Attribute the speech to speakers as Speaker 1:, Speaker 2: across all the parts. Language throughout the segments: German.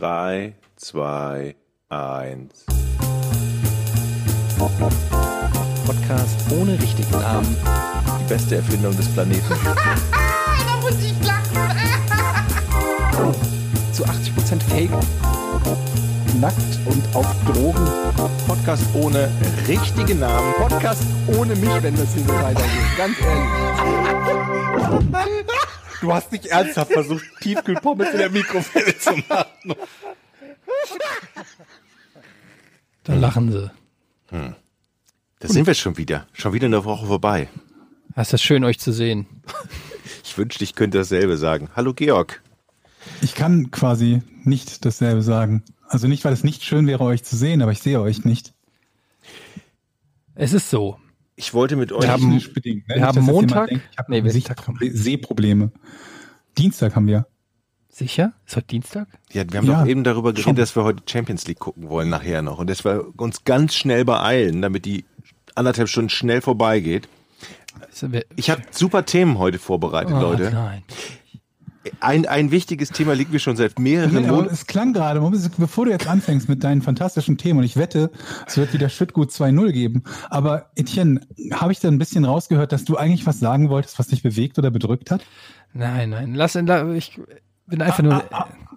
Speaker 1: 3, 2, 1.
Speaker 2: Podcast ohne richtigen Namen.
Speaker 1: Die beste Erfindung des Planeten.
Speaker 3: da muss ich lachen.
Speaker 2: Zu 80% Fake.
Speaker 4: Nackt und auf Drogen.
Speaker 1: Podcast ohne richtigen Namen.
Speaker 2: Podcast ohne mich, wenn das hier so weitergeht. Ganz ehrlich.
Speaker 1: Du hast nicht ernsthaft versucht, Tiefkühlpommes in der Mikrowelle zu machen.
Speaker 5: Da
Speaker 1: Mhm.
Speaker 5: lachen sie.
Speaker 1: Hm. Da sind wir schon wieder. Schon wieder eine Woche vorbei.
Speaker 5: Das ist das schön, euch zu sehen.
Speaker 1: Ich wünschte, ich könnte dasselbe sagen. Hallo Georg.
Speaker 4: Ich kann quasi nicht dasselbe sagen. Also nicht, weil es nicht schön wäre, euch zu sehen, aber ich sehe euch nicht.
Speaker 5: Es ist so.
Speaker 1: Ich wollte mit euch. Wir
Speaker 5: haben, bedingt, ne? wir nicht, haben Montag.
Speaker 4: Denkt, ich habe nee, Sehprobleme. Sehprobleme. Dienstag haben wir.
Speaker 5: Sicher? Ist heute Dienstag?
Speaker 1: Ja, wir haben ja, doch eben darüber geredet, schon. dass wir heute Champions League gucken wollen nachher noch und dass wir uns ganz schnell beeilen, damit die anderthalb Stunden schnell vorbeigeht. Ich habe super Themen heute vorbereitet,
Speaker 5: Ah,
Speaker 1: oh, Leute. Nein. Ein, ein wichtiges Thema liegt mir schon seit mehreren
Speaker 4: Monaten. Es klang gerade, bevor du jetzt anfängst mit deinen fantastischen Themen, und ich wette, es wird wieder Schüttgut 2-0 geben. Aber Etienne, habe ich da ein bisschen rausgehört, dass du eigentlich was sagen wolltest, was dich bewegt oder bedrückt hat?
Speaker 5: Nein, nein. Lass ihn da. Ich bin
Speaker 1: Ah,
Speaker 5: einfach nur.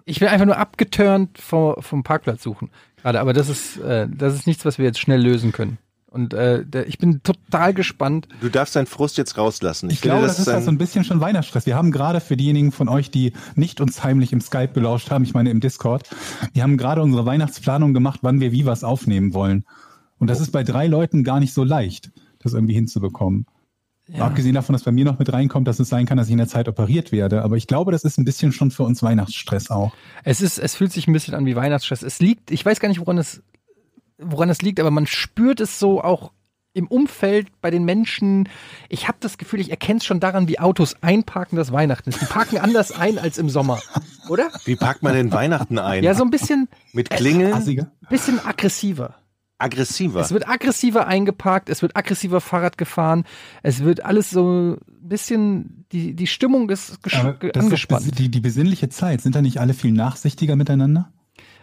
Speaker 5: Ich bin einfach nur abgeturnt vom, vom Parkplatz suchen. Gerade, aber das ist, äh, das ist nichts, was wir jetzt schnell lösen können. Und äh, der, ich bin total gespannt.
Speaker 1: Du darfst deinen Frust jetzt rauslassen.
Speaker 4: Ich, ich glaube, das, das ist ja so ein bisschen schon Weihnachtsstress. Wir haben gerade für diejenigen von euch, die nicht uns heimlich im Skype belauscht haben, ich meine im Discord, wir haben gerade unsere Weihnachtsplanung gemacht, wann wir wie was aufnehmen wollen. Und das oh. ist bei drei Leuten gar nicht so leicht, das irgendwie hinzubekommen. Ja. Abgesehen davon, dass bei mir noch mit reinkommt, dass es sein kann, dass ich in der Zeit operiert werde. Aber ich glaube, das ist ein bisschen schon für uns Weihnachtsstress auch.
Speaker 5: Es ist, es fühlt sich ein bisschen an wie Weihnachtsstress. Es liegt, ich weiß gar nicht, woran es woran das liegt, aber man spürt es so auch im Umfeld bei den Menschen. Ich habe das Gefühl, ich erkenne es schon daran, wie Autos einparken, das Weihnachten ist. Die parken anders ein als im Sommer, oder?
Speaker 1: Wie parkt man denn Weihnachten ein?
Speaker 5: Ja, so ein bisschen
Speaker 1: mit Klingeln,
Speaker 4: Also-
Speaker 5: äh, bisschen aggressiver.
Speaker 1: Aggressiver.
Speaker 5: Es wird aggressiver eingeparkt, es wird aggressiver Fahrrad gefahren, es wird alles so ein bisschen, die, die Stimmung ist angespannt.
Speaker 4: Ist die, die besinnliche Zeit, sind da nicht alle viel nachsichtiger miteinander?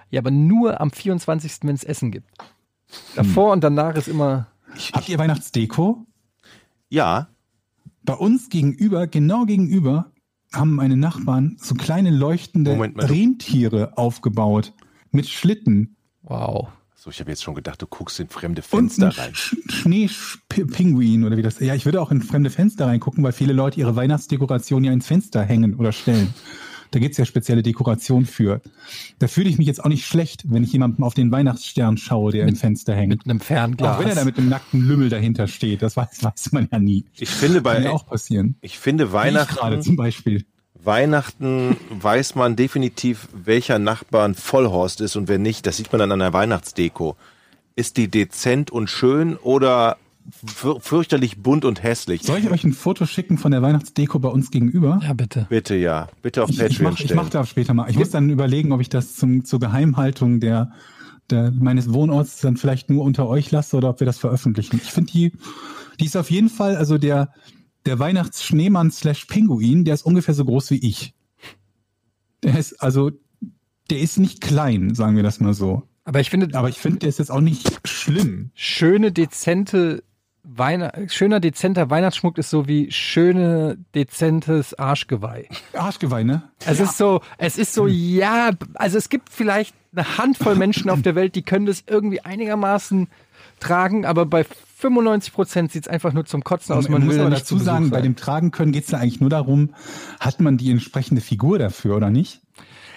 Speaker 5: Ja, aber nur am 24., wenn es Essen gibt. Davor hm. und danach ist immer.
Speaker 4: Habt ihr Weihnachtsdeko?
Speaker 1: Ja.
Speaker 4: Bei uns gegenüber, genau gegenüber, haben meine Nachbarn so kleine leuchtende mal, Rentiere aufgebaut mit Schlitten.
Speaker 5: Wow.
Speaker 1: So, ich habe jetzt schon gedacht, du guckst in fremde Fenster
Speaker 4: und ein rein. Sch Schneepinguin oder wie das. Ja, ich würde auch in fremde Fenster reingucken, weil viele Leute ihre Weihnachtsdekoration ja ins Fenster hängen oder stellen. Da gibt's ja spezielle Dekoration für. Da fühle ich mich jetzt auch nicht schlecht, wenn ich jemandem auf den Weihnachtsstern schaue, der
Speaker 5: mit,
Speaker 4: im Fenster hängt.
Speaker 5: Mit einem Fernglas.
Speaker 4: Auch wenn er da mit einem nackten Lümmel dahinter steht, das weiß, weiß man ja nie.
Speaker 1: Ich finde bei
Speaker 4: Kann ja auch passieren.
Speaker 1: Ich finde Weihnachten
Speaker 4: gerade zum Beispiel.
Speaker 1: Weihnachten weiß man definitiv, welcher Nachbar ein Vollhorst ist und wer nicht. Das sieht man dann an der Weihnachtsdeko. Ist die dezent und schön oder fürchterlich bunt und hässlich.
Speaker 4: Soll ich euch ein Foto schicken von der Weihnachtsdeko bei uns gegenüber?
Speaker 5: Ja, bitte.
Speaker 1: Bitte, ja. Bitte auf
Speaker 4: ich,
Speaker 1: Patreon
Speaker 4: ich mach,
Speaker 1: stellen.
Speaker 4: Ich mache da später mal. Ich muss dann überlegen, ob ich das zum, zur Geheimhaltung der, der, meines Wohnorts dann vielleicht nur unter euch lasse oder ob wir das veröffentlichen. Ich finde die, die ist auf jeden Fall, also der, der Weihnachtsschneemann slash Pinguin, der ist ungefähr so groß wie ich. Der ist, also, der ist nicht klein, sagen wir das mal so.
Speaker 5: Aber ich finde,
Speaker 4: aber ich finde, der ist jetzt auch nicht schlimm.
Speaker 5: Schöne, dezente Weina schöner, dezenter Weihnachtsschmuck ist so wie schöne, dezentes Arschgeweih.
Speaker 4: Arschgeweih, ne?
Speaker 5: Es ja. ist so, es ist so, ja, also es gibt vielleicht eine Handvoll Menschen auf der Welt, die können das irgendwie einigermaßen tragen, aber bei 95 Prozent sieht es einfach nur zum Kotzen aus.
Speaker 4: Man, man muss aber dazu sagen, sein. bei dem Tragen können geht es ja eigentlich nur darum, hat man die entsprechende Figur dafür oder nicht?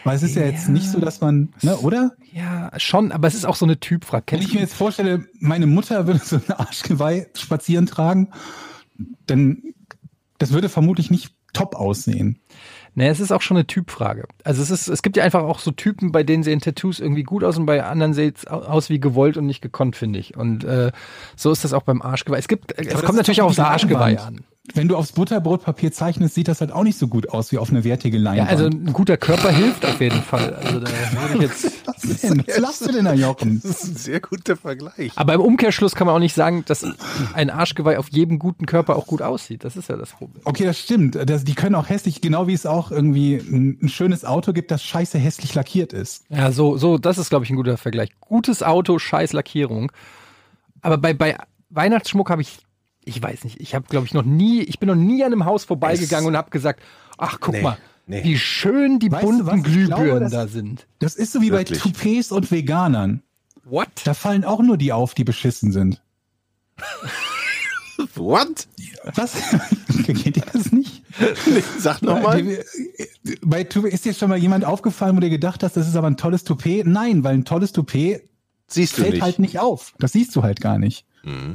Speaker 4: Weil es ist ja, ja, jetzt nicht so, dass man, ne, oder?
Speaker 5: Ja, schon, aber es ist auch so eine Typfrage.
Speaker 4: Wenn ich mir jetzt vorstelle, meine Mutter würde so eine Arschgeweih spazieren tragen, dann das würde vermutlich nicht top aussehen.
Speaker 5: Naja, Ne, es ist auch schon eine Typfrage. Also es ist, es gibt ja einfach auch so Typen, bei denen sehen Tattoos irgendwie gut aus und bei anderen sieht es aus wie gewollt und nicht gekonnt, finde ich. Und äh, so ist das auch beim Arschgeweih. Es gibt, es kommt natürlich auch aufs Arschgeweih an.
Speaker 4: wenn du aufs Butterbrotpapier zeichnest, sieht das halt auch nicht so gut aus wie auf eine wertige
Speaker 5: Ja,
Speaker 4: Leinwand.
Speaker 5: also ein guter Körper hilft auf jeden Fall. Also da würde ich jetzt.
Speaker 4: was, denn? was lachst du denn da, Jochen?
Speaker 1: Das ist ein sehr guter Vergleich.
Speaker 5: Aber im Umkehrschluss kann man auch nicht sagen, dass ein Arschgeweih auf jedem guten Körper auch gut aussieht. Das ist ja das Problem.
Speaker 4: Okay, das stimmt. Das, die können auch hässlich, genau wie es auch irgendwie ein, ein schönes Auto gibt, das scheiße hässlich lackiert ist.
Speaker 5: Ja, so, so, das ist, glaube ich, ein guter Vergleich. Gutes Auto, scheiß Lackierung. Aber bei, bei Weihnachtsschmuck habe ich, ich weiß nicht, ich habe, glaube ich, noch nie, ich bin noch nie an einem Haus vorbeigegangen
Speaker 1: Es-
Speaker 5: und habe gesagt, ach, guck
Speaker 1: Nee,
Speaker 5: mal,
Speaker 1: nee.
Speaker 5: wie schön die
Speaker 4: Weißt du was?
Speaker 5: bunten
Speaker 4: Ich glaube,
Speaker 5: Glühbirnen
Speaker 4: das-
Speaker 5: da sind.
Speaker 4: Das ist so wie
Speaker 1: Wirklich?
Speaker 4: bei Toupets und Veganern.
Speaker 5: What?
Speaker 4: Da fallen auch nur die auf, die beschissen sind.
Speaker 1: What?
Speaker 4: Was? Kennt ihr das nicht?
Speaker 1: Sag nochmal.
Speaker 4: Die- äh, Bei Toupet, ist dir schon mal jemand aufgefallen, wo du gedacht hast, das ist aber ein tolles Toupet? Nein, weil ein tolles Toupet
Speaker 1: Siehst du
Speaker 4: fällt
Speaker 1: nicht.
Speaker 4: halt nicht auf. Das siehst du halt gar nicht.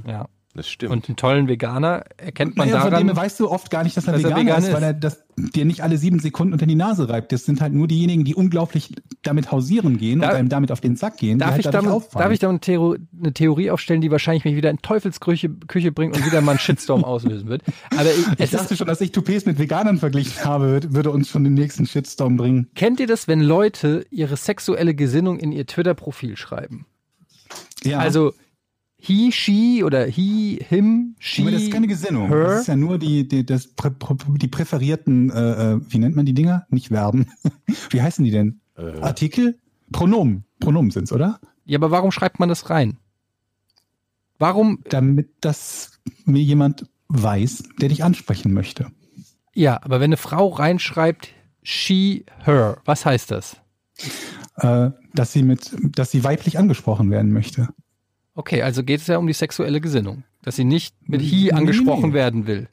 Speaker 5: Ja.
Speaker 1: Das stimmt.
Speaker 5: Und einen tollen Veganer erkennt man
Speaker 4: Naja, von
Speaker 5: daran.
Speaker 4: dem weißt du oft gar nicht, dass er
Speaker 5: dass er
Speaker 4: Veganer
Speaker 5: vegan
Speaker 4: ist, weil er das dir nicht alle sieben Sekunden unter die Nase reibt. Das sind halt nur diejenigen, die unglaublich damit hausieren gehen
Speaker 5: Darf-
Speaker 4: und einem damit auf den Sack gehen. die
Speaker 5: Darf
Speaker 4: halt
Speaker 5: ich,
Speaker 4: dadurch
Speaker 5: damit,
Speaker 4: auffallen.
Speaker 5: darf ich damit Theo- eine Theorie aufstellen, die wahrscheinlich mich wieder in Teufelsküche Küche bringt und wieder mal einen Shitstorm auslösen wird? Aber ich,
Speaker 4: ich
Speaker 5: es ist,
Speaker 4: dachte schon, dass ich Toupets mit Veganern verglichen habe, wird- würde uns schon den nächsten Shitstorm bringen.
Speaker 5: kennt ihr das, wenn Leute ihre sexuelle Gesinnung in ihr Twitter-Profil schreiben?
Speaker 4: Ja.
Speaker 5: Also he, she oder he, him, she.
Speaker 4: Aber das ist keine Gesinnung.
Speaker 5: her.
Speaker 4: Das ist ja nur die, die, das, prä- prä- die präferierten, äh, äh, wie nennt man die Dinger? Nicht Verben. Wie heißen die denn? Artikel? Pronomen. Pronomen sind's, oder?
Speaker 5: ja, aber warum schreibt man das rein? Warum,
Speaker 4: Damit das mir jemand weiß, der dich ansprechen möchte.
Speaker 5: ja, aber wenn eine Frau reinschreibt she, her, was heißt das?
Speaker 4: Äh, dass sie mit, dass sie weiblich angesprochen werden möchte.
Speaker 5: Okay, also geht es ja um die sexuelle Gesinnung, dass sie nicht mit he
Speaker 4: Nee,
Speaker 5: angesprochen
Speaker 4: nee.
Speaker 5: werden will.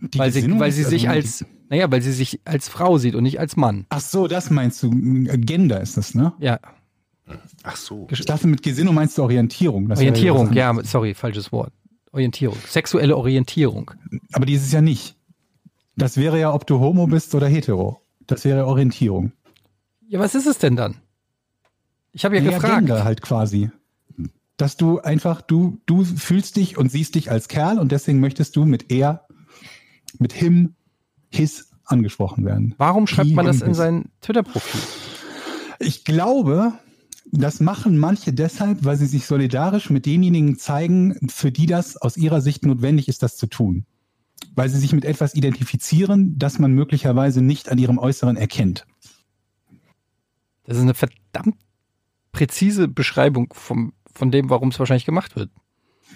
Speaker 4: Die
Speaker 5: weil sie,
Speaker 4: Gesinnung
Speaker 5: weil
Speaker 4: ist
Speaker 5: sie
Speaker 4: also
Speaker 5: sich
Speaker 4: nur die-
Speaker 5: als, naja, weil sie sich als Frau sieht und nicht als Mann.
Speaker 4: Ach so, das meinst du. Gender ist das, ne?
Speaker 5: Ja,
Speaker 1: Ach so.
Speaker 4: Ich dachte, mit Gesinnung meinst du Orientierung. Das wäre
Speaker 5: Orientierung,
Speaker 4: was
Speaker 5: ja,
Speaker 4: anderes.
Speaker 5: sorry, falsches Wort. Orientierung, sexuelle Orientierung.
Speaker 4: Aber die ist es ja nicht. Das wäre ja, ob du Homo bist oder hetero. Das wäre Orientierung.
Speaker 5: Ja, was ist es denn dann? Ich habe ja,
Speaker 4: Ja,
Speaker 5: gefragt.
Speaker 4: Gender halt quasi. Dass du einfach, du, du fühlst dich und siehst dich als Kerl und deswegen möchtest du mit er, mit him, his angesprochen werden.
Speaker 5: Warum schreibt
Speaker 4: Die
Speaker 5: man das
Speaker 4: und
Speaker 5: in
Speaker 4: his.
Speaker 5: sein Twitter-Profil?
Speaker 4: Ich glaube, das machen manche deshalb, weil sie sich solidarisch mit denjenigen zeigen, für die das aus ihrer Sicht notwendig ist, das zu tun. Weil sie sich mit etwas identifizieren, das man möglicherweise nicht an ihrem Äußeren erkennt.
Speaker 5: Das ist eine verdammt präzise Beschreibung vom, von dem, warum es wahrscheinlich gemacht wird.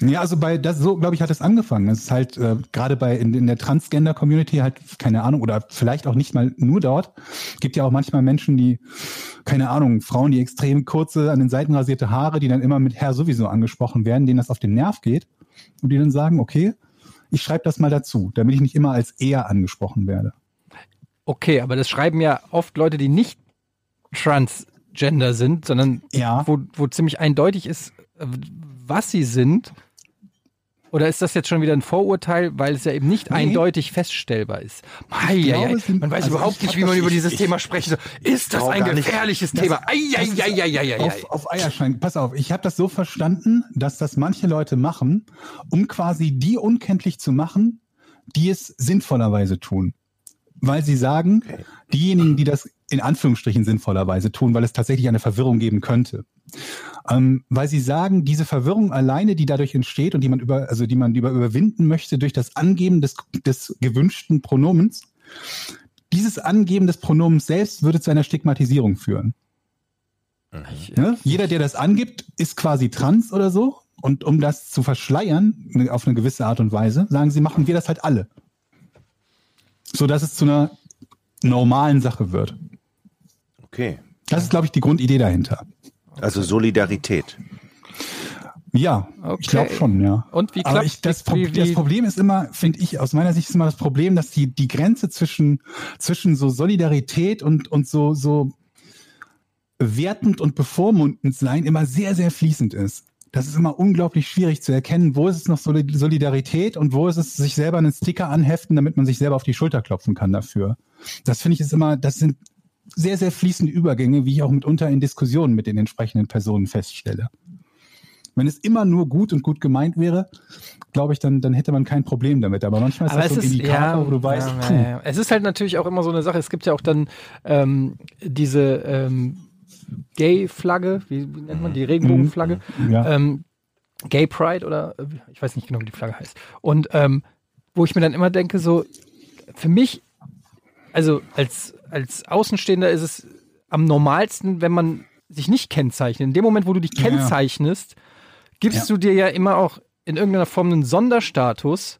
Speaker 4: Ja, also bei das so, glaube ich, hat es angefangen. Es ist halt äh, gerade bei in, in der Transgender-Community halt keine Ahnung oder vielleicht auch nicht mal nur dort. Gibt ja auch manchmal Menschen, die keine Ahnung, Frauen, die extrem kurze an den Seiten rasierte Haare, die dann immer mit Herr sowieso angesprochen werden, denen das auf den Nerv geht und die dann sagen, okay, ich schreibe das mal dazu, damit ich nicht immer als er angesprochen werde.
Speaker 5: Okay, aber das schreiben ja oft Leute, die nicht transgender sind, sondern
Speaker 4: Ja.
Speaker 5: wo, wo ziemlich eindeutig ist, äh, was sie sind? Oder ist das jetzt schon wieder ein Vorurteil, weil es ja eben nicht
Speaker 4: Nee.
Speaker 5: eindeutig feststellbar ist? Mei,
Speaker 4: glaube,
Speaker 5: ei, ei.
Speaker 4: es sind-
Speaker 5: man weiß
Speaker 4: also
Speaker 5: überhaupt
Speaker 4: ich
Speaker 5: nicht,
Speaker 4: hab
Speaker 5: wie man
Speaker 4: das-
Speaker 5: über
Speaker 4: ich-
Speaker 5: dieses
Speaker 4: ich-
Speaker 5: Thema sprechen soll. Ist das
Speaker 1: Trau
Speaker 5: ein
Speaker 1: gar nicht.
Speaker 5: gefährliches Thema? Ei, ei, ei, ei, ei, ei, ei.
Speaker 4: Auf, auf Eierschein. Pass auf, ich habe das so verstanden, dass das manche Leute machen, um quasi die unkenntlich zu machen, die es sinnvollerweise tun. Weil sie sagen, diejenigen, die das in Anführungsstrichen sinnvollerweise tun, weil es tatsächlich eine Verwirrung geben könnte. Ähm, weil sie sagen, diese Verwirrung alleine, die dadurch entsteht und die man über, also die man über überwinden möchte durch das Angeben des, des gewünschten Pronomens, dieses Angeben des Pronomens selbst würde zu einer Stigmatisierung führen. Ne? Jeder, der das angibt, ist quasi trans oder so. Und um das zu verschleiern, ne, auf eine gewisse Art und Weise, sagen sie, machen wir das halt alle. So dass es zu einer normalen Sache wird.
Speaker 1: Okay.
Speaker 4: Das ist, glaube ich, die Grundidee dahinter.
Speaker 1: Also Solidarität.
Speaker 4: Ja,
Speaker 5: Okay.
Speaker 4: ich glaube schon, ja.
Speaker 5: Und wie
Speaker 4: Aber
Speaker 5: klappt-
Speaker 4: ich, das,
Speaker 5: wie-
Speaker 4: Pro
Speaker 5: wie-
Speaker 4: das Problem ist immer, finde ich, aus meiner Sicht ist immer das Problem, dass die, die Grenze zwischen, zwischen so Solidarität und, und so, so wertend und bevormundend sein immer sehr, sehr fließend ist. Das ist immer unglaublich schwierig zu erkennen, wo ist es noch Soli- Solidarität und wo ist es sich selber einen Sticker anheften, damit man sich selber auf die Schulter klopfen kann dafür. Das finde ich ist immer, das sind sehr, sehr fließende Übergänge, wie ich auch mitunter in Diskussionen mit den entsprechenden Personen feststelle. Wenn es immer nur gut und gut gemeint wäre, glaube ich, dann, dann hätte man kein Problem damit. Aber manchmal ist
Speaker 5: Aber
Speaker 4: das
Speaker 5: es
Speaker 4: so ein
Speaker 5: ist,
Speaker 4: Indikator,
Speaker 5: ja,
Speaker 4: wo du weißt,
Speaker 5: ja,
Speaker 4: puh,
Speaker 5: ja, ja. es ist halt natürlich auch immer so eine Sache. Es gibt ja auch dann ähm, diese ähm, Gay-Flagge, wie, wie nennt man
Speaker 4: Mhm.
Speaker 5: die Regenbogenflagge?
Speaker 4: ja.
Speaker 5: ähm, Gay Pride oder äh, ich weiß nicht genau, wie die Flagge heißt. Und ähm, wo ich mir dann immer denke, so für mich, also als, als Außenstehender ist es am normalsten, wenn man sich nicht kennzeichnet. In dem Moment, wo du dich
Speaker 4: Ja, ja.
Speaker 5: kennzeichnest, gibst
Speaker 4: Ja.
Speaker 5: du dir ja immer auch in irgendeiner Form einen Sonderstatus.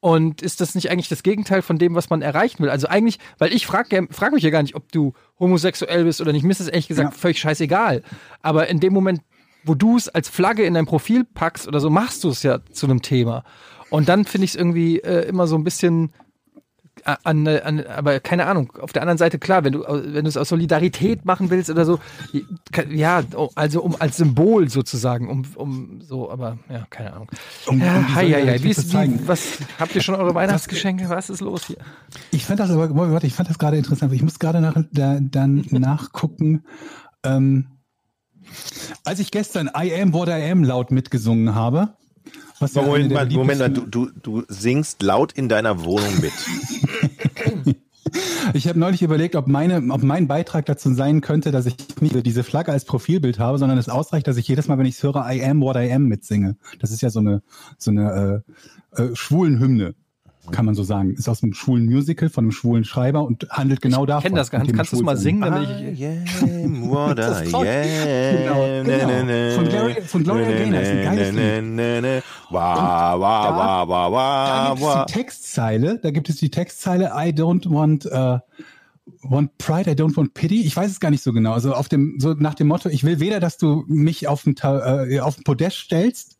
Speaker 5: Und ist das nicht eigentlich das Gegenteil von dem, was man erreichen will? Also eigentlich, weil ich frage frag mich ja gar nicht, ob du homosexuell bist oder nicht. Mir ist es ehrlich gesagt
Speaker 4: Ja.
Speaker 5: völlig scheißegal. Aber in dem Moment, wo du es als Flagge in dein Profil packst oder so, machst du es ja zu einem Thema. Und dann finde ich es irgendwie äh, immer so ein bisschen a- an, äh, an, aber keine Ahnung. Auf der anderen Seite, klar, wenn du, au- wenn du es aus Solidarität machen willst oder so, i- ka- ja, oh, also um als Symbol sozusagen, um, um so, aber ja, keine Ahnung.
Speaker 4: Um- um die
Speaker 5: ja, hei, hei, hei.
Speaker 4: Solidarität
Speaker 5: Wie ist,
Speaker 4: zu zeigen.
Speaker 5: wie, was, habt ihr schon eure Weihnachtsgeschenke? Was ist los hier?
Speaker 4: Ich fand das aber, warte, ich fand das gerade interessant. Ich muss gerade nach, da, dann nachgucken. Ähm, als ich gestern I am what I am laut mitgesungen habe, was ja
Speaker 1: Moment
Speaker 4: eine
Speaker 1: mal,
Speaker 4: der
Speaker 1: Moment mal, du,
Speaker 4: liebsten-
Speaker 1: du, du singst laut in deiner Wohnung mit.
Speaker 4: ich habe neulich überlegt, ob, meine, ob mein Beitrag dazu sein könnte, dass ich nicht diese Flagge als Profilbild habe, sondern es ausreicht, dass ich jedes Mal, wenn ich es höre, I am what I am mitsinge. Das ist ja so eine, so eine äh, äh, schwulen Hymne. Kann man so sagen. Ist aus einem schwulen Musical von einem schwulen Schreiber und handelt genau davon.
Speaker 5: Ich kenne das gar
Speaker 4: mit
Speaker 5: nicht.
Speaker 4: dem
Speaker 5: Kannst du es mal
Speaker 4: Schwulsein.
Speaker 5: singen, damit ich.
Speaker 1: am what
Speaker 4: Das ist
Speaker 1: I
Speaker 4: toll.
Speaker 1: am.
Speaker 4: Genau, genau.
Speaker 1: Na, na, na.
Speaker 4: Von Gloria- von Gloria
Speaker 1: Na,
Speaker 4: Gaynor ist ein
Speaker 1: na,
Speaker 4: geiles
Speaker 1: na, na, na. Wah,
Speaker 4: da-
Speaker 1: wah, wah, wah,
Speaker 4: Da gibt
Speaker 1: wah, wah.
Speaker 4: es die Textzeile, da gibt es die Textzeile, I don't want, äh, want pride, I don't want pity. Ich weiß es gar nicht so genau. Also auf dem, so nach dem Motto, ich will weder, dass du mich auf den, Ta- äh, auf den Podest stellst,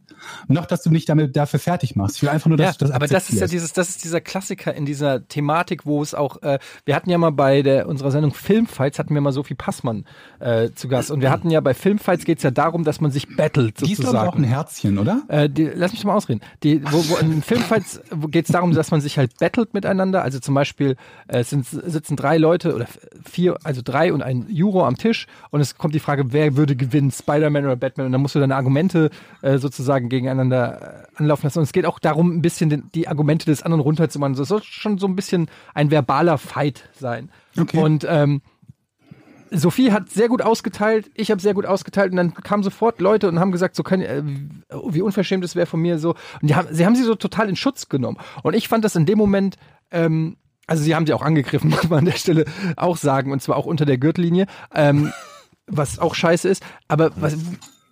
Speaker 4: noch dass du mich damit dafür fertig machst. Ich will einfach nur, dass
Speaker 5: Ja,
Speaker 4: du das
Speaker 5: aber das ist ja
Speaker 4: akzeptierst.
Speaker 5: dieses, das ist dieser Klassiker in dieser Thematik, wo es auch, äh, wir hatten ja mal bei der, unserer Sendung Filmfights hatten wir mal Sophie Passmann äh, zu Gast und wir hatten ja bei Filmfights geht es ja darum, dass man sich battelt
Speaker 4: Die ist, glaube ich, auch
Speaker 5: sozusagen.
Speaker 4: ein Herzchen, oder?
Speaker 5: Äh, die, lass mich doch mal ausreden. Die, wo, wo, in Filmfights geht es darum, dass man sich halt battelt miteinander. Also zum Beispiel äh, es sind, sitzen drei Leute oder vier, also drei und ein Juror am Tisch und es kommt die Frage, wer würde gewinnen, Spider-Man oder Batman? Und dann musst du deine Argumente äh, sozusagen gegeneinander äh, anlaufen lassen. Und es geht auch darum, ein bisschen den, die Argumente des anderen runterzumachen. Das soll schon so ein bisschen ein verbaler Fight sein.
Speaker 4: Okay.
Speaker 5: Und ähm, Sophie hat sehr gut ausgeteilt, ich habe sehr gut ausgeteilt und dann kamen sofort Leute und haben gesagt, so kann, äh, wie unverschämt es wäre von mir so. Und die haben, sie haben sie so total in Schutz genommen. Und ich fand das in dem Moment, ähm, also sie haben sie auch angegriffen, muss man an der Stelle auch sagen, und zwar auch unter der Gürtellinie, ähm, was auch scheiße ist.
Speaker 4: Hm.
Speaker 5: Aber was,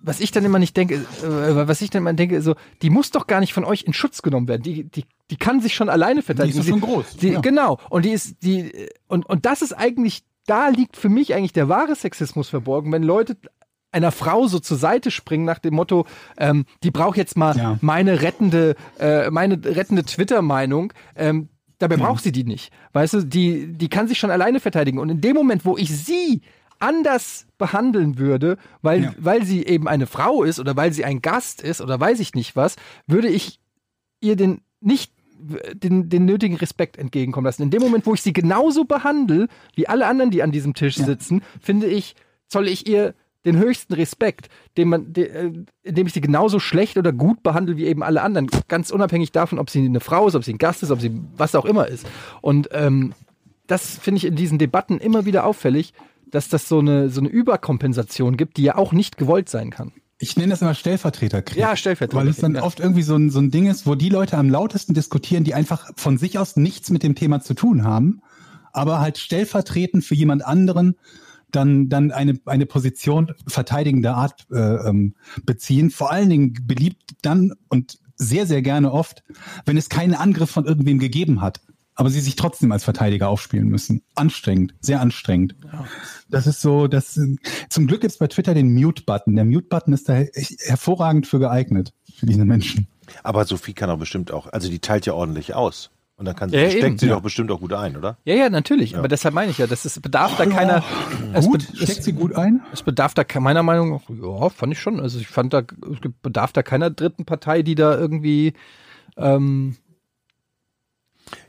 Speaker 5: was ich dann immer nicht denke, äh, was ich dann immer denke, so, die muss doch gar nicht von euch in Schutz genommen werden. Die, die, die kann sich schon alleine verteidigen.
Speaker 4: doch schon groß,
Speaker 5: Die,
Speaker 4: ja.
Speaker 5: Genau. Und die ist, die, äh, und, und das ist eigentlich, da liegt für mich eigentlich der wahre Sexismus verborgen, wenn Leute einer Frau so zur Seite springen nach dem Motto, ähm, die braucht jetzt mal
Speaker 4: Ja.
Speaker 5: meine rettende, äh, meine rettende Twitter-Meinung. Ähm, dabei braucht sie die nicht. Weißt du, die, die kann sich schon alleine verteidigen. Und in dem Moment, wo ich sie anders behandeln würde, weil,
Speaker 4: Ja.
Speaker 5: weil sie eben eine Frau ist oder weil sie ein Gast ist oder weiß ich nicht was, würde ich ihr den nicht den, den nötigen Respekt entgegenkommen lassen. In dem Moment, wo ich sie genauso behandle wie alle anderen, die an diesem Tisch
Speaker 4: Ja.
Speaker 5: sitzen, finde ich, zolle ich ihr den höchsten Respekt, den man, de, äh, indem ich sie genauso schlecht oder gut behandle wie eben alle anderen. Ganz unabhängig davon, ob sie eine Frau ist, ob sie ein Gast ist, ob sie was auch immer ist. Und ähm, das finde ich in diesen Debatten immer wieder auffällig, dass das so eine, so eine Überkompensation gibt, die ja auch nicht gewollt sein kann.
Speaker 4: Ich nenne das immer Stellvertreterkrieg.
Speaker 5: Ja, Stellvertreterkrieg,
Speaker 4: Weil es dann
Speaker 5: ja.
Speaker 4: oft irgendwie so ein, so ein Ding ist, wo die Leute am lautesten diskutieren, die einfach von sich aus nichts mit dem Thema zu tun haben, aber halt stellvertretend für jemand anderen dann, dann eine, eine Position verteidigender Art äh, ähm, beziehen. Vor allen Dingen beliebt dann und sehr, sehr gerne oft, wenn es keinen Angriff von irgendwem gegeben hat, aber sie sich trotzdem als Verteidiger aufspielen müssen. Anstrengend, sehr anstrengend. Das ist so, das äh, zum Glück gibt's bei Twitter den Mute-Button. Der Mute-Button ist da echt hervorragend für geeignet, für diese Menschen.
Speaker 1: Aber Sophie kann auch bestimmt auch, also die teilt ja ordentlich aus. Und dann kann sie,
Speaker 5: Ja,
Speaker 1: steckt
Speaker 5: eben,
Speaker 1: sie
Speaker 5: ja.
Speaker 1: doch bestimmt auch gut ein, oder?
Speaker 5: Ja, ja, natürlich. Aber deshalb meine ich ja, das ist, bedarf da keiner. es
Speaker 4: Gut,
Speaker 5: be- es-
Speaker 4: steckt sie gut ein?
Speaker 5: Es bedarf da ke- meiner Meinung nach, ja, fand ich schon. Also ich fand da, es gibt- bedarf da keiner dritten Partei, die da irgendwie ähm,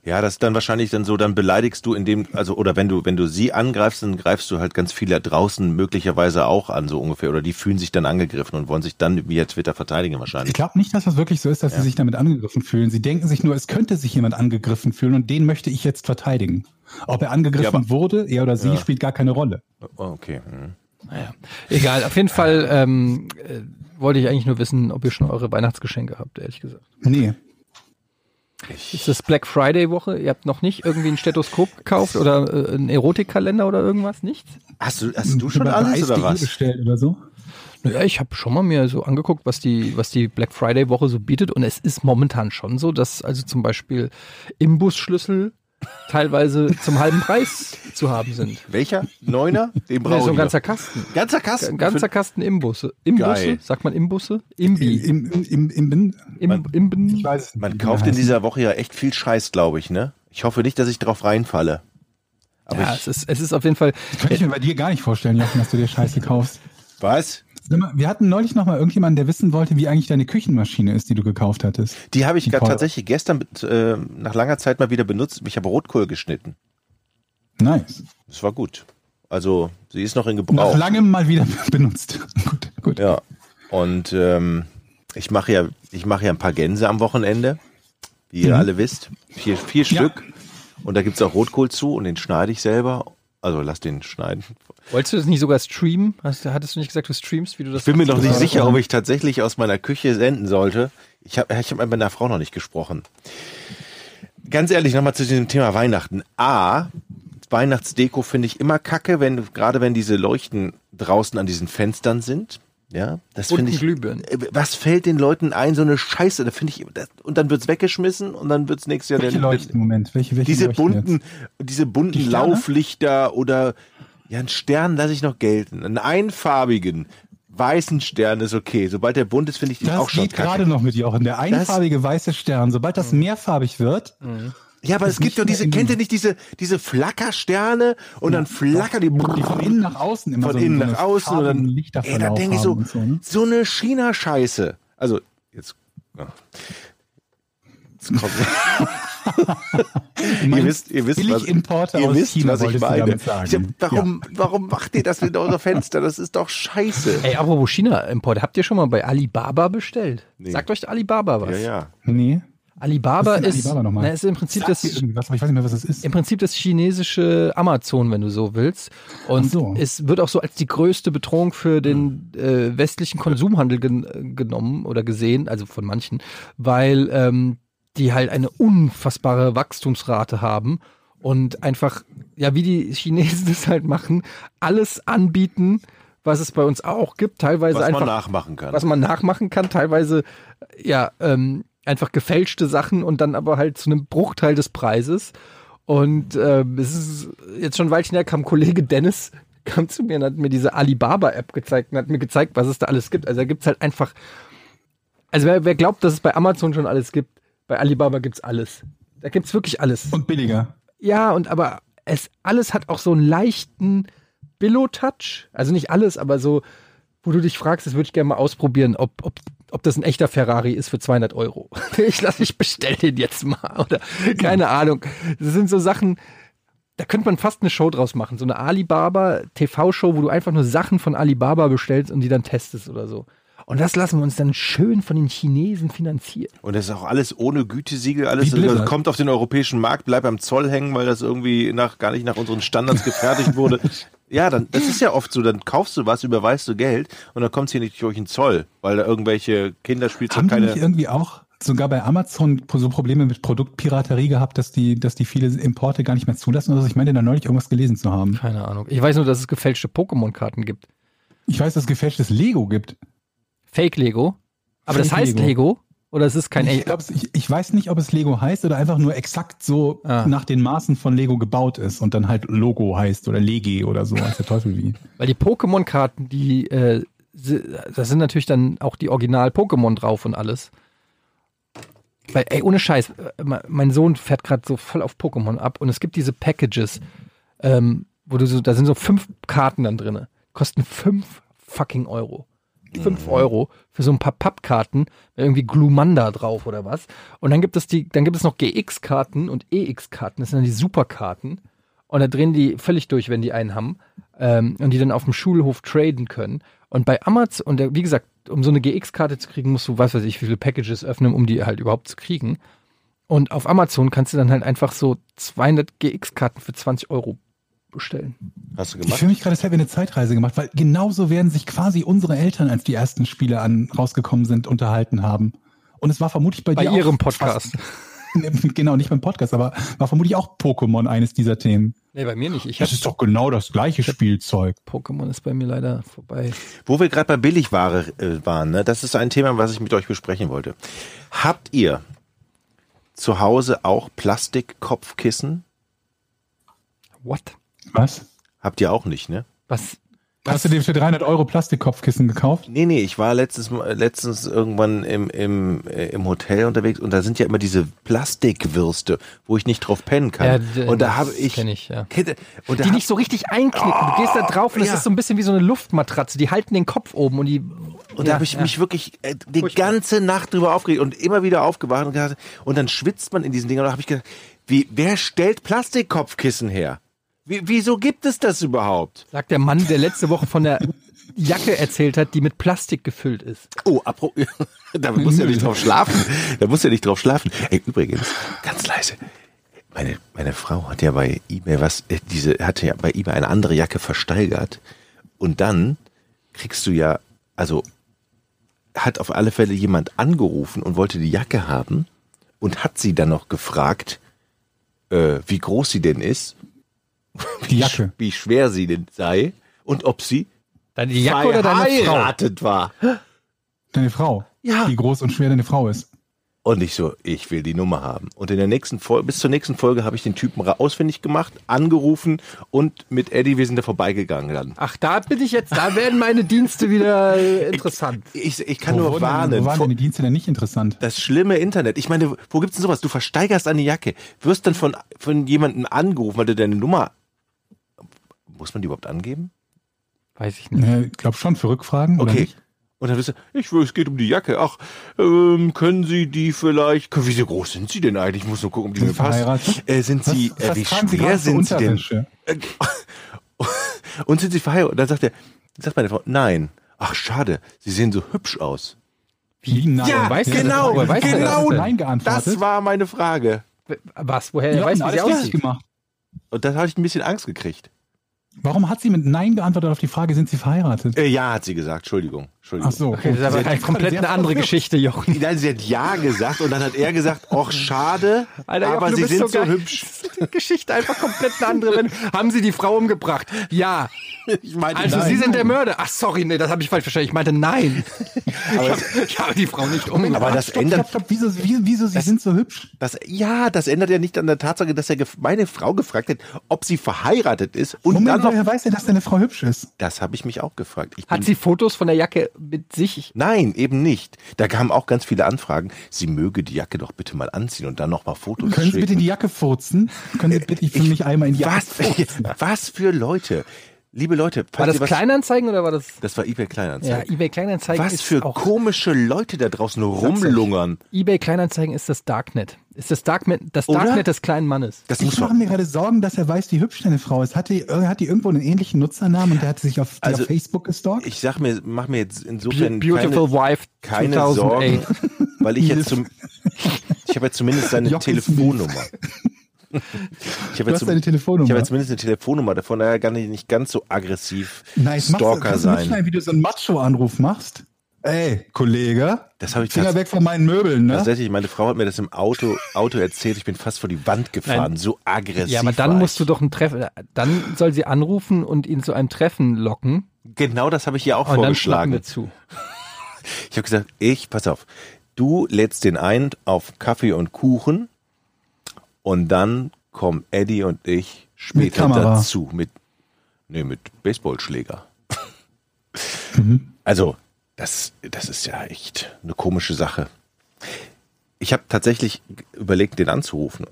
Speaker 1: Ja, das ist dann wahrscheinlich dann so, dann beleidigst du in dem, also oder wenn du, wenn du sie angreifst, dann greifst du halt ganz viele draußen möglicherweise auch an, so ungefähr. Oder die fühlen sich dann angegriffen und wollen sich dann via Twitter verteidigen
Speaker 4: Ich
Speaker 1: wahrscheinlich.
Speaker 4: glaube nicht, dass das wirklich so ist, dass sie sich damit angegriffen fühlen. Sie denken sich nur, es könnte sich jemand angegriffen fühlen und den möchte ich jetzt verteidigen. Ob er angegriffen
Speaker 1: Ja, aber-
Speaker 4: wurde, er oder sie, spielt gar keine Rolle.
Speaker 1: Oh, Okay. hm.
Speaker 5: Naja, egal. Auf jeden Fall ähm, äh, wollte ich eigentlich nur wissen, ob ihr schon eure Weihnachtsgeschenke habt, ehrlich gesagt.
Speaker 4: Nee.
Speaker 5: Ist das Black Friday Woche? Ihr habt noch nicht irgendwie ein Stethoskop gekauft oder äh, einen Erotikkalender oder irgendwas? Nichts?
Speaker 1: Hast du, hast du schon
Speaker 4: Über
Speaker 1: alles oder
Speaker 4: Eis.de
Speaker 1: was?
Speaker 4: bestellt oder so?
Speaker 5: Naja, ich habe schon mal mir so angeguckt, was die, was die Black Friday Woche so bietet. Und es ist momentan schon so, dass also zum Beispiel Imbusschlüssel teilweise zum halben Preis zu haben sind.
Speaker 1: Welcher? Neuner? Den
Speaker 5: Nee,
Speaker 1: brauche
Speaker 5: so ein
Speaker 1: ich.
Speaker 5: ganzer Kasten.
Speaker 1: noch. ganzer
Speaker 5: Ein
Speaker 1: Kasten.
Speaker 5: ganzer Kasten Imbusse. Imbusse?
Speaker 1: Geil.
Speaker 5: Sagt man Imbusse? Imbi.
Speaker 4: Im, im, im, im, im,
Speaker 5: Im, Imben.
Speaker 4: ich weiß es nicht.
Speaker 1: Man
Speaker 4: wie
Speaker 1: kauft
Speaker 4: die
Speaker 1: in
Speaker 4: heißen.
Speaker 1: dieser Woche ja echt viel Scheiß, glaube ich, ne? Ich hoffe nicht, dass ich drauf reinfalle. Aber
Speaker 5: Ja,
Speaker 1: ich,
Speaker 5: es ist, es ist auf jeden Fall.
Speaker 4: Könnte ich mir bei dir gar nicht vorstellen, Jochen, dass du dir Scheiße kaufst.
Speaker 1: was?
Speaker 4: Sag mal, Wir hatten neulich noch mal irgendjemanden, der wissen wollte, wie eigentlich deine Küchenmaschine ist, die du gekauft hattest.
Speaker 1: Die habe ich
Speaker 4: Die
Speaker 1: gerade
Speaker 4: Paul-
Speaker 1: tatsächlich gestern mit, äh, nach langer Zeit mal wieder benutzt. Ich habe Rotkohl geschnitten.
Speaker 4: Nice.
Speaker 1: Das war gut. Also, sie ist noch in
Speaker 4: Nach
Speaker 1: Gebrauch.
Speaker 4: langem mal wieder benutzt. gut, gut.
Speaker 1: Ja. Und ähm, ich mache ja, ich mache ja ein paar Gänse am Wochenende, wie ihr
Speaker 4: Mhm.
Speaker 1: alle wisst. Vier, vier
Speaker 4: Ja.
Speaker 1: Stück. Und da gibt es auch Rotkohl zu und den schneide ich selber. Also lass den schneiden.
Speaker 5: Wolltest du das nicht sogar streamen? Hast, hattest du nicht gesagt, du streamst, wie du das
Speaker 1: Ich bin mir noch nicht
Speaker 5: machst?
Speaker 1: sicher, ob ich tatsächlich aus meiner Küche senden sollte. Ich habe ich hab mit meiner Frau noch nicht gesprochen. Ganz ehrlich, nochmal zu diesem Thema Weihnachten. A, Weihnachtsdeko finde ich immer kacke, wenn, gerade wenn diese Leuchten draußen an diesen Fenstern sind. Ja, das
Speaker 5: Und
Speaker 1: finde
Speaker 5: ein
Speaker 1: ich.
Speaker 5: Glühbirnen.
Speaker 1: Äh, Was fällt den Leuten ein, so eine Scheiße? Da finde ich, das, und dann wird's weggeschmissen und dann wird's nächstes Jahr
Speaker 4: Welche
Speaker 1: dann-
Speaker 4: leuchten im Moment? Welche, welche
Speaker 1: diese
Speaker 4: leuchten jetzt?
Speaker 1: bunten, diese bunten
Speaker 4: Die Sterne?
Speaker 1: Lauflichter oder ja, einen Stern lasse ich noch gelten. Einen einfarbigen weißen Stern ist okay. Sobald der bunt ist, finde ich den
Speaker 4: Das
Speaker 1: auch schon Mhm.
Speaker 4: geht gerade
Speaker 1: kacke.
Speaker 4: noch mit Jochen. Der einfarbige weiße Stern. Sobald das mehrfarbig wird,
Speaker 1: Mhm. Ja, aber es gibt
Speaker 4: nicht
Speaker 1: doch
Speaker 4: mehr
Speaker 1: diese,
Speaker 4: in-
Speaker 1: kennt ihr nicht diese, diese Flackersterne und dann flackern die,
Speaker 4: die von innen nach außen immer
Speaker 1: von
Speaker 4: so
Speaker 1: innen
Speaker 4: so
Speaker 1: nach außen und dann, ey, da
Speaker 4: Lichterverlauf
Speaker 1: denke ich so,
Speaker 4: haben. und ne?
Speaker 1: so eine China-Scheiße. Also, jetzt, ja. jetzt kommt,
Speaker 4: Du meinst
Speaker 1: wisst- ihr wisst, was-
Speaker 4: Billigimporte
Speaker 1: ihr
Speaker 4: aus
Speaker 1: wisst,
Speaker 4: China,
Speaker 1: was ich
Speaker 4: wolltest du
Speaker 1: meine.
Speaker 4: damit
Speaker 1: Ich
Speaker 4: sagen.
Speaker 1: sag, warum, warum macht ihr das mit eurer Fenster? Das ist doch scheiße.
Speaker 5: Ey, apropos China-Import, habt ihr schon mal bei Alibaba bestellt?
Speaker 1: Nee.
Speaker 5: Sagt euch Alibaba was?
Speaker 1: Ja, Also ja.
Speaker 4: Ja. Nee.
Speaker 5: Alibaba
Speaker 4: Was ist denn
Speaker 5: ist,
Speaker 4: Alibaba nochmal?
Speaker 5: na, ist im Prinzip
Speaker 4: Sag
Speaker 5: das
Speaker 4: mir irgendwas, aber ich weiß nicht mehr, was das ist.
Speaker 5: im Prinzip das chinesische Amazon, wenn du so willst. Und
Speaker 4: Ach so. Hm.
Speaker 5: es wird auch so als die größte Bedrohung für den äh, westlichen Konsumhandel gen äh, genommen oder gesehen, also von manchen, weil ähm, die halt eine unfassbare Wachstumsrate haben und einfach, ja, wie die Chinesen das halt machen, alles anbieten, was es bei uns auch gibt, teilweise
Speaker 1: was man
Speaker 5: einfach
Speaker 1: nachmachen kann.
Speaker 5: was man nachmachen kann, teilweise ja ähm, einfach gefälschte Sachen und dann aber halt zu einem Bruchteil des Preises. Und ähm, es ist jetzt schon ein Weilchen her, kam Kollege Dennis kam zu mir und hat mir diese Alibaba-App gezeigt und hat mir gezeigt, was es da alles gibt. Also da gibt's halt einfach, also wer, wer glaubt, dass es bei Amazon schon alles gibt, bei Alibaba gibt's alles. Da gibt's wirklich alles.
Speaker 4: Und billiger.
Speaker 5: Ja, und aber es alles hat auch so einen leichten Billo-Touch. Also nicht alles, aber so, wo du dich fragst, das würde ich gerne mal ausprobieren, ob, ob, ob das ein echter Ferrari ist für 200 Euro. Ich lasse mich bestellen den jetzt mal oder keine Ahnung. Das sind so Sachen, da könnte man fast eine Show draus machen. So eine Alibaba TV-Show, wo du einfach nur Sachen von Alibaba bestellst und die dann testest oder so. Und das lassen wir uns dann schön von den Chinesen finanzieren.
Speaker 1: Und das ist auch alles ohne Gütesiegel, alles
Speaker 4: Wie Blizzard.
Speaker 1: das kommt auf den europäischen Markt, bleibt am Zoll hängen, weil das irgendwie nach, gar nicht nach unseren Standards gefertigt wurde. ja, dann, das ist ja oft so, dann kaufst du was, überweist du Geld und dann kommt es hier nicht durch den Zoll, weil da irgendwelche Kinderspielzeug
Speaker 4: Haben die nicht
Speaker 1: keine.
Speaker 4: irgendwie auch sogar bei Amazon so Probleme mit Produktpiraterie gehabt, dass die, dass die viele Importe gar nicht mehr zulassen? Also ich meine da neulich irgendwas gelesen zu haben.
Speaker 5: Keine Ahnung. Ich weiß nur, dass es gefälschte Pokémon-Karten gibt.
Speaker 4: Ich weiß, dass es gefälschtes Lego gibt.
Speaker 5: Fake Lego. Aber das
Speaker 4: Fake
Speaker 5: heißt Lego.
Speaker 4: Lego.
Speaker 5: oder es ist kein
Speaker 4: ich,
Speaker 5: echt.
Speaker 4: glaub, es- ich, ich weiß nicht, ob es Lego heißt oder einfach nur exakt so
Speaker 5: Ah.
Speaker 4: nach den Maßen von Lego gebaut ist und dann halt Logo heißt oder Legi oder so, als der Teufel wie.
Speaker 5: Weil die Pokémon-Karten, die äh, si- da sind natürlich dann auch die Original-Pokémon drauf und alles. Weil, ey, ohne Scheiß, äh, me- mein Sohn fährt gerade so voll auf Pokémon ab und es gibt diese Packages, ähm, wo du so, da sind so fünf Karten dann drin. Kosten fünf fucking Euro. 5 Euro für so ein paar Pappkarten, irgendwie Glumanda drauf oder was. Und dann gibt es die, dann gibt es noch GX-Karten und EX-Karten, das sind dann die Superkarten. Und da drehen die völlig durch, wenn die einen haben. Ähm, und die dann auf dem Schulhof traden können. Und bei Amazon, und der, wie gesagt, um so eine GX-Karte zu kriegen, musst du, was weiß ich, wie viele Packages öffnen, um die halt überhaupt zu kriegen. Und auf Amazon kannst du dann halt einfach so 200 GX-Karten für 20 Euro bestellen.
Speaker 1: Hast du
Speaker 4: Ich
Speaker 1: gemacht?
Speaker 4: fühle mich gerade, als hätten wir eine Zeitreise gemacht, weil genauso werden sich quasi unsere Eltern, als die ersten Spiele an, rausgekommen sind, unterhalten haben. Und es war vermutlich bei,
Speaker 5: Bei
Speaker 4: dir
Speaker 5: ihrem
Speaker 4: auch
Speaker 5: Podcast.
Speaker 4: Fast, genau, nicht beim Podcast, aber war vermutlich auch Pokémon eines dieser Themen.
Speaker 5: Nee, bei mir nicht. Ich
Speaker 4: Das ist doch genau das gleiche Spielzeug.
Speaker 5: Pokémon ist bei mir leider vorbei.
Speaker 1: Wo wir gerade bei Billigware äh, waren, ne? das ist ein Thema, was ich mit euch besprechen wollte. Habt ihr zu Hause auch Plastikkopfkissen?
Speaker 5: What?
Speaker 4: Was?
Speaker 1: Habt ihr auch nicht, ne?
Speaker 5: Was?
Speaker 4: Hast du dir für 300 Euro Plastikkopfkissen gekauft?
Speaker 1: Nee, nee, ich war letztens, äh, letztens irgendwann im, im, äh, im Hotel unterwegs und da sind ja immer diese Plastikwürste, wo ich nicht drauf pennen kann.
Speaker 5: Ja, d-
Speaker 1: und da
Speaker 5: das
Speaker 1: habe ich.
Speaker 5: kenn ich, ja.
Speaker 1: Kennt ihr- Und da
Speaker 5: Die
Speaker 1: hab-
Speaker 5: nicht so richtig einknicken. Du gehst da drauf und es
Speaker 1: ja.
Speaker 5: ist so ein bisschen wie so eine Luftmatratze. Die halten den Kopf oben und die.
Speaker 1: Und da habe ich mich wirklich äh, die ganze Nacht drüber aufgeregt und immer wieder aufgewacht und gedacht, und dann schwitzt man in diesen Dingen. Und da habe ich gedacht, wie, wer stellt Plastikkopfkissen her? Wie, wieso gibt es das überhaupt?
Speaker 5: Sagt der Mann, der letzte Woche von der Jacke erzählt hat, die mit Plastik gefüllt ist.
Speaker 1: Oh, apro da musst du ja nicht drauf schlafen. Da musst du ja nicht drauf schlafen. Ey, übrigens, ganz leise. Meine, meine Frau hat ja bei eBay was, äh, diese, hatte ja bei eBay eine andere Jacke versteigert. Und dann kriegst du ja, also hat auf alle Fälle jemand angerufen und wollte die Jacke haben und hat sie dann noch gefragt, äh, wie groß sie denn ist,
Speaker 4: Die Jacke.
Speaker 1: wie schwer sie denn sei und ob sie
Speaker 5: Deine Jacke oder deine Frau?
Speaker 1: verheiratet war.
Speaker 4: Deine Frau.
Speaker 1: Ja.
Speaker 4: Wie groß und schwer deine Frau ist.
Speaker 1: Und ich so, ich will die Nummer haben. Und in der nächsten Folge, bis zur nächsten Folge habe ich den Typen ra- ausfindig gemacht, angerufen und mit Eddie, wir sind da vorbeigegangen dann.
Speaker 5: Ach, da bin ich jetzt, da werden meine Dienste wieder äh, interessant.
Speaker 1: Ich, ich kann
Speaker 4: Wo
Speaker 1: nur
Speaker 4: wurden denn-
Speaker 1: warnen.
Speaker 4: Wo waren
Speaker 1: vor-
Speaker 4: denn die Dienste denn nicht interessant?
Speaker 1: das schlimme Internet. Ich meine, wo gibt's denn sowas? Du versteigerst eine Jacke, wirst dann von, von jemandem angerufen, weil du deine Nummer. Muss man die überhaupt angeben?
Speaker 5: Weiß ich nicht.
Speaker 4: Äh, Ich glaube schon, für Rückfragen oder
Speaker 1: Okay.
Speaker 4: nicht?
Speaker 1: Und dann wirst du, ich will, es geht um die Jacke. Ach, ähm, können Sie die vielleicht, können, wie groß sind Sie denn eigentlich? Ich muss nur gucken, ob die
Speaker 4: Sind
Speaker 1: mir passt.
Speaker 4: verheiratet?
Speaker 1: Äh, sind Sie,
Speaker 4: Was-
Speaker 1: äh,
Speaker 4: was
Speaker 1: wie
Speaker 4: tragen Sie
Speaker 1: schwer
Speaker 4: gerade für
Speaker 1: sind Sie denn?
Speaker 4: Unterwäsche?
Speaker 1: Äh, Und sind sie verheiratet? Dann sagt er, sagt meine Frau, nein. Ach, schade, sie sehen so hübsch aus.
Speaker 4: Wie nein?
Speaker 1: Ja,
Speaker 5: weißt du
Speaker 1: genau,
Speaker 5: das? Woher weißt du das
Speaker 1: genau.
Speaker 5: denn?
Speaker 4: Nein geantwortet.
Speaker 1: Das war meine Frage.
Speaker 5: Was? Woher
Speaker 4: ja,
Speaker 5: er weiß, wie
Speaker 4: alles
Speaker 5: sie
Speaker 4: richtig
Speaker 5: aussieht?
Speaker 4: gemacht.
Speaker 1: Und da habe ich ein bisschen Angst gekriegt.
Speaker 4: Warum hat sie mit Nein geantwortet auf die Frage, sind sie verheiratet?
Speaker 1: Äh, ja, hat sie gesagt, Entschuldigung. Entschuldigung.
Speaker 4: Ach so.
Speaker 5: Okay, das ist aber
Speaker 4: Sie hat
Speaker 5: eine komplett
Speaker 4: sehr
Speaker 5: eine andere
Speaker 4: verwirrt.
Speaker 5: Geschichte, Jochen.
Speaker 1: Nein, sie hat ja gesagt und dann hat er gesagt, ach, schade,
Speaker 5: Alter,
Speaker 1: aber
Speaker 5: Jochen, du
Speaker 1: sie
Speaker 5: bist
Speaker 1: sind so
Speaker 5: geil.
Speaker 1: hübsch.
Speaker 5: Die Geschichte einfach komplett eine andere. Wenn, haben sie die Frau umgebracht? Ja.
Speaker 1: Ich meine,
Speaker 5: Also
Speaker 1: nein.
Speaker 5: sie sind der Mörder. Ach sorry, nee, das habe ich falsch verstanden. Ich meinte nein. ich, hab, ich habe die Frau nicht umgebracht.
Speaker 1: aber das
Speaker 4: Stopp, stopp,
Speaker 1: ändert,
Speaker 4: stopp. Wieso, wie- wieso sie sind so hübsch?
Speaker 1: das, ja, das ändert ja nicht an der Tatsache, dass er gef- meine Frau gefragt hat, ob sie verheiratet ist. Und
Speaker 4: Moment,
Speaker 1: dann noch,
Speaker 4: woher weiß er, dass deine Frau hübsch ist?
Speaker 1: das habe ich mich auch gefragt. Ich
Speaker 5: Hat
Speaker 1: bin-
Speaker 5: sie Fotos von der Jacke mit sich?
Speaker 1: Nein, eben nicht. Da kamen auch ganz viele Anfragen. Sie möge die Jacke doch bitte mal anziehen und dann nochmal Fotos
Speaker 4: Können Sie
Speaker 1: schicken.
Speaker 4: bitte die Jacke furzen? Können Sie bitte für mich einmal in die Jacke
Speaker 1: Äh, was, was für Leute. Liebe Leute, falls
Speaker 5: War das
Speaker 1: ihr was,
Speaker 5: Kleinanzeigen oder war das?
Speaker 1: das war eBay
Speaker 5: Ja,
Speaker 1: Kleinanzeigen.
Speaker 5: eBay Kleinanzeigen
Speaker 1: was
Speaker 5: ist
Speaker 1: für
Speaker 5: auch
Speaker 1: komische Leute da draußen rumlungern.
Speaker 5: eBay Kleinanzeigen ist das Darknet. Ist das Darknet das
Speaker 1: Oder?
Speaker 5: Darknet des kleinen Mannes?
Speaker 1: Das muss
Speaker 4: Ich mache
Speaker 1: man.
Speaker 4: mir gerade Sorgen, dass er weiß, wie hübsch deine Frau ist. Hat die, äh, hat die irgendwo einen ähnlichen Nutzernamen und der hat sich auf, die
Speaker 1: Also,
Speaker 4: auf Facebook gestalkt?
Speaker 1: Ich sag mir, mach mir jetzt
Speaker 5: Be-
Speaker 1: insofern
Speaker 5: Beautiful Wife
Speaker 1: keine, keine
Speaker 5: 2008.
Speaker 1: Sorgen, weil ich jetzt
Speaker 4: Hilfe.
Speaker 1: zum, ich habe jetzt zumindest seine
Speaker 4: Jochen Smith.
Speaker 1: Telefonnummer. Ich habe
Speaker 4: Du hast
Speaker 1: zum-
Speaker 4: seine Telefonnummer.
Speaker 1: Ich habe jetzt zumindest eine Telefonnummer, davon daher kann ich nicht ganz so aggressiv
Speaker 4: Nice,
Speaker 1: Stalker
Speaker 4: kannst du nicht
Speaker 1: sein.
Speaker 4: schneiden, wie du so einen Macho-Anruf machst? Ey, Kollege,
Speaker 1: Das habe ich
Speaker 4: Finger
Speaker 1: tats-
Speaker 4: weg von meinen Möbeln, ne?
Speaker 1: tatsächlich. Meine Frau hat mir das im Auto, Auto erzählt. Ich bin fast vor die Wand gefahren.
Speaker 5: Nein.
Speaker 1: So aggressiv.
Speaker 5: Ja, aber dann
Speaker 1: war
Speaker 5: musst du
Speaker 1: ich.
Speaker 5: doch ein Treffen. Dann soll sie anrufen und ihn zu einem Treffen locken.
Speaker 1: Genau das habe ich ihr auch
Speaker 5: Und dann schlagen
Speaker 1: vorgeschlagen.
Speaker 5: wir zu.
Speaker 1: Ich habe gesagt, ich, pass auf, du lädst den ein auf Kaffee und Kuchen und dann kommen Eddie und ich später
Speaker 4: Kamera.
Speaker 1: dazu. Mit, nee, mit Baseballschläger. Also, das, das ist ja echt eine komische Sache. Ich habe tatsächlich überlegt, den anzurufen.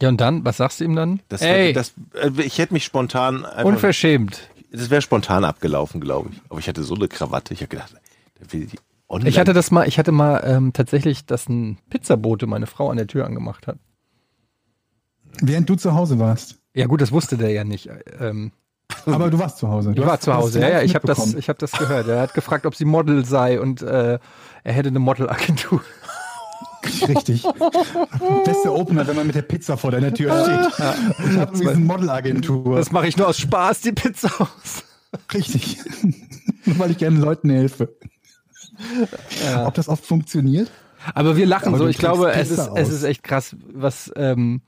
Speaker 5: Ja, und dann, was sagst du ihm dann?
Speaker 1: Das,
Speaker 5: Ey,
Speaker 1: das, äh, ich hätte mich spontan einfach,
Speaker 5: unverschämt.
Speaker 1: das wäre spontan abgelaufen, glaube ich. Aber ich hatte so eine Krawatte, ich habe gedacht, Der will die online.
Speaker 5: Ich hatte das mal, ich hatte mal ähm, tatsächlich, dass ein Pizzabote meine Frau an der Tür angemacht hat.
Speaker 4: Während du zu Hause warst.
Speaker 5: Ja gut, das wusste der ja nicht. Ähm,
Speaker 4: Aber du warst zu Hause. Du
Speaker 5: ich war
Speaker 4: hast-
Speaker 5: zu
Speaker 4: hast
Speaker 5: Hause, ja,
Speaker 4: live
Speaker 5: ja, ich habe das,
Speaker 4: mitbekommen.
Speaker 5: ich hab das gehört. Er hat gefragt, ob sie Model sei und äh, er hätte eine Modelagentur.
Speaker 4: Richtig. Beste Opener, wenn man mit der Pizza vor deiner Tür steht. ich habe diese Modelagentur.
Speaker 5: Das mache ich nur aus Spaß, die Pizza aus.
Speaker 4: Richtig. Nur weil ich gerne Leuten helfe. Ob das oft funktioniert?
Speaker 5: Aber wir lachen
Speaker 4: Aber
Speaker 5: so.
Speaker 4: du
Speaker 5: Ich glaube,
Speaker 4: trägst
Speaker 5: es ist,
Speaker 4: Pizza
Speaker 5: es
Speaker 4: aus.
Speaker 5: ist echt krass, was, ähm,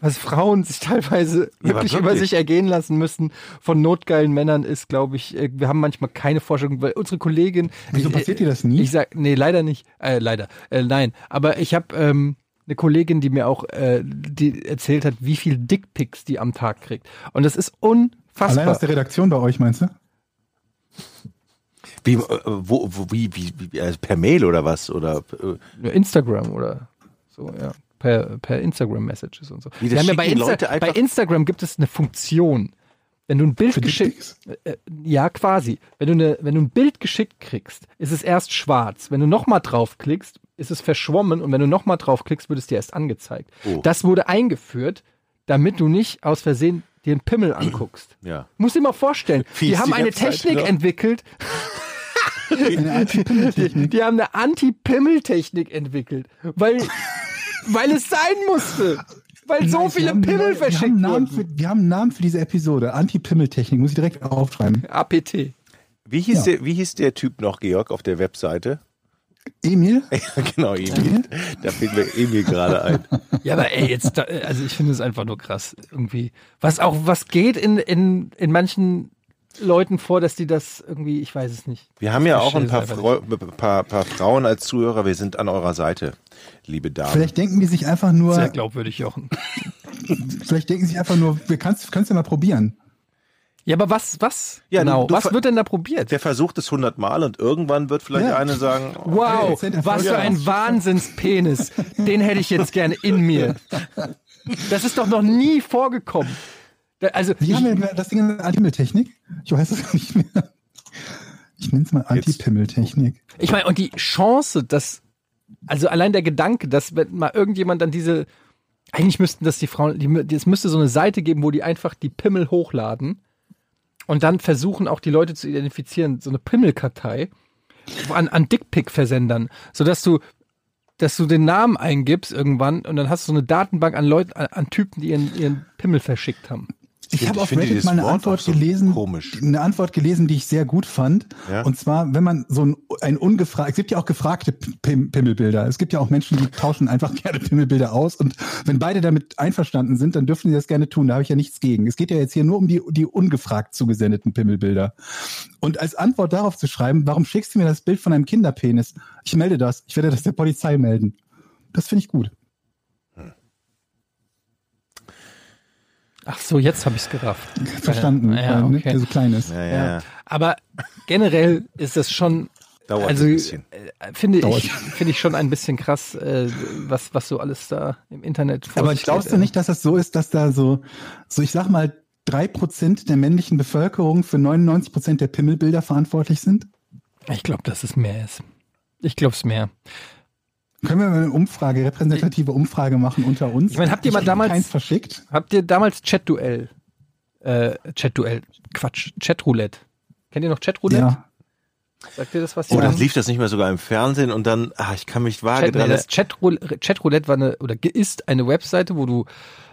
Speaker 5: was Frauen sich teilweise
Speaker 1: aber
Speaker 5: wirklich, über
Speaker 1: wirklich.
Speaker 5: sich ergehen lassen müssen von notgeilen Männern ist, glaube ich, äh, wir haben manchmal keine Vorstellung, weil unsere Kollegin. äh,
Speaker 4: Wieso
Speaker 5: ich,
Speaker 4: passiert dir das nie?
Speaker 5: Ich sag, nee, leider nicht. Äh, leider. Äh, nein. Aber ich habe ähm, eine Kollegin, die mir auch äh, die erzählt hat, wie viel Dickpics die am Tag kriegt. Und das ist unfassbar.
Speaker 4: Allein aus der Redaktion bei euch, meinst du?
Speaker 1: Wie, äh, wo, wo, wie, wie, wie äh, per Mail oder was? Oder äh,
Speaker 5: Instagram oder so, ja. Per, per Instagram-Messages und so.
Speaker 1: Wie, das
Speaker 5: Wir haben ja bei,
Speaker 1: schicken die
Speaker 5: Insta
Speaker 1: Leute einfach-
Speaker 5: bei Instagram gibt es eine Funktion. Wenn du ein Bild
Speaker 4: Für
Speaker 5: geschickt.
Speaker 4: Dickpics?
Speaker 5: Äh, ja, quasi. Wenn du, eine, wenn du ein Bild geschickt kriegst, ist es erst schwarz. Wenn du nochmal draufklickst, ist es verschwommen und wenn du nochmal draufklickst, wird es dir erst angezeigt.
Speaker 1: Oh.
Speaker 5: Das wurde eingeführt, damit du nicht aus Versehen dir einen Pimmel anguckst.
Speaker 1: ja.
Speaker 5: Muss dir mal vorstellen,
Speaker 1: Fies
Speaker 5: die genau? haben
Speaker 1: die
Speaker 5: eine
Speaker 1: Website,
Speaker 5: Technik
Speaker 1: ja.
Speaker 5: entwickelt, die, die haben eine Anti-Pimmel-Technik entwickelt, weil, weil es sein musste. Weil so
Speaker 4: Nice, wir
Speaker 5: viele
Speaker 4: haben-
Speaker 5: Pimmel
Speaker 4: wir haben,
Speaker 5: verschickt
Speaker 4: einen Namen
Speaker 5: wurden.
Speaker 4: für, wir haben einen Namen für diese Episode. Anti-Pimmel-Technik. Muss ich direkt aufschreiben.
Speaker 5: APT.
Speaker 1: Wie, hieß
Speaker 4: Ja.
Speaker 1: der, wie hieß der Typ noch, Georg, auf der Webseite?
Speaker 4: Emil?
Speaker 1: Ja, genau, Emil. Da fällt mir Emil gerade ein.
Speaker 5: Ja, aber ey, jetzt, da, also ich finde es einfach nur krass irgendwie. Was auch, was geht in, in, in manchen Leuten vor, dass die das irgendwie, ich weiß es nicht.
Speaker 1: Wir haben ja auch ein paar,
Speaker 5: verstehe es
Speaker 1: Freu paar, paar Frauen als Zuhörer. Wir sind an eurer Seite, liebe Damen.
Speaker 4: Vielleicht denken die sich einfach nur,
Speaker 5: Sehr glaubwürdig, Jochen.
Speaker 4: vielleicht denken sie sich einfach nur, wir kannst, kannst du mal probieren.
Speaker 5: Ja, aber was, was?
Speaker 1: Ja,
Speaker 5: genau.
Speaker 1: du- du
Speaker 5: was
Speaker 1: ver-
Speaker 5: wird denn da probiert?
Speaker 1: Der versucht es hundertmal und irgendwann wird vielleicht
Speaker 4: Ja.
Speaker 1: eine sagen, oh,
Speaker 5: Wow,
Speaker 4: 100%
Speaker 5: was für
Speaker 4: erfolgreich.
Speaker 5: ein Wahnsinnspenis. Den hätte ich jetzt gerne in mir. Das ist doch noch nie vorgekommen. Da- Also,
Speaker 4: Wie
Speaker 5: ich,
Speaker 4: haben wir das Ding Anti-Pimmel-Technik? Ich weiß es nicht mehr. Ich nenne es mal Anti-Pimmel-Technik.
Speaker 5: ich meine, und die Chance, dass, also allein der Gedanke, dass wenn mal irgendjemand an diese, eigentlich müssten das die Frauen, die, mü- es müsste so eine Seite geben, wo die einfach die Pimmel hochladen und dann versuchen auch die Leute zu identifizieren, so eine Pimmelkartei an, an Dickpick-Versendern, sodass du dass du den Namen eingibst irgendwann und dann hast du so eine Datenbank an Leuten, an, an Typen, die ihren, ihren Pimmel verschickt haben.
Speaker 4: Ich
Speaker 1: Ich
Speaker 4: habe auf
Speaker 1: finde
Speaker 4: Reddit
Speaker 1: dieses
Speaker 4: mal eine
Speaker 1: Wort
Speaker 4: Antwort
Speaker 1: auch so
Speaker 4: gelesen,
Speaker 1: komisch.
Speaker 4: eine Antwort gelesen, die ich sehr gut fand.
Speaker 1: Ja.
Speaker 4: Und zwar, wenn man so ein, ein ungefragt, es gibt ja auch gefragte Pim Pimmelbilder. Es gibt ja auch Menschen, die tauschen einfach gerne Pimmelbilder aus. Und wenn beide damit einverstanden sind, dann dürfen sie das gerne tun. Da habe ich ja nichts gegen. Es geht ja jetzt hier nur um die, die ungefragt zugesendeten Pimmelbilder. Und als Antwort darauf zu schreiben, warum schickst du mir das Bild von einem Kinderpenis? Ich melde das. Ich werde das der Polizei melden. Das finde ich gut.
Speaker 5: Ach so, jetzt habe ich es gerafft.
Speaker 4: Verstanden.
Speaker 5: Ja,
Speaker 4: Weil, ne,
Speaker 5: okay.
Speaker 4: der so klein ist.
Speaker 1: ja, ja,
Speaker 5: Ja. Aber generell ist das schon,
Speaker 1: dauert
Speaker 5: also
Speaker 1: ein bisschen.
Speaker 5: äh, finde
Speaker 4: Dauert.
Speaker 5: ich, finde ich schon ein bisschen krass, äh, was, was so alles da im Internet vor
Speaker 4: Aber
Speaker 5: sich
Speaker 4: glaubst
Speaker 5: geht,
Speaker 4: du
Speaker 5: äh.
Speaker 4: nicht, dass das so ist, dass da so, so ich sag mal, drei Prozent der männlichen Bevölkerung für 99 Prozent der Pimmelbilder verantwortlich sind?
Speaker 5: Ich glaube, dass es mehr ist. Ich glaube es mehr.
Speaker 4: Können wir mal eine Umfrage, repräsentative Umfrage machen unter uns?
Speaker 5: Ich meine, habt ihr mal
Speaker 4: hab
Speaker 5: damals-
Speaker 4: keins verschickt?
Speaker 5: Habt ihr damals Chat-Duell? Äh, Chat-Duell, Quatsch, Chat-Roulette. Kennt ihr noch Chat-Roulette?
Speaker 4: Ja.
Speaker 5: Sagt ihr das was?
Speaker 1: Oh,
Speaker 5: Ja.
Speaker 1: dann lief das nicht mehr sogar im Fernsehen und dann, ach, ich kann mich vage
Speaker 5: Chat, nee,
Speaker 1: dran
Speaker 5: das Chatroul- Chatroulette war eine oder ge- ist eine Webseite, wo du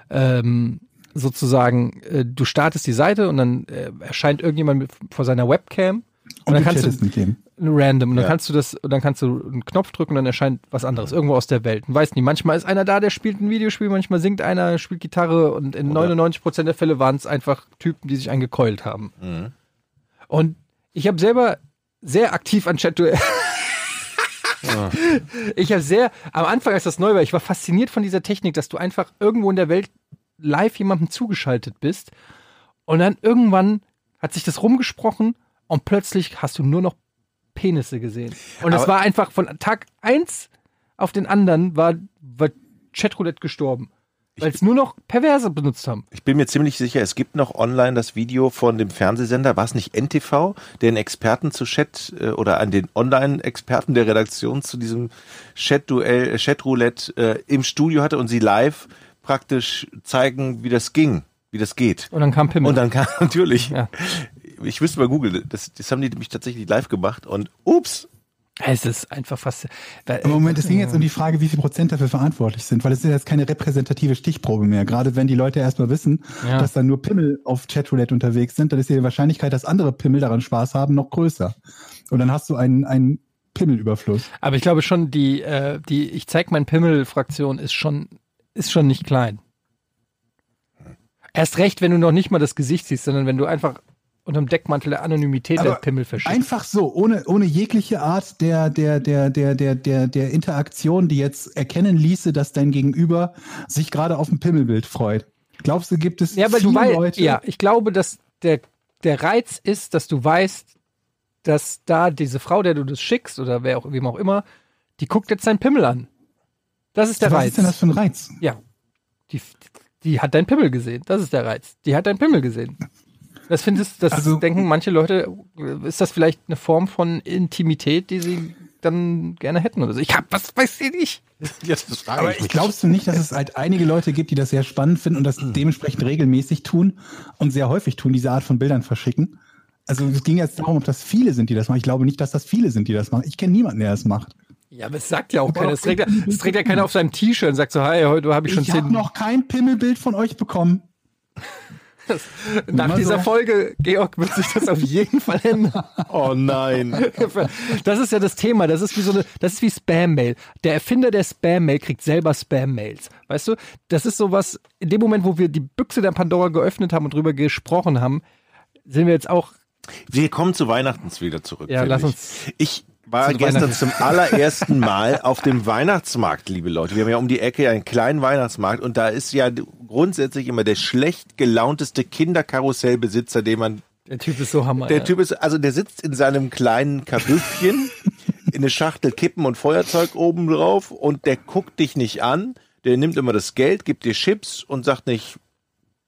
Speaker 5: ähm, sozusagen äh, du startest die Seite und dann äh, erscheint irgendjemand mit, vor seiner Webcam und,
Speaker 4: Und,
Speaker 5: dann
Speaker 4: du
Speaker 5: kannst
Speaker 4: chattest
Speaker 5: du
Speaker 4: mit dem.
Speaker 5: random und dann
Speaker 1: Ja.
Speaker 5: kannst du das und dann kannst du einen Knopf drücken und dann erscheint was anderes irgendwo aus der Welt. Und weiß nicht, manchmal ist einer da, der spielt ein Videospiel, manchmal singt einer, spielt Gitarre und in 99% der Fälle waren es einfach Typen, die sich eingekeult haben. Und ich habe selber sehr aktiv an Chat Ich habe sehr, am Anfang, als das neu war, ich war fasziniert von dieser Technik, dass du einfach irgendwo in der Welt live jemandem zugeschaltet bist. Und dann irgendwann hat sich das rumgesprochen und plötzlich hast du nur noch Penisse gesehen. Und das
Speaker 1: Aber-
Speaker 5: war einfach von Tag eins auf den anderen war, war Chatroulette gestorben. weil es nur noch Perverse benutzt haben.
Speaker 1: Ich bin mir ziemlich sicher, es gibt noch online das Video von dem Fernsehsender, war es nicht NTV, der einen Experten zu Chat äh, oder an den Online-Experten der Redaktion zu diesem Chat-Duell, äh, Chat-Roulette äh, im Studio hatte und sie live praktisch zeigen, wie das ging, wie das geht.
Speaker 5: Und dann kam Pimmel.
Speaker 1: Und dann kam natürlich,
Speaker 5: Ja.
Speaker 1: ich wüsste mal Google, das, das haben die nämlich tatsächlich live gemacht und ups,
Speaker 5: es ist einfach fast. Weil, äh,
Speaker 4: Im Moment, es ging jetzt um die Frage, wie viel Prozent dafür verantwortlich sind, weil es ist jetzt keine repräsentative Stichprobe mehr. Gerade wenn die Leute erstmal wissen,
Speaker 5: Ja.
Speaker 4: dass da nur Pimmel auf Chatroulette unterwegs sind, dann ist ja die Wahrscheinlichkeit, dass andere Pimmel daran Spaß haben, noch größer. Und dann hast du einen, einen Pimmelüberfluss.
Speaker 5: Aber ich glaube schon, die, äh, die Ich zeig mein Pimmel-Fraktion ist schon, ist schon nicht klein. Erst recht, wenn du noch nicht mal das Gesicht siehst, sondern wenn du einfach unterm Deckmantel der Anonymität
Speaker 4: Aber
Speaker 5: der Pimmel verschiebst.
Speaker 4: Einfach so, ohne, ohne jegliche Art der, der, der, der, der, der, der Interaktion, die jetzt erkennen ließe, dass dein Gegenüber sich gerade auf ein Pimmelbild freut. Glaubst du, gibt es
Speaker 5: Ja, aber
Speaker 4: viele
Speaker 5: du weißt,
Speaker 4: Leute?
Speaker 5: ja, ich glaube, dass der, der Reiz ist, dass du weißt, dass da diese Frau, der du das schickst oder wer auch, wem auch immer, die guckt jetzt deinen Pimmel an. Das ist der
Speaker 4: Was
Speaker 5: Reiz.
Speaker 4: ist denn das für ein Reiz?
Speaker 5: Ja. Die, die hat deinen Pimmel gesehen. Das ist der Reiz. Die hat deinen Pimmel gesehen. Das findest, das
Speaker 4: Also-
Speaker 5: denken manche Leute, äh, ist das vielleicht eine Form von Intimität, die sie dann gerne hätten oder so. Ich hab, was weiß ich nicht.
Speaker 1: jetzt das frage
Speaker 4: Aber ich glaubst du nicht, dass es halt einige Leute gibt, die das sehr spannend finden und das dementsprechend regelmäßig tun und sehr häufig tun, diese Art von Bildern verschicken? Also es ging jetzt darum, ob das viele sind, die das machen. Ich glaube nicht, dass das viele sind, die das machen. Ich kenne niemanden, der das macht.
Speaker 5: Ja, aber es sagt ja auch keiner. Es trägt ja, es trägt ja keiner auf seinem T-Shirt und sagt so, hey, heute habe ich schon
Speaker 4: Ich habe
Speaker 5: zehn.
Speaker 4: noch kein Pimmelbild von euch bekommen.
Speaker 5: Nach
Speaker 4: Immer
Speaker 5: dieser
Speaker 4: so.
Speaker 5: Folge, Georg, wird sich das auf jeden Fall ändern.
Speaker 1: Oh nein.
Speaker 5: Das ist ja das Thema. Das ist wie so eine, das ist wie Spam-Mail. Der Erfinder der Spam-Mail kriegt selber Spam-Mails. Weißt du, das ist sowas, in dem Moment, wo wir die Büchse der Pandora geöffnet haben und drüber gesprochen haben, sind wir jetzt auch,
Speaker 1: Wir kommen zu Weihnachtens wieder zurück.
Speaker 5: Ja,
Speaker 1: finde
Speaker 5: lass
Speaker 1: ich.
Speaker 5: uns
Speaker 1: Ich war
Speaker 5: zu
Speaker 1: gestern
Speaker 5: Weihnachten.
Speaker 1: zum allerersten Mal auf dem Weihnachtsmarkt, liebe Leute. Wir haben ja um die Ecke einen kleinen Weihnachtsmarkt und da ist ja grundsätzlich immer der schlecht gelaunteste Kinderkarussellbesitzer, den man
Speaker 5: der Typ ist so hammer.
Speaker 1: der
Speaker 5: ja.
Speaker 1: Typ ist, also der sitzt in seinem kleinen Kabüffchen, in eine Schachtel Kippen und Feuerzeug oben drauf und der guckt dich nicht an, der nimmt immer das Geld, gibt dir Chips und sagt nicht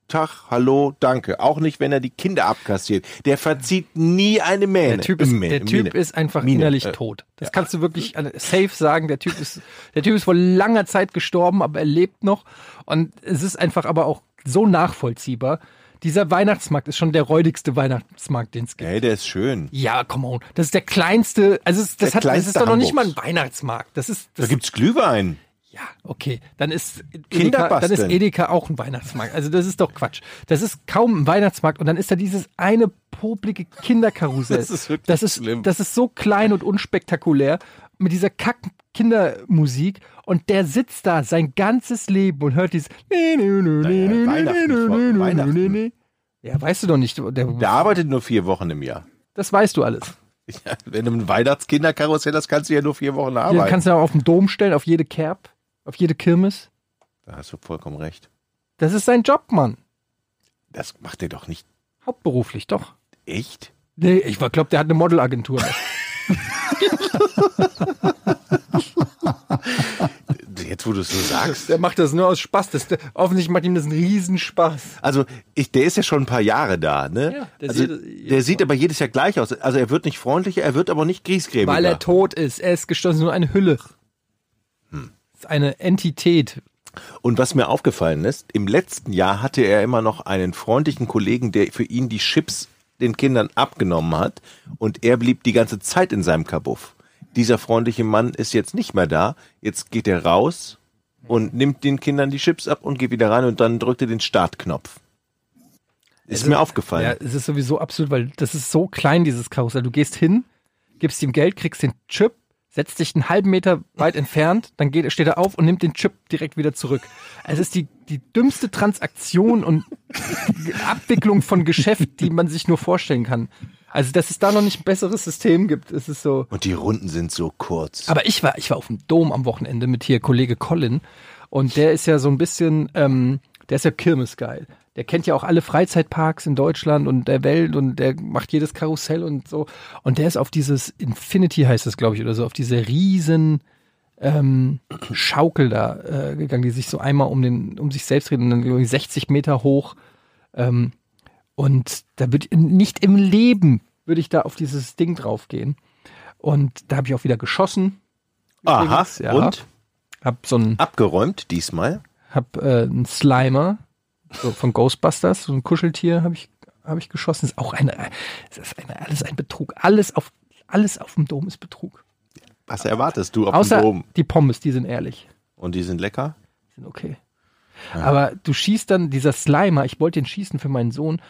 Speaker 1: Tag, hallo, danke. Auch nicht, wenn er die Kinder abkassiert. Der verzieht nie eine Mähne.
Speaker 5: der Typ ist,
Speaker 1: Mähne,
Speaker 5: der typ
Speaker 1: Miene.
Speaker 5: ist einfach
Speaker 1: Miene,
Speaker 5: innerlich
Speaker 1: äh,
Speaker 5: tot. Das kannst du wirklich an- safe sagen. Der typ ist, der Typ ist vor langer Zeit gestorben, aber er lebt noch. Und es ist einfach aber auch so nachvollziehbar. Dieser Weihnachtsmarkt ist schon der räudigste Weihnachtsmarkt, den es gibt.
Speaker 1: Hey, der ist schön.
Speaker 5: Ja, come on. Das ist der kleinste, also es, das,
Speaker 1: Der
Speaker 5: hat, das
Speaker 1: kleinste
Speaker 5: ist doch noch nicht mal
Speaker 1: Hamburgs.
Speaker 5: ein Weihnachtsmarkt. Das ist,
Speaker 1: Da
Speaker 5: das,
Speaker 1: gibt's Glühwein.
Speaker 5: ja, okay. Dann ist,
Speaker 1: Kinder
Speaker 5: Edeka, dann ist
Speaker 1: basteln.
Speaker 5: Edeka auch ein Weihnachtsmarkt. Also das ist doch Quatsch. Das ist kaum ein Weihnachtsmarkt und dann ist da dieses eine publike Kinderkarussell.
Speaker 1: Das ist wirklich
Speaker 5: das ist,
Speaker 1: schlimm.
Speaker 5: Das ist so klein und unspektakulär mit dieser kack Kindermusik und der sitzt da sein ganzes Leben und hört dieses
Speaker 1: Weihnachten, Frau- Weihnachten.
Speaker 5: Ja, weißt du doch nicht. Der,
Speaker 1: Der arbeitet nur vier Wochen im Jahr.
Speaker 5: das weißt du alles.
Speaker 1: Ja, wenn du ein Weihnachtskinderkarussell hast, kannst du ja nur vier Wochen arbeiten.
Speaker 5: Ja, kannst du auch auf den Dom stellen, auf jede Kerb, auf jede Kirmes.
Speaker 1: da hast du vollkommen recht.
Speaker 5: Das ist sein Job, Mann.
Speaker 1: Das macht er doch nicht
Speaker 5: Hauptberuflich, doch.
Speaker 1: echt.
Speaker 5: Nee, ich glaube, der hat eine Modelagentur.
Speaker 1: Jetzt, wo du es so sagst.
Speaker 5: der macht das nur aus Spaß. Das, der, offensichtlich macht ihm das einen Riesenspaß.
Speaker 1: Also ich, der ist ja schon ein paar Jahre da, ne?
Speaker 5: Ja, der
Speaker 1: der also,
Speaker 5: sieht-
Speaker 1: sieht, der sieht aber jedes Jahr gleich aus. Also er wird nicht freundlicher, er wird aber nicht griesgrämiger.
Speaker 5: Weil er tot ist. Er ist gestorben, es ist nur eine Hülle. Das ist eine Entität.
Speaker 1: Und was mir aufgefallen ist, im letzten Jahr hatte er immer noch einen freundlichen Kollegen, der für ihn die Chips den Kindern abgenommen hat und er blieb die ganze Zeit in seinem Kabuff. Dieser freundliche Mann ist jetzt nicht mehr da, jetzt geht er raus und nimmt den Kindern die Chips ab und geht wieder rein und dann drückt er den Startknopf. Ist mir aufgefallen.
Speaker 5: Also, Ja, es ist sowieso absurd, weil das ist so klein, dieses Karussell. Du gehst hin, gibst ihm Geld, kriegst den Chip, setzt dich einen halben Meter weit entfernt, dann geht, steht er auf und nimmt den Chip direkt wieder zurück. Es ist die, die dümmste Transaktion und Abwicklung von Geschäft, die man sich nur vorstellen kann. Also, dass es da noch nicht ein besseres System gibt, es ist so.
Speaker 1: Und die Runden sind so kurz.
Speaker 5: Aber ich war, ich war auf dem Dom am Wochenende mit hier Kollege Colin und der ist ja so ein bisschen, ähm, der ist ja Kirmesgeil. Der kennt ja auch alle Freizeitparks in Deutschland und der Welt und der macht jedes Karussell und so. Und der ist auf dieses Infinity heißt das, glaube ich, oder so, auf diese riesen ähm, Schaukel da äh, gegangen, die sich so einmal um den, um sich selbst drehen und dann irgendwie 60 Meter hoch. Ähm, und da würde nicht im Leben würde ich da auf dieses Ding draufgehen. Und da habe ich auch wieder geschossen.
Speaker 1: Aha,
Speaker 5: Übrigens, ja.
Speaker 1: und
Speaker 5: Hab so einen,
Speaker 1: abgeräumt diesmal.
Speaker 5: hab äh, einen Slimer so von Ghostbusters, so ein Kuscheltier habe ich habe ich geschossen. Ist auch eine, es ist eine, alles ein Betrug. Alles auf alles auf dem Dom ist Betrug.
Speaker 1: Was erwartest du auf
Speaker 5: Außer
Speaker 1: dem Dom?
Speaker 5: die Pommes, die sind ehrlich.
Speaker 1: Und die sind lecker?
Speaker 5: sind okay. Aber du schießt dann, dieser Slimer, ich wollte den schießen für meinen Sohn,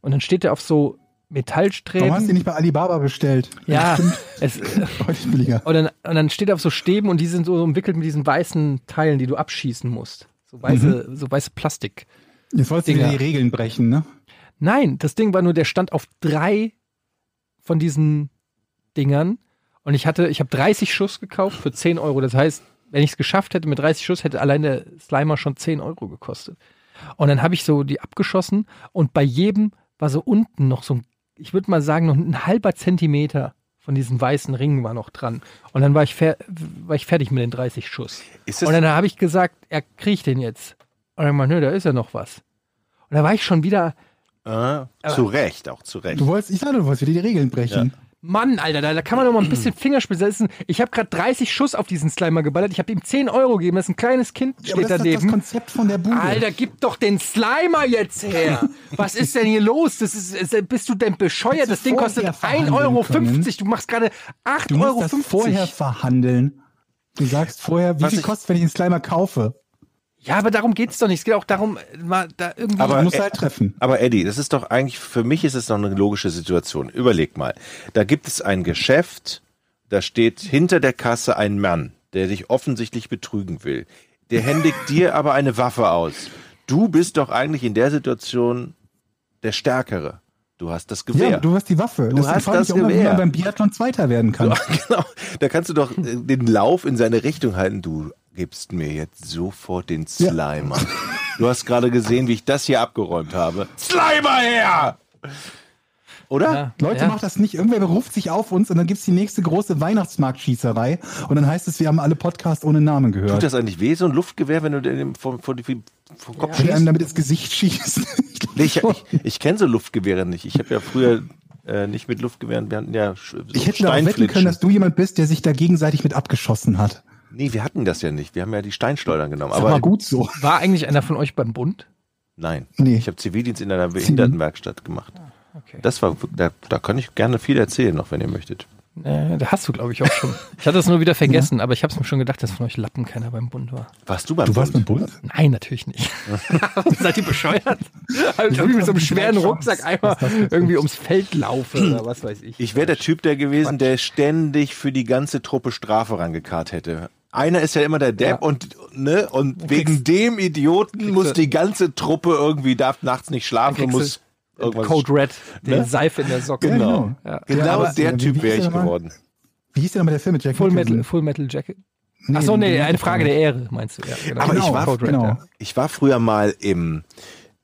Speaker 5: und dann steht er auf so Metallstreben.
Speaker 4: Warum hast du die nicht bei Alibaba bestellt?
Speaker 5: ja,
Speaker 4: Stimmt,
Speaker 5: es,
Speaker 4: deutlich billiger.
Speaker 5: und, dann, und dann steht er auf so Stäben und die sind so umwickelt mit diesen weißen Teilen, die du abschießen musst. So
Speaker 1: Mhm.
Speaker 5: weiße, so weiße Plastik.
Speaker 4: Jetzt wolltest du wieder
Speaker 5: Dinger.
Speaker 4: die Regeln brechen, ne?
Speaker 5: Nein, das Ding war nur, der stand auf drei von diesen Dingern und ich hatte, ich habe 30 Schuss gekauft für 10 Euro. Das heißt, wenn ich es geschafft hätte mit 30 Schuss, hätte allein der Slimer schon 10 Euro gekostet. Und dann habe ich so die abgeschossen und bei jedem war so unten noch so ein, ich würde mal sagen, noch ein halber Zentimeter von diesen weißen Ringen war noch dran. Und dann war ich, fer war ich fertig mit den 30 Schuss.
Speaker 1: Ist
Speaker 5: Und dann habe ich gesagt, er kriegt den jetzt. Und dann meinte, nö, da ist ja noch was. Und da war ich schon wieder,
Speaker 1: äh, zu Recht, auch zu Recht.
Speaker 4: Du wolltest, ich sage, du wolltest wieder die Regeln brechen.
Speaker 5: Mann, Alter, da, da kann man doch mal ein bisschen Fingerspiel setzen. Ich habe gerade 30 Schuss auf diesen Slimer geballert. Ich habe ihm 10 Euro gegeben. Das ist ein kleines Kind,
Speaker 4: aber
Speaker 5: steht
Speaker 4: das ist das, das
Speaker 5: daneben.
Speaker 4: Konzept von der Bude.
Speaker 5: Alter, gib doch den Slimer jetzt her. Was ist denn hier los? Das ist, ist, bist du denn bescheuert?
Speaker 4: Hättest du
Speaker 5: Das Ding kostet
Speaker 4: vorher
Speaker 5: 1,50
Speaker 4: verhandeln
Speaker 5: Euro.
Speaker 4: können?
Speaker 5: Du machst gerade
Speaker 4: du
Speaker 5: 8,50
Speaker 4: musst
Speaker 5: Euro.
Speaker 4: das vorher verhandeln. Du sagst vorher, wie
Speaker 1: Was
Speaker 4: viel
Speaker 1: ich-
Speaker 4: kostet, wenn ich einen Slimer kaufe?
Speaker 5: Ja, aber darum geht's doch nicht. Es geht auch darum, äh, mal da irgendwie.
Speaker 1: Aber
Speaker 4: du musst
Speaker 1: er-
Speaker 4: halt treffen.
Speaker 1: Aber Eddie, das ist doch eigentlich, für mich ist es noch eine logische Situation. Überleg mal. Da gibt es ein Geschäft, da steht hinter der Kasse ein Mann, der dich offensichtlich betrügen will. Der händigt dir aber eine Waffe aus. Du bist doch eigentlich in der Situation der Stärkere. Du hast das Gewehr.
Speaker 4: Ja, du hast die Waffe.
Speaker 1: Du hast
Speaker 4: frage
Speaker 1: das
Speaker 4: ich auch immer, wie
Speaker 1: Gewehr.
Speaker 4: man beim Biathlon Zweiter werden kann.
Speaker 1: genau. Da kannst du doch äh, den Lauf in seine Richtung halten. Du gibst mir jetzt sofort den
Speaker 4: Ja.
Speaker 1: Slimer. Du hast gerade gesehen, wie ich das hier abgeräumt habe. Slimer her! Oder?
Speaker 5: Ja,
Speaker 4: Leute,
Speaker 5: ja.
Speaker 4: macht das nicht. Irgendwer beruft sich auf uns und dann gibt's die nächste große Weihnachtsmarktschießerei. Und dann heißt es, wir haben alle Podcasts ohne Namen
Speaker 1: Tut
Speaker 4: gehört.
Speaker 1: das eigentlich weh, so ein Luftgewehr, wenn du den vor, vor, die- vor den Kopf
Speaker 4: Wenn einem
Speaker 1: schießt?
Speaker 4: damit ins Gesicht schießt.
Speaker 1: Nee, ich ich, ich kenne so Luftgewehre nicht. Ich habe ja früher äh, nicht mit Luftgewehren, wir hatten ja sch- so
Speaker 4: Ich hätte darauf wetten können, dass du jemand bist, der sich da gegenseitig mit abgeschossen hat.
Speaker 1: nee, wir hatten das ja nicht. Wir haben ja die Steinschleudern genommen.
Speaker 4: Aber
Speaker 1: Aber
Speaker 4: gut so.
Speaker 5: War eigentlich einer von euch beim Bund?
Speaker 1: nein,
Speaker 4: Nee.
Speaker 1: ich habe Zivildienst in einer Behindertenwerkstatt gemacht.
Speaker 5: Okay.
Speaker 1: Das war, wirk- da, da kann ich gerne viel erzählen, noch wenn ihr möchtet.
Speaker 5: Äh, da hast du, glaube ich, auch schon. Ich hatte es nur wieder vergessen, aber ich habe es mir schon gedacht, dass von euch Lappen keiner beim Bund war.
Speaker 1: Warst du beim
Speaker 4: Du warst mit
Speaker 1: Bund?
Speaker 4: Bund?
Speaker 5: Nein, natürlich nicht. Seid ihr bescheuert? Also, ich hab ich mit so einem schweren Rucksack einmal irgendwie ums Feld laufe oder was weiß ich.
Speaker 1: Ich wäre der Typ der gewesen, der ständig für die ganze Truppe Strafe rangekarrt hätte. Einer ist ja immer der Depp und ne und wegen dem Idioten muss die ganze Truppe irgendwie darf nachts nicht schlafen und
Speaker 5: kriegst
Speaker 1: muss irgendwas.
Speaker 5: Code Red, den
Speaker 1: Ne?
Speaker 5: Seife in der Socke.
Speaker 4: Genau.
Speaker 5: Ja.
Speaker 4: Ja,
Speaker 1: Genau
Speaker 4: aber-
Speaker 1: der
Speaker 4: wie- wie
Speaker 1: Typ wäre
Speaker 4: hieß
Speaker 1: ich
Speaker 4: der mal?
Speaker 1: geworden.
Speaker 4: Wie hieß denn nochmal der Film mit Jack
Speaker 5: Full, Metal,
Speaker 4: Nicholson?
Speaker 5: Full Metal Jacket. Ach so, nee, eine Frage der Ehre, meinst du. Ja, genau.
Speaker 1: Aber ich war-
Speaker 5: Code Red,
Speaker 4: genau.
Speaker 5: ja.
Speaker 1: Ich war früher mal im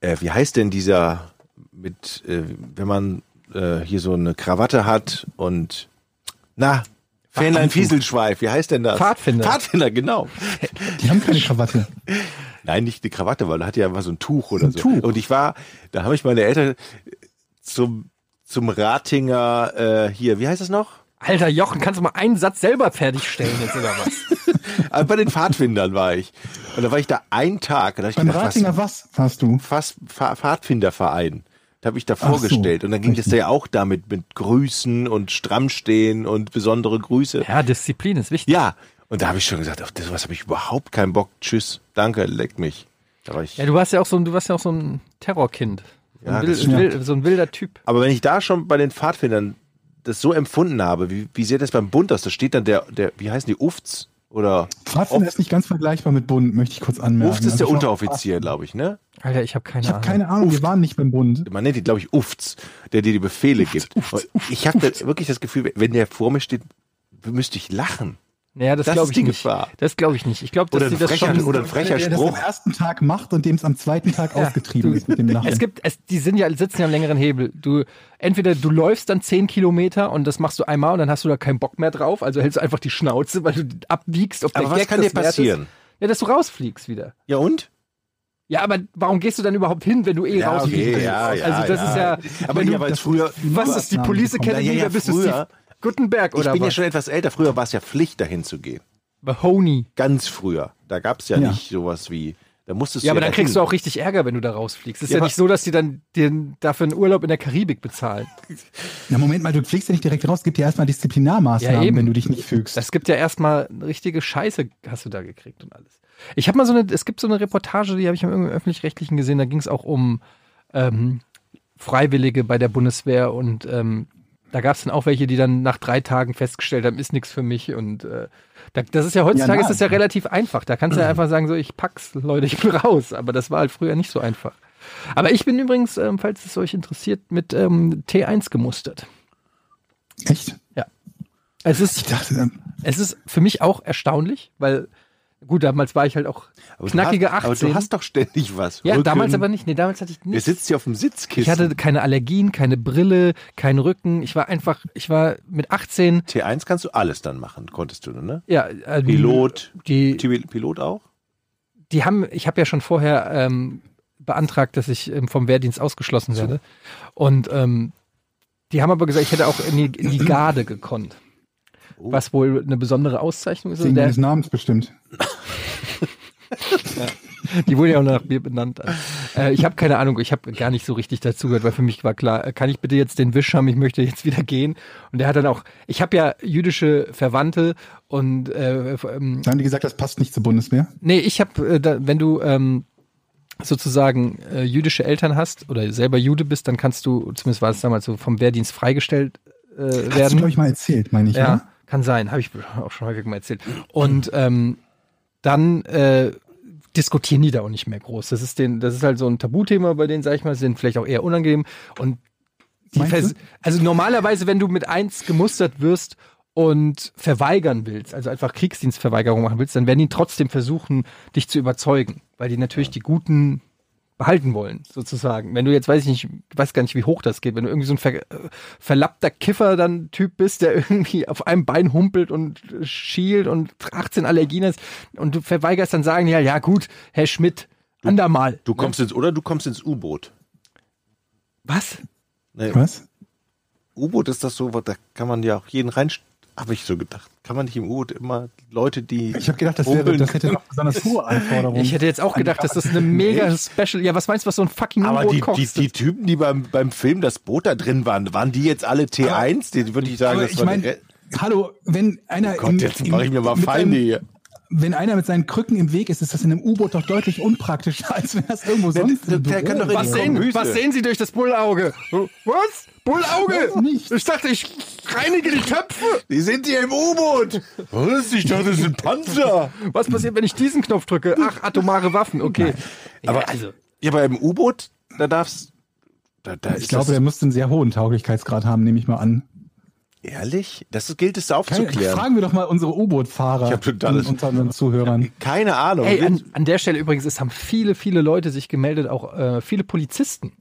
Speaker 1: äh, wie heißt denn dieser mit äh, wenn man äh, hier so eine Krawatte hat und na Fähnlein Fieselschweif, wie heißt denn das?
Speaker 5: Pfadfinder.
Speaker 1: Pfadfinder, genau.
Speaker 4: Die haben keine Krawatte.
Speaker 1: Nein, nicht eine Krawatte, weil er hatte ja immer so ein Tuch oder
Speaker 4: Ein
Speaker 1: so.
Speaker 4: Tuch.
Speaker 1: Und ich war, da habe ich meine Eltern zum, zum Ratinger, äh, hier, wie heißt das noch?
Speaker 5: Alter Jochen, kannst du mal einen Satz selber fertigstellen jetzt oder was?
Speaker 1: Ah, Bei den Pfadfindern war ich. Und da war ich da einen Tag. Und da hab ich
Speaker 4: Beim
Speaker 1: gedacht, was,
Speaker 4: Ratinger was warst du?
Speaker 1: Fass- Pfa- Pfadfinderverein. Da habe ich da
Speaker 4: so,
Speaker 1: vorgestellt. und dann ging das
Speaker 4: richtig.
Speaker 1: ja auch damit mit Grüßen und Strammstehen und besondere Grüße.
Speaker 5: Ja, Disziplin ist wichtig.
Speaker 1: Ja, und da habe ich schon gesagt, auf das was habe ich überhaupt keinen Bock. Tschüss, danke, leck mich. Da war ich
Speaker 5: Ja, du warst ja auch so, ein- du warst ja auch so ein Terrorkind. So ein,
Speaker 1: Ja,
Speaker 5: wild,
Speaker 1: das
Speaker 5: wild, so ein wilder Typ.
Speaker 1: Aber wenn ich da schon bei den Pfadfindern das so empfunden habe, wie, wie sieht das beim Bund aus? Da steht dann der, der wie heißen die, Ufts? Oder
Speaker 4: Pfadfinder ist nicht ganz vergleichbar mit Bund, möchte ich kurz anmerken.
Speaker 1: Ufts ist
Speaker 4: Also
Speaker 1: der
Speaker 4: ich war-
Speaker 1: Unteroffizier, glaube ich, ne?
Speaker 5: Alter, ich habe keine
Speaker 4: Ich habe
Speaker 5: Ahnung.
Speaker 4: keine Ahnung, wir waren nicht beim Bund.
Speaker 1: Man nennt ihn, glaube ich, Ufts, der dir die Befehle gibt. Und ich habe da wirklich das Gefühl, wenn der vor mir steht, müsste ich lachen.
Speaker 5: Naja, das,
Speaker 1: Das
Speaker 5: glaube
Speaker 1: ist
Speaker 5: ich
Speaker 1: die
Speaker 5: nicht.
Speaker 1: Gefahr.
Speaker 5: Das glaube ich nicht. Ich glaube, dass
Speaker 1: Oder
Speaker 5: sie
Speaker 1: ein,
Speaker 5: das
Speaker 1: frecher,
Speaker 5: schon.
Speaker 1: oder ein frecher
Speaker 4: der das am
Speaker 1: Spruch.
Speaker 4: ersten Tag macht und dem es am zweiten Tag ausgetrieben ist mit dem Lachen.
Speaker 5: Es gibt, es, die sind ja, sitzen ja am längeren Hebel. Du, entweder du läufst dann 10 Kilometer und das machst du einmal und dann hast du da keinen Bock mehr drauf, also hältst du einfach die Schnauze, weil du abbiegst, ob der
Speaker 1: Aber was
Speaker 5: Gag
Speaker 1: kann dir
Speaker 5: das wert ist.
Speaker 1: passieren?
Speaker 5: Ja, dass du rausfliegst wieder.
Speaker 1: Ja und?
Speaker 5: Ja, aber warum gehst du dann überhaupt hin, wenn du eh
Speaker 1: Ja,
Speaker 5: rausfliegen
Speaker 1: okay,
Speaker 5: willst?
Speaker 1: ja, ja,
Speaker 5: also das
Speaker 1: ja.
Speaker 5: ist ja,
Speaker 1: Aber
Speaker 5: wenn
Speaker 1: ja,
Speaker 5: du,
Speaker 1: weil es früher,
Speaker 5: was ist die
Speaker 4: Maßnahmen
Speaker 5: Police
Speaker 4: kommen.
Speaker 5: Academy?
Speaker 1: Ja, ja, ja,
Speaker 5: da bist du Steve
Speaker 1: früher.
Speaker 5: Gutenberg
Speaker 1: ich
Speaker 5: oder
Speaker 1: bin ja
Speaker 5: was?
Speaker 1: schon etwas älter, früher war es ja Pflicht, dahin zu gehen.
Speaker 5: Mahoney.
Speaker 1: Ganz früher. Da gab es ja,
Speaker 4: Ja.
Speaker 1: nicht sowas wie, da musstest du
Speaker 5: Ja, aber dann
Speaker 1: dahin.
Speaker 5: kriegst du auch richtig Ärger, wenn du da rausfliegst. Es ist
Speaker 1: Ja,
Speaker 5: ja,
Speaker 1: aber-
Speaker 5: nicht so, dass die dann den, dafür einen Urlaub in der Karibik bezahlen.
Speaker 4: Na Moment mal, du fliegst ja nicht direkt raus, gibt dir erstmal Disziplinarmaßnahmen,
Speaker 5: Ja, eben.
Speaker 4: wenn du dich nicht fügst.
Speaker 5: Es gibt ja erstmal richtige Scheiße, hast du da gekriegt und alles. Ich habe mal so eine, es gibt so eine Reportage, die habe ich im öffentlich-rechtlichen gesehen, da ging es auch um ähm, Freiwillige bei der Bundeswehr und ähm, da gab es dann auch welche, die dann nach drei Tagen festgestellt haben, ist nichts für mich und äh, da, das ist ja heutzutage
Speaker 4: Ja,
Speaker 5: ist das ja
Speaker 4: nein.
Speaker 5: relativ einfach. Da kannst du ja einfach sagen, so ich pack's, Leute, ich bin raus. Aber das war halt früher nicht so einfach. Aber ich bin übrigens, ähm, falls es euch interessiert, mit ähm, T1 gemustert.
Speaker 4: Echt?
Speaker 5: Es ist
Speaker 4: Ich dachte, ähm,
Speaker 5: es ist für mich auch erstaunlich, weil gut, damals war ich halt auch
Speaker 1: Aber du
Speaker 5: knackige
Speaker 1: hast,
Speaker 5: 18.
Speaker 1: Aber du hast doch ständig was.
Speaker 5: ja,
Speaker 1: Rücken.
Speaker 5: damals aber nicht. Nee, damals hatte ich
Speaker 1: Wir
Speaker 5: nichts.
Speaker 1: sitzen hier auf dem Sitzkissen.
Speaker 5: Ich hatte keine Allergien, keine Brille, keinen Rücken. Ich war einfach, ich war mit 18,
Speaker 1: T1 kannst du alles dann machen, konntest du, ne?
Speaker 5: ja, ähm,
Speaker 1: Pilot.
Speaker 5: Die,
Speaker 1: T- Pilot auch?
Speaker 5: die haben, ich habe ja schon vorher ähm, beantragt, dass ich ähm, vom Wehrdienst ausgeschlossen werde. Und ähm, die haben aber gesagt, ich hätte auch in die, in die Garde gekonnt.
Speaker 1: Oh.
Speaker 5: Was wohl eine besondere Auszeichnung ist.
Speaker 4: wegen
Speaker 5: Und der-
Speaker 4: deines Namens bestimmt.
Speaker 5: Die wurde ja auch nach mir benannt. Äh, ich habe keine Ahnung, ich habe gar nicht so richtig dazugehört, weil für mich war klar, äh, kann ich bitte jetzt den Wisch haben, ich möchte jetzt wieder gehen. Und der hat dann auch, ich habe ja jüdische Verwandte und äh, ähm,
Speaker 4: Da haben die gesagt, das passt nicht zur Bundeswehr.
Speaker 5: nee, ich habe, äh, da- wenn du ähm, sozusagen äh, jüdische Eltern hast oder selber Jude bist, dann kannst du, zumindest war es damals so, vom Wehrdienst freigestellt äh, werden.
Speaker 4: Hast du, glaube ich, mal erzählt, meine ich.
Speaker 5: Ja,
Speaker 4: oder?
Speaker 5: ne? kann sein, habe ich auch schon häufig mal erzählt. Und ähm, dann äh, diskutieren die da auch nicht mehr groß. Das ist den, das ist halt so ein Tabuthema bei denen, sag ich mal, sind vielleicht auch eher unangenehm. Und die
Speaker 4: Meinst
Speaker 5: vers- also normalerweise, wenn du mit eins gemustert wirst und verweigern willst, also einfach Kriegsdienstverweigerung machen willst, dann werden die trotzdem versuchen, dich zu überzeugen, weil die natürlich die guten behalten wollen, sozusagen. Wenn du jetzt, weiß ich nicht, weiß gar nicht, wie hoch das geht, wenn du irgendwie so ein ver äh, verlappter Kiffer dann Typ bist, der irgendwie auf einem Bein humpelt und äh, schielt und 18 Allergien ist und du verweigerst, dann sagen die ja, ja gut, Herr Schmidt, andermal.
Speaker 1: Du kommst ins, oder du kommst ins U-Boot.
Speaker 5: Was?
Speaker 1: Nee,
Speaker 4: Was?
Speaker 1: U-Boot ist das so, was- da kann man ja auch jeden rein, habe ich so gedacht. Kann man nicht im U-Boot immer Leute, die.
Speaker 4: Ich habe gedacht, das, wäre,
Speaker 1: rumpeln
Speaker 4: das hätte noch besonders hohe Anforderungen.
Speaker 5: Ich hätte jetzt auch gedacht, dass das eine mega Special. Ja, was meinst du, was so ein fucking
Speaker 1: aber
Speaker 5: U-Boot
Speaker 1: die, die,
Speaker 5: kostet?
Speaker 1: die Typen, die beim, beim Film das Boot da drin waren, waren die jetzt alle T1? Den würde ich sagen,
Speaker 4: Aber
Speaker 1: das
Speaker 4: Also, ich
Speaker 1: war
Speaker 4: meine,
Speaker 1: der-
Speaker 4: hallo, wenn einer.
Speaker 1: Gott,
Speaker 4: im-
Speaker 1: jetzt
Speaker 4: im-
Speaker 1: mache ich mir mal
Speaker 4: mit
Speaker 1: Feinde
Speaker 4: einem-
Speaker 1: hier.
Speaker 4: Wenn einer mit seinen Krücken im Weg ist, ist das in einem U-Boot doch deutlich unpraktischer, als wenn das irgendwo sonst.
Speaker 1: der-
Speaker 4: im
Speaker 1: der
Speaker 4: Büro
Speaker 1: kann doch in
Speaker 4: war.
Speaker 1: die
Speaker 5: was, sehen,
Speaker 1: Kombüse.
Speaker 5: was sehen Sie durch das Bullauge? Was? Bullauge?
Speaker 4: Weiß nicht.
Speaker 5: Ich dachte, ich reinige die Töpfe.
Speaker 1: Die sind hier im U-Boot. Was? Ich dachte, das sind Panzer.
Speaker 5: Was passiert, wenn ich diesen Knopf drücke? Ach, atomare Waffen, okay.
Speaker 1: Aber,
Speaker 5: ja, also,
Speaker 1: ja, aber im U-Boot, da darfst da, da
Speaker 4: Ich
Speaker 1: ist
Speaker 4: glaube, der müsste einen sehr hohen Tauglichkeitsgrad haben, nehme ich mal an.
Speaker 1: das, ehrlich, das gilt es
Speaker 4: Keine,
Speaker 1: aufzuklären.
Speaker 4: fragen wir doch mal unsere
Speaker 1: Ich
Speaker 4: U-Boot-Fahrer
Speaker 1: hab totales-
Speaker 4: unter unseren Zuhörern.
Speaker 1: Keine
Speaker 4: Genau.
Speaker 1: Ahnung.
Speaker 5: ey, an, an der Stelle übrigens, es haben viele, viele Leute sich gemeldet, auch äh, viele Polizisten.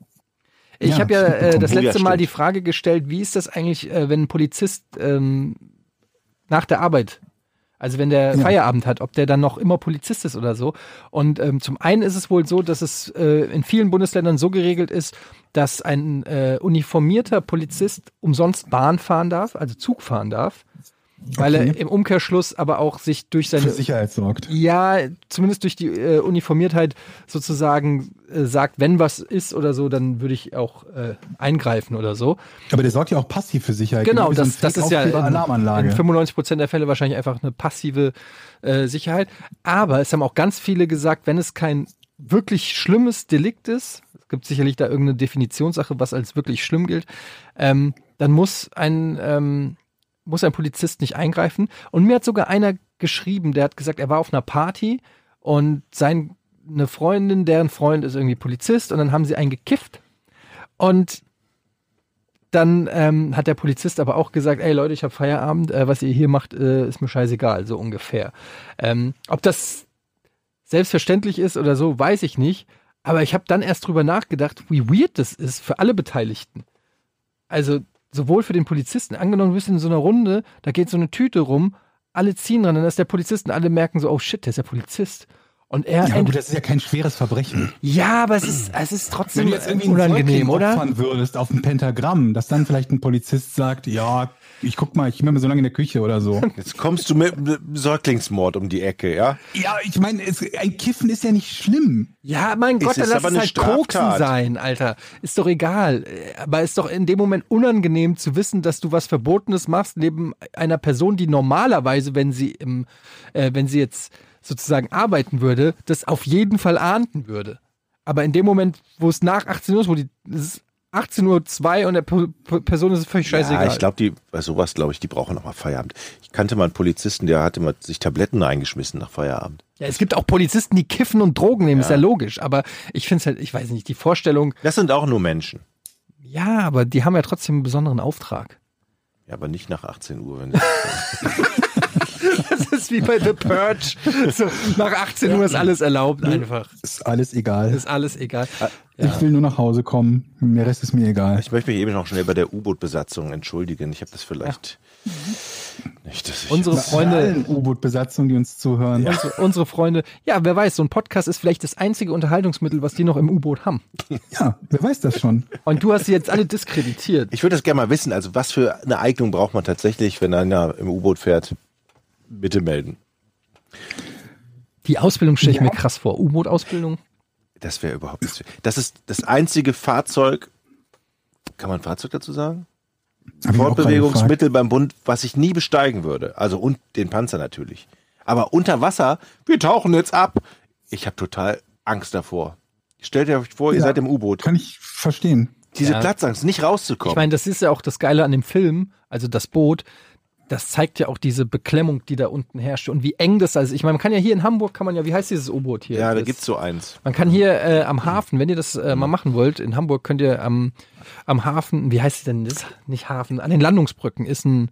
Speaker 5: Ich
Speaker 4: Ja,
Speaker 5: habe ja
Speaker 4: stimmt,
Speaker 5: äh, das
Speaker 1: Oh, ja,
Speaker 5: letzte Mal
Speaker 1: stimmt.
Speaker 5: die Frage gestellt, wie ist das eigentlich, äh, wenn ein Polizist ähm, nach der Arbeit, also wenn der
Speaker 4: Ja.
Speaker 5: Feierabend hat, ob der dann noch immer Polizist ist oder so. Und ähm, zum einen ist es wohl so, dass es äh, in vielen Bundesländern so geregelt ist, dass ein äh, uniformierter Polizist umsonst Bahn fahren darf, also Zug fahren darf, weil er
Speaker 4: Okay.
Speaker 5: im Umkehrschluss aber auch sich durch
Speaker 4: Für
Speaker 1: äh,
Speaker 5: seine
Speaker 4: Sicherheit sorgt.
Speaker 5: ja, zumindest durch die äh, Uniformiertheit sozusagen äh, sagt, wenn was ist oder so, dann würde ich auch äh, eingreifen oder so.
Speaker 4: Aber der sorgt ja auch passiv für Sicherheit.
Speaker 5: Genau,
Speaker 4: Wie so ein
Speaker 5: das, das ist ja in,
Speaker 4: Fake-Aufkleber- Alarmanlage.
Speaker 5: in 95% der Fälle wahrscheinlich einfach eine passive äh, Sicherheit. Aber es haben auch ganz viele gesagt, wenn es kein wirklich schlimmes Delikt ist, es gibt sicherlich da irgendeine Definitionssache, was als wirklich schlimm gilt, ähm, dann muss ein, ähm, muss ein Polizist nicht eingreifen. Und mir hat sogar einer geschrieben, der hat gesagt, er war auf einer Party und sein eine Freundin, deren Freund ist irgendwie Polizist und dann haben sie einen gekifft und dann ähm, hat der Polizist aber auch gesagt, ey Leute, ich habe Feierabend, äh, was ihr hier macht, äh, ist mir scheißegal, so ungefähr. Ähm, ob das selbstverständlich ist oder so, weiß ich nicht. Aber ich habe dann erst drüber nachgedacht, wie weird das ist für alle Beteiligten. Also sowohl für den Polizisten, angenommen, du bist in so einer Runde, da geht so eine Tüte rum, alle ziehen ran, dann ist der Polizist und alle merken so, oh shit, der ist ja Polizist. Und er
Speaker 4: Ja, aber
Speaker 5: ent-
Speaker 4: gut, das ist ja kein schweres Verbrechen.
Speaker 5: ja, aber es ist, es ist
Speaker 4: Wenn
Speaker 5: trotzdem
Speaker 4: du jetzt irgendwie einen
Speaker 5: äh, unangenehm,
Speaker 4: Säugling
Speaker 5: oder?
Speaker 4: opfern würdest auf ein Pentagramm, dass dann vielleicht ein Polizist sagt, ja, ich guck mal, ich bin mal so lange in der Küche oder so.
Speaker 1: Jetzt kommst du mit einem Säuglingsmord um die Ecke, ja?
Speaker 4: ja, ich meine, es- ein Kiffen ist ja nicht schlimm.
Speaker 5: Ja, mein Gott, dann
Speaker 1: ist
Speaker 5: lass
Speaker 1: aber
Speaker 5: es
Speaker 1: eine
Speaker 5: halt Koksen
Speaker 1: Straftat.
Speaker 5: sein, Alter. Ist doch egal. Äh, Aber ist doch in dem Moment unangenehm zu wissen, dass du was Verbotenes machst neben einer Person, die normalerweise, wenn sie im, äh, wenn sie jetzt sozusagen arbeiten würde, das auf jeden Fall ahnden würde. Aber in dem Moment, wo es nach 18 Uhr ist, wo die es ist 18.02 Uhr und der P P Person ist völlig scheißegal.
Speaker 1: Ja, ich glaube, die, bei sowas glaube ich, die brauchen auch mal Feierabend. Ich kannte mal einen Polizisten, der hatte mal sich Tabletten eingeschmissen nach Feierabend.
Speaker 5: ja, es gibt auch Polizisten, die kiffen und Drogen nehmen, ist ja logisch. Aber ich finde es halt, ich weiß nicht, die Vorstellung,
Speaker 1: Das sind auch nur Menschen.
Speaker 5: ja, aber die haben ja trotzdem einen besonderen Auftrag.
Speaker 1: Ja, aber nicht nach 18 Uhr. Wenn
Speaker 5: Das ist wie bei The Purge. So, nach 18 Uhr ist alles erlaubt einfach.
Speaker 4: Ist alles egal.
Speaker 5: Ist alles egal.
Speaker 1: Ah,
Speaker 4: Ich will nur nach Hause kommen. Der Rest ist mir egal.
Speaker 1: ich möchte mich eben noch schnell bei der U-Boot-Besatzung entschuldigen. Ich habe das vielleicht Mhm. nicht. Dass ich
Speaker 5: Unsere Freunde,
Speaker 4: Allen U-Boot-Besatzungen, die uns zuhören.
Speaker 5: unsere, unsere Freunde, ja, wer weiß, so ein Podcast ist vielleicht das einzige Unterhaltungsmittel, was die noch im U-Boot haben.
Speaker 4: Ja, wer weiß das schon?
Speaker 5: Und du hast sie jetzt alle diskreditiert.
Speaker 1: ich würde das gerne mal wissen. Also, was für eine Eignung braucht man tatsächlich, wenn einer im U-Boot fährt? Bitte melden.
Speaker 5: Die Ausbildung stelle ich mir krass vor. U-Boot-Ausbildung?
Speaker 1: Das wäre überhaupt nichts. Das ist das einzige Fahrzeug. Kann man Fahrzeug dazu sagen?
Speaker 4: Hab ich auch gerade gefragt.
Speaker 1: Fortbewegungsmittel beim Bund, was ich nie besteigen würde. Also und den Panzer natürlich. Aber unter Wasser, wir tauchen jetzt ab. Ich habe total Angst davor. Stellt euch vor, ihr
Speaker 4: Ja.
Speaker 1: seid im U-Boot.
Speaker 4: Kann ich verstehen.
Speaker 1: Diese
Speaker 5: Ja.
Speaker 1: Platzangst, nicht
Speaker 5: Ich
Speaker 1: rauszukommen.
Speaker 5: meine, das ist ja auch das Geile an dem Film, also das Boot. Das zeigt ja auch diese Beklemmung, die da unten herrscht und wie eng das ist. Ich meine, man kann ja hier in Hamburg, kann man ja, wie heißt dieses U-Boot hier?
Speaker 1: ja, da
Speaker 5: Das-
Speaker 1: gibt's so eins.
Speaker 5: Man kann hier äh, am Hafen, wenn ihr das äh, mal machen wollt, in Hamburg könnt ihr am, am Hafen, wie heißt es denn das? Nicht Hafen, an den Landungsbrücken ist ein,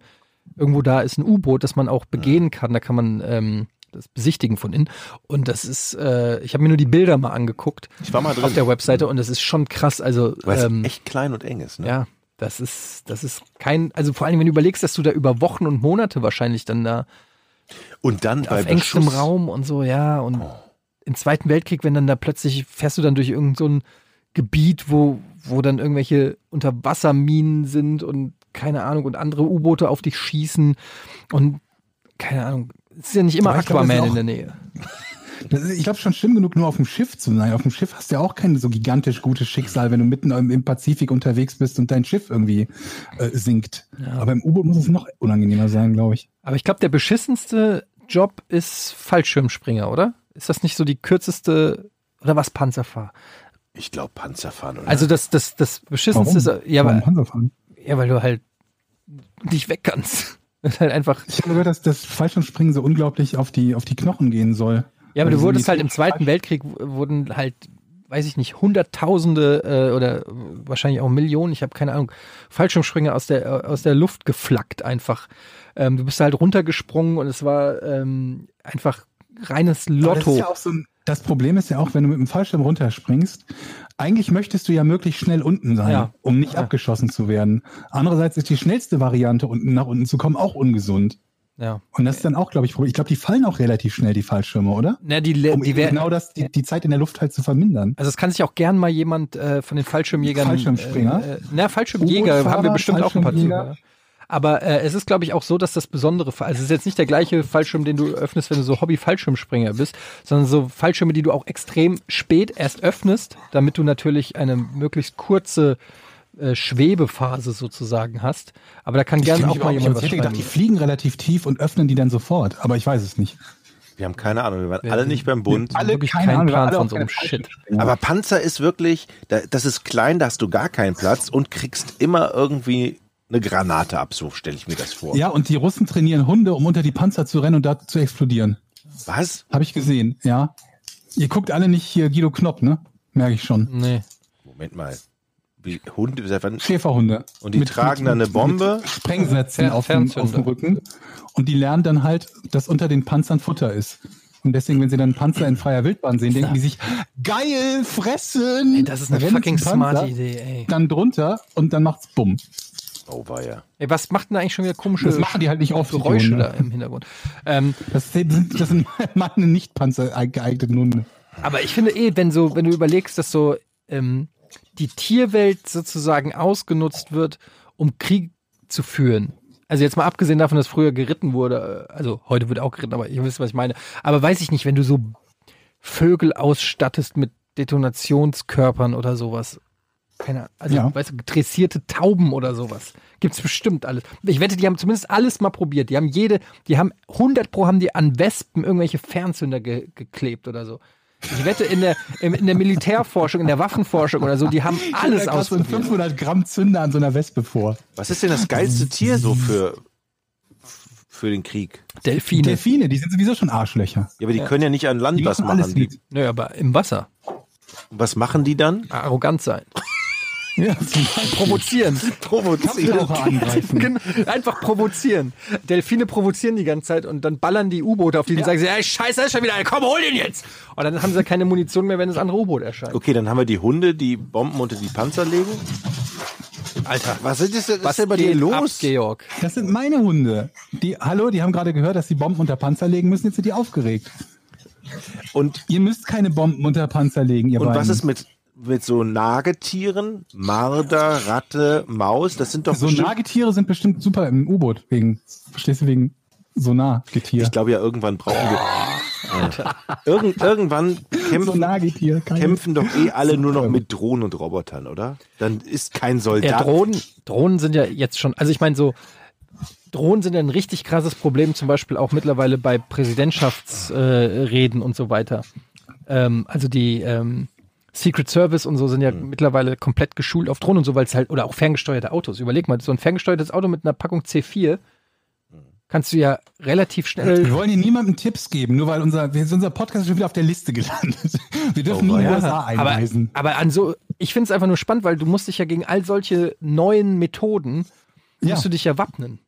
Speaker 5: irgendwo da ist ein U-Boot, das man auch begehen kann. Da kann man ähm, das besichtigen von innen. Und das ist, äh, ich habe mir nur die Bilder mal angeguckt
Speaker 1: Ich war mal drin.
Speaker 5: auf der Webseite und das ist schon krass. Also,
Speaker 1: Weil es
Speaker 5: ähm,
Speaker 1: echt klein und eng ist. Ne?
Speaker 5: ja, das ist, das ist kein, also vor allem, wenn du überlegst, dass du da über Wochen und Monate wahrscheinlich dann da
Speaker 1: Und dann bei
Speaker 5: auf engstem
Speaker 1: Beschuss.
Speaker 5: Raum und so, ja. Und
Speaker 4: Oh.
Speaker 5: im Zweiten Weltkrieg, wenn dann da plötzlich fährst du dann durch irgendein so ein Gebiet, wo, wo dann irgendwelche Unterwasserminen sind und keine Ahnung und andere U-Boote auf dich schießen und keine Ahnung. Es ist ja nicht immer
Speaker 4: Aber ich glaub,
Speaker 5: Aquaman
Speaker 4: das
Speaker 5: in
Speaker 4: ist auch-
Speaker 5: der Nähe.
Speaker 4: Das ist, ich glaube schon schlimm genug, nur auf dem Schiff zu sein. Auf dem Schiff hast du ja auch kein so gigantisch gutes Schicksal, wenn du mitten im, im Pazifik unterwegs bist und dein Schiff irgendwie äh, sinkt. Aber im U-Boot muss es noch unangenehmer sein, glaube ich.
Speaker 5: Aber ich glaube, der beschissenste Job ist Fallschirmspringer, oder? Ist das nicht so die kürzeste oder was Panzerfahr?
Speaker 1: Ich glaube Panzerfahren. Oder?
Speaker 5: Also das, das, das beschissenste ist, ja,
Speaker 4: Warum
Speaker 5: weil,
Speaker 4: Panzerfahren?
Speaker 5: ja, weil du halt nicht weg kannst. Das ist halt einfach
Speaker 4: Ich habe gehört, dass das Fallschirmspringen so unglaublich auf die, auf die Knochen gehen soll.
Speaker 5: Ja, aber
Speaker 4: Weil
Speaker 5: du
Speaker 4: die
Speaker 5: wurdest halt im
Speaker 4: Militär-
Speaker 5: Zweiten Weltkrieg w- wurden halt, weiß ich nicht, Hunderttausende äh, oder äh, wahrscheinlich auch Millionen, ich habe keine Ahnung, Fallschirmspringer aus der, äh, aus der Luft geflackt einfach. Ähm, du bist halt runtergesprungen und es war ähm, einfach reines
Speaker 4: Aber Das,
Speaker 5: Lotto.
Speaker 4: ist ja auch so ein, das Problem ist ja auch, wenn du mit dem Fallschirm runterspringst, eigentlich möchtest du ja möglichst schnell unten sein,
Speaker 5: Ja.
Speaker 4: um nicht
Speaker 5: Ja.
Speaker 4: abgeschossen zu werden. Andererseits ist die schnellste Variante, unten nach unten zu kommen, auch ungesund.
Speaker 5: ja.
Speaker 4: Und das ist dann auch, glaube ich, Problem. Ich glaube, die fallen auch relativ schnell, die Fallschirme, oder?
Speaker 5: Na, die, le-
Speaker 4: Um
Speaker 5: Äh, die
Speaker 4: eben
Speaker 5: wär,
Speaker 4: genau das, die, die Zeit in der Luft halt zu vermindern.
Speaker 5: also es kann sich auch gern mal jemand äh, von den Fallschirmjägern.
Speaker 4: Fallschirmspringer?
Speaker 5: Äh, äh, na, Fallschirmjäger
Speaker 4: U-Boot-Fahrer,
Speaker 5: haben wir bestimmt auch ein paar zu.
Speaker 4: Fallschirmjäger.
Speaker 5: ja. Aber äh, es ist, glaube ich, auch so, dass das Besondere, Fall- also es ist jetzt nicht der gleiche Fallschirm, den du öffnest, wenn du so Hobby-Fallschirmspringer bist, sondern so Fallschirme, die du auch extrem spät erst öffnest, damit du natürlich eine möglichst kurze äh, Schwebephase sozusagen hast. Aber da kann gerne auch mal jemand
Speaker 4: ich
Speaker 5: was
Speaker 4: hätte gedacht, die
Speaker 5: schreiben.
Speaker 4: fliegen relativ tief und öffnen die dann sofort. Aber ich weiß es nicht.
Speaker 1: wir haben keine Ahnung. Wir waren
Speaker 5: Wir
Speaker 1: alle
Speaker 5: sind-
Speaker 1: nicht beim Bund.
Speaker 5: Alle wirklich
Speaker 4: keine
Speaker 5: keinen
Speaker 4: Ahnung,
Speaker 5: Plan
Speaker 4: alle
Speaker 5: von
Speaker 4: auch
Speaker 5: so einem
Speaker 4: keine
Speaker 5: Shit.
Speaker 1: Aber Panzer ist wirklich, da, das ist klein, da hast du gar keinen Platz und kriegst immer irgendwie eine Granate ab. So stelle ich mir das vor.
Speaker 4: Ja, und die Russen trainieren Hunde, um unter die Panzer zu rennen und da zu explodieren.
Speaker 1: Was?
Speaker 4: Habe ich gesehen, ja. Ihr guckt alle nicht hier Guido Knopp, ne? Merke ich schon.
Speaker 5: Nee.
Speaker 1: Moment mal. Wie Hunde, seit wann?
Speaker 4: Schäferhunde.
Speaker 1: Und die tragen dann eine Bombe?
Speaker 4: Mit Sprengsätzen
Speaker 5: Fer-
Speaker 4: auf dem,
Speaker 5: Fernzünder.
Speaker 4: auf dem Rücken. Und die lernen dann halt, dass unter den Panzern Futter ist. Und deswegen, wenn sie dann einen Panzer in freier Wildbahn sehen, denken die sich, geil, fressen!
Speaker 5: Ey, das ist eine
Speaker 4: Rennen
Speaker 5: fucking
Speaker 4: zum Panzer,
Speaker 5: smarte Idee, ey.
Speaker 4: Dann drunter und dann macht's bumm.
Speaker 1: Oh, war ja.
Speaker 5: Ey, was macht denn da eigentlich schon wieder komische
Speaker 4: Das machen die halt nicht oft. die
Speaker 5: Äh, Geräusche
Speaker 4: Hunde.
Speaker 5: da im Hintergrund? Ähm,
Speaker 4: Das sind, das sind meine nicht Panzer geeigneten Hunde.
Speaker 5: aber ich finde eh, wenn so, wenn du überlegst, dass so ähm, die Tierwelt sozusagen ausgenutzt wird, um Krieg zu führen. Also jetzt mal abgesehen davon, dass früher geritten wurde, äh, also heute wird auch geritten, aber ihr wisst, was ich meine. Aber weiß ich nicht, wenn du so Vögel ausstattest mit Detonationskörpern oder sowas. Keine Ahnung. Also,
Speaker 4: Ja.
Speaker 5: weißt du, dressierte Tauben oder sowas. Gibt's bestimmt alles. Ich wette, die haben zumindest alles mal probiert. Die haben jede, die haben 100 pro haben die an Wespen irgendwelche Fernzünder ge geklebt oder so. Ich wette, in der, im- in der Militärforschung, in der Waffenforschung oder so, die haben alles
Speaker 4: Da so ein
Speaker 5: ausprobiert.
Speaker 4: 500 Gramm Zünder an so einer Wespe vor.
Speaker 1: Was ist denn das geilste Tier so für, für den Krieg?
Speaker 5: Delfine.
Speaker 4: Delfine, die sind sowieso schon Arschlöcher.
Speaker 1: Ja, aber die können ja nicht an Land
Speaker 4: Die
Speaker 1: was
Speaker 4: machen alles
Speaker 1: machen. Die,
Speaker 4: mit.
Speaker 5: Nö, aber im Wasser.
Speaker 1: was machen die dann?
Speaker 5: Arrogant sein.
Speaker 4: Ja, zum Beispiel.
Speaker 5: Provozieren.
Speaker 4: Kampftaucher angreifen.
Speaker 5: Genau, Einfach provozieren. Delfine provozieren die ganze Zeit und dann ballern die U-Boote auf die und sagen sie, ey, scheiße, da ist schon wieder einer, komm, hol den jetzt! Und dann haben sie keine Munition mehr, wenn das andere U-Boot erscheint.
Speaker 1: Okay, dann haben wir die Hunde, die Bomben unter die Panzer legen. Alter, was ist, das, was ist denn bei dir
Speaker 5: geht
Speaker 1: los?
Speaker 5: Ab, Georg?
Speaker 4: Das sind meine Hunde. Die, hallo, die haben gerade gehört, dass sie Bomben unter Panzer legen müssen. Jetzt sind die aufgeregt.
Speaker 1: Und,
Speaker 4: Ihr müsst keine Bomben unter Panzer legen, ihr
Speaker 1: und was
Speaker 4: Beinen.
Speaker 1: ist mit, mit so Nagetieren? Marder, Ratte, Maus? Das sind doch
Speaker 4: So
Speaker 1: bestimmt-
Speaker 4: Nagetiere sind bestimmt super im U-Boot. Wegen, verstehst du, wegen Sonargetier.
Speaker 1: Ich glaube ja, irgendwann brauchen wir. Alter. Irgend, irgendwann kämpfen,
Speaker 4: Sonargetier. keine-
Speaker 1: kämpfen doch eh alle nur noch mit Drohnen und Robotern, oder? Dann ist kein Soldat.
Speaker 5: Ja, Drohnen, Drohnen sind ja jetzt schon, also ich meine so, Drohnen sind ja ein richtig krasses Problem, zum Beispiel auch mittlerweile bei Präsidentschaftsreden äh, Reden und so weiter. Ähm, also die ähm, Secret Service und so sind ja mittlerweile komplett geschult auf Drohnen und so, weil es halt, oder auch ferngesteuerte Autos. Überleg mal, so ein ferngesteuertes Auto mit einer Packung C4 kannst du ja relativ
Speaker 4: Wir
Speaker 5: schnell.
Speaker 4: wollen hier niemandem Tipps geben, nur weil unser, wir- unser Podcast ist schon wieder auf der Liste gelandet. Wir dürfen
Speaker 1: Oh,
Speaker 4: nie in die
Speaker 1: ja.
Speaker 4: USA
Speaker 5: Aber,
Speaker 4: einreisen.
Speaker 5: aber an so, ich finde es einfach nur spannend, weil du musst dich ja gegen all solche neuen Methoden
Speaker 4: Ja.
Speaker 5: musst du dich ja wappnen.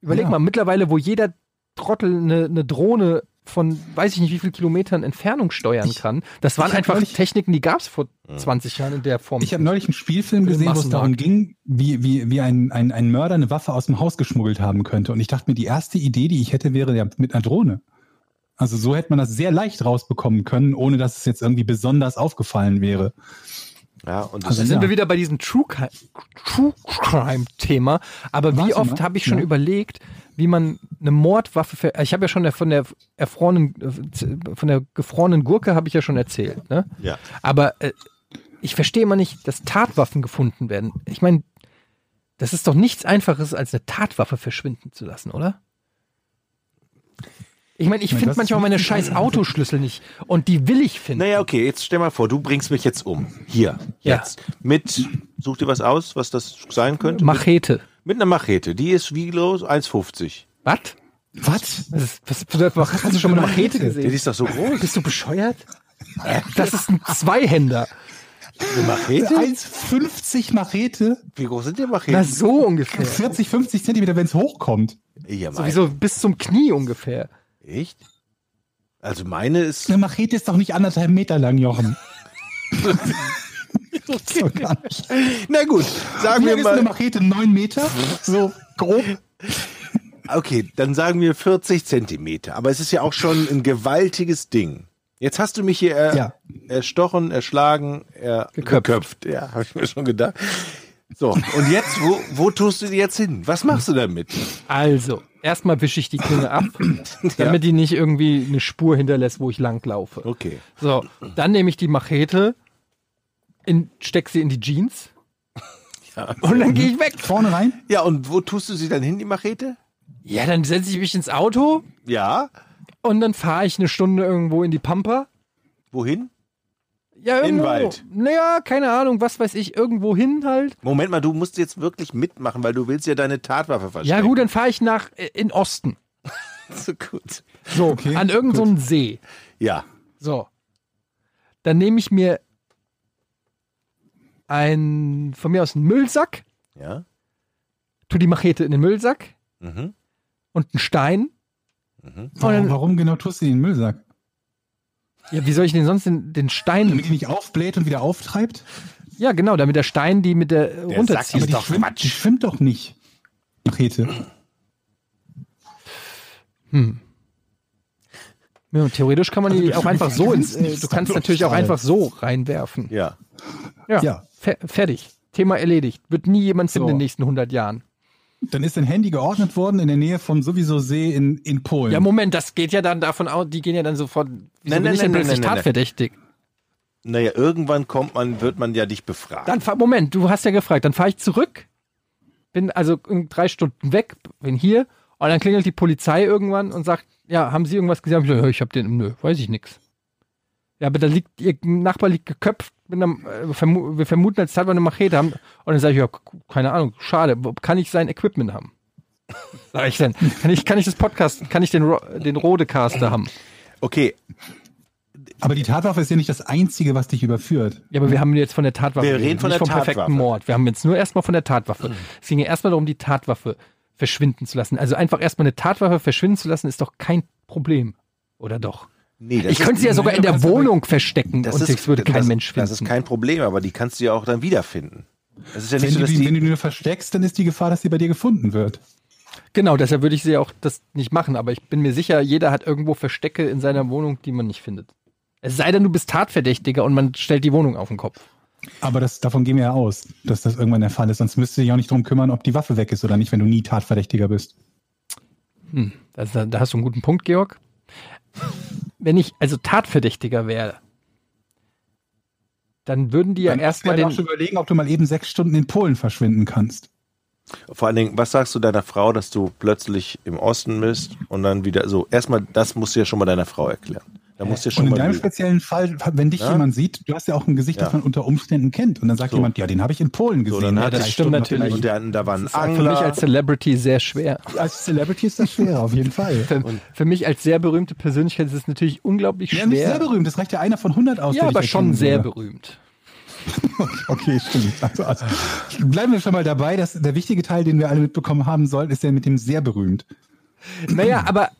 Speaker 5: Überleg
Speaker 4: Ja.
Speaker 5: mal, mittlerweile, wo jeder Trottel eine, eine Drohne von weiß ich nicht wie viel Kilometern Entfernung steuern kann, das waren
Speaker 4: ich hab
Speaker 5: einfach
Speaker 4: neulich-
Speaker 5: Techniken, die gab es vor 20 Jahren in der Form.
Speaker 4: Ich habe neulich einen Spielfilm
Speaker 5: Für den
Speaker 4: gesehen, wo es darum
Speaker 5: Massenmarkt.
Speaker 4: ging, wie, wie, wie ein, ein, ein Mörder eine Waffe aus dem Haus geschmuggelt haben könnte. Und ich dachte mir, die erste Idee, die ich hätte, wäre ja mit einer Drohne. Also so hätte man das sehr leicht rausbekommen können, ohne dass es jetzt irgendwie besonders aufgefallen wäre.
Speaker 1: Ja, und das
Speaker 4: Also
Speaker 5: da sind
Speaker 4: ja.
Speaker 5: wir wieder bei diesem True, Cri- True Crime Thema. Aber wie
Speaker 4: Warte
Speaker 5: oft
Speaker 4: mal.
Speaker 5: habe ich schon
Speaker 4: ne? Ja.
Speaker 5: überlegt, wie man eine Mordwaffe. ver- Ich habe ja schon von der erfrorenen, äh, von der gefrorenen Gurke habe ich ja schon erzählt. Ne?
Speaker 1: Ja.
Speaker 5: Aber äh, ich verstehe immer nicht, dass Tatwaffen gefunden werden. Ich meine, das ist doch nichts Einfaches, als eine Tatwaffe verschwinden zu lassen, oder? Ich meine, ich
Speaker 4: Nein,
Speaker 5: finde
Speaker 4: das ist
Speaker 5: manchmal meine scheiß Autoschlüssel nicht und die will ich finden.
Speaker 1: Naja, okay, jetzt stell mal vor, du bringst mich jetzt um. Hier,
Speaker 5: Ja.
Speaker 1: jetzt. Mit, such dir was aus, was das sein könnte.
Speaker 5: Machete.
Speaker 1: Mit einer Machete. Die ist wie groß? 1,50.
Speaker 5: Was?
Speaker 4: Was?
Speaker 5: Das ist, was, was, was, hast du schon mal eine Machete
Speaker 1: Die
Speaker 5: gesehen?
Speaker 1: ist doch so groß.
Speaker 5: Bist du bescheuert? Das ist ein Zweihänder.
Speaker 1: Eine Machete?
Speaker 4: 1,50 Machete?
Speaker 1: Wie groß sind die
Speaker 5: Na,
Speaker 1: Macheten?
Speaker 5: so ungefähr.
Speaker 4: 40, 50 Zentimeter, wenn es hochkommt.
Speaker 1: Ja, mein.
Speaker 5: Sowieso bis zum Knie ungefähr.
Speaker 1: Echt? Also meine ist.
Speaker 4: Eine Machete ist doch nicht anderthalb Meter lang, Jochen. Das ist doch gar nicht.
Speaker 1: Na gut, sagen
Speaker 4: Wie
Speaker 1: wir
Speaker 4: lang ist
Speaker 1: mal.
Speaker 4: eine Machete? Neun Meter? So grob?
Speaker 1: Okay, dann sagen wir 40 Zentimeter. Aber es ist ja auch schon ein gewaltiges Ding. Jetzt hast du mich hier er,
Speaker 4: Ja.
Speaker 1: erstochen, erschlagen, er,
Speaker 5: Geköpft.
Speaker 1: geköpft. Ja, habe ich mir schon gedacht. So, und jetzt, wo, wo tust du die jetzt hin? Was machst du damit?
Speaker 5: Also, erstmal wische ich die Klinge ab, damit die nicht irgendwie eine Spur hinterlässt, wo ich langlaufe.
Speaker 1: Okay.
Speaker 5: So, dann nehme ich die Machete, in, steck sie in die Jeans und dann gehe ich weg.
Speaker 4: Vorne rein?
Speaker 1: Ja, und wo tust du sie dann hin, die Machete?
Speaker 5: Ja, dann setze ich mich ins Auto
Speaker 1: Ja.
Speaker 5: und dann fahre ich eine Stunde irgendwo in die Pampa.
Speaker 1: Wohin?
Speaker 5: Ja,
Speaker 1: In den
Speaker 5: irgendwo.
Speaker 1: Wald.
Speaker 5: Naja, keine Ahnung, was weiß ich, irgendwo hin halt.
Speaker 1: Moment mal, du musst jetzt wirklich mitmachen, weil du willst ja deine Tatwaffe
Speaker 5: Ja,
Speaker 1: verstecken.
Speaker 5: gut, dann fahre ich nach äh, in Osten.
Speaker 1: So gut.
Speaker 5: So,
Speaker 4: Okay,
Speaker 5: an irgendeinen so einen See.
Speaker 1: Ja.
Speaker 5: So. Dann nehme ich mir ein, von mir aus einen Müllsack,
Speaker 1: Ja.
Speaker 5: tu die Machete in den Müllsack
Speaker 1: Mhm.
Speaker 5: und einen Stein.
Speaker 4: Warum, warum genau tust du die in den Müllsack?
Speaker 5: Ja, wie soll ich denn sonst den, den Stein?
Speaker 4: Damit die nicht aufbläht und wieder auftreibt?
Speaker 5: Ja, genau, damit der Stein die mit der,
Speaker 1: Sack
Speaker 5: runterzieht.
Speaker 1: ist
Speaker 4: die
Speaker 1: doch
Speaker 4: schwimmt,
Speaker 1: Quatsch.
Speaker 4: Die schwimmt doch nicht. Machete.
Speaker 5: Ja, und theoretisch kann man
Speaker 1: Also
Speaker 5: die auch einfach so ins.
Speaker 4: Nichts,
Speaker 5: Äh, du kannst
Speaker 4: nichts,
Speaker 5: natürlich auch
Speaker 4: alles.
Speaker 5: einfach so reinwerfen.
Speaker 1: Ja.
Speaker 5: Ja.
Speaker 4: Ja.
Speaker 5: Fe fertig. Thema erledigt. Wird nie jemand finden
Speaker 4: So.
Speaker 5: in den nächsten 100 Jahren.
Speaker 4: Dann ist dein Handy geordnet worden in der Nähe vom sowieso See in, in Polen.
Speaker 5: Ja, Moment, das geht ja dann davon aus, die gehen ja dann sofort. Wieso
Speaker 1: Nein,
Speaker 5: bin
Speaker 1: nein,
Speaker 5: ich denn
Speaker 1: nein, nein,
Speaker 5: plötzlich
Speaker 1: nein, nein.
Speaker 5: tatverdächtig?
Speaker 1: Naja, irgendwann kommt man, wird man ja dich befragt.
Speaker 5: Dann fahr, Moment, du hast ja gefragt, dann fahre ich zurück, bin also in drei Stunden weg, bin hier und dann klingelt die Polizei irgendwann und sagt, ja, haben Sie irgendwas gesagt? Ich, so, ja, ich habe den, nö, weiß ich nichts. Ja, aber da liegt, Ihr Nachbar liegt geköpft, mit einem, äh, vermu wir vermuten als Tat, weil wir eine Machete haben. Und dann sage ich, ja, k- keine Ahnung, schade, wo- kann ich sein Equipment haben? Sag ich dann, kann ich, kann ich das Podcast, kann ich den, Ro den Rodecaster haben?
Speaker 1: Okay,
Speaker 4: Aber die Tatwaffe ist ja nicht das Einzige, was dich überführt.
Speaker 5: Ja, aber wir haben jetzt von der Tatwaffe
Speaker 1: Wir reden von
Speaker 5: nicht
Speaker 1: der
Speaker 5: vom perfekten
Speaker 1: Tatwaffe. Hm.
Speaker 5: Mord. Wir haben jetzt nur erstmal von der Tatwaffe. Es ging ja erstmal darum, die Tatwaffe verschwinden zu lassen. Also einfach erstmal eine Tatwaffe verschwinden zu lassen, ist doch kein Problem. Oder doch?
Speaker 1: nee, das
Speaker 5: ich könnte
Speaker 1: ist,
Speaker 5: sie ja sogar in der
Speaker 4: kannst aber-
Speaker 5: Wohnung verstecken und es würde kein
Speaker 1: das,
Speaker 5: Mensch finden.
Speaker 1: Das ist kein Problem, aber die kannst du ja auch dann wiederfinden. Das ist ja
Speaker 4: Wenn,
Speaker 1: nicht so,
Speaker 4: du,
Speaker 1: dass
Speaker 4: die, wenn du
Speaker 1: die.
Speaker 4: die nur versteckst, dann ist die Gefahr, dass sie bei dir gefunden wird.
Speaker 5: genau, deshalb würde ich sie ja auch das nicht machen. Aber ich bin mir sicher, jeder hat irgendwo Verstecke in seiner Wohnung, die man nicht findet. Es sei denn, du bist Tatverdächtiger und man stellt die Wohnung auf den Kopf.
Speaker 4: Aber das, davon gehen wir ja aus, dass das irgendwann der Fall ist. Sonst müsstest du dich auch nicht drum kümmern, ob die Waffe weg ist oder nicht, wenn du nie Tatverdächtiger bist.
Speaker 5: Hm, das, da hast du einen guten Punkt, Georg. Wenn ich also Tatverdächtiger wäre, dann würden die ja
Speaker 4: Dann
Speaker 5: erstmal
Speaker 4: musst du dir auch
Speaker 5: den.
Speaker 4: schon überlegen, ob du mal eben sechs Stunden in Polen verschwinden kannst.
Speaker 1: Vor allen Dingen, was sagst du deiner Frau, dass du plötzlich im Osten bist und dann wieder so? Erstmal, das musst du ja schon mal deiner Frau erklären. Da musst du ja
Speaker 4: Äh, Und
Speaker 1: schon
Speaker 4: in
Speaker 1: mal.
Speaker 4: deinem
Speaker 1: lügen.
Speaker 4: speziellen Fall, wenn dich
Speaker 1: Ja?
Speaker 4: jemand sieht, du hast ja auch ein Gesicht, das
Speaker 1: Ja.
Speaker 4: man unter Umständen kennt. Und dann sagt
Speaker 1: So.
Speaker 4: jemand, ja, den habe ich in Polen gesehen.
Speaker 1: So, dann
Speaker 4: ja,
Speaker 1: hat
Speaker 5: das
Speaker 4: drei
Speaker 1: die-
Speaker 5: stimmt
Speaker 4: Stunden
Speaker 5: natürlich.
Speaker 1: Und dann, da war ein
Speaker 5: Für mich
Speaker 1: Angler.
Speaker 5: als Celebrity sehr schwer.
Speaker 4: Als Celebrity ist das schwerer, auf jeden Fall.
Speaker 5: Für, für mich als sehr berühmte Persönlichkeit ist es natürlich unglaublich
Speaker 4: Ja,
Speaker 5: schwer.
Speaker 4: nicht sehr berühmt, das reicht ja einer von 100 aus.
Speaker 5: ja
Speaker 4: der dich
Speaker 5: aber schon
Speaker 4: erkennen
Speaker 5: sehr
Speaker 4: würde.
Speaker 5: berühmt.
Speaker 4: Okay, stimmt. Also, also, bleiben wir schon mal dabei, dass der wichtige Teil, den wir alle mitbekommen haben sollten, ist der mit dem sehr berühmt.
Speaker 5: Naja, aber.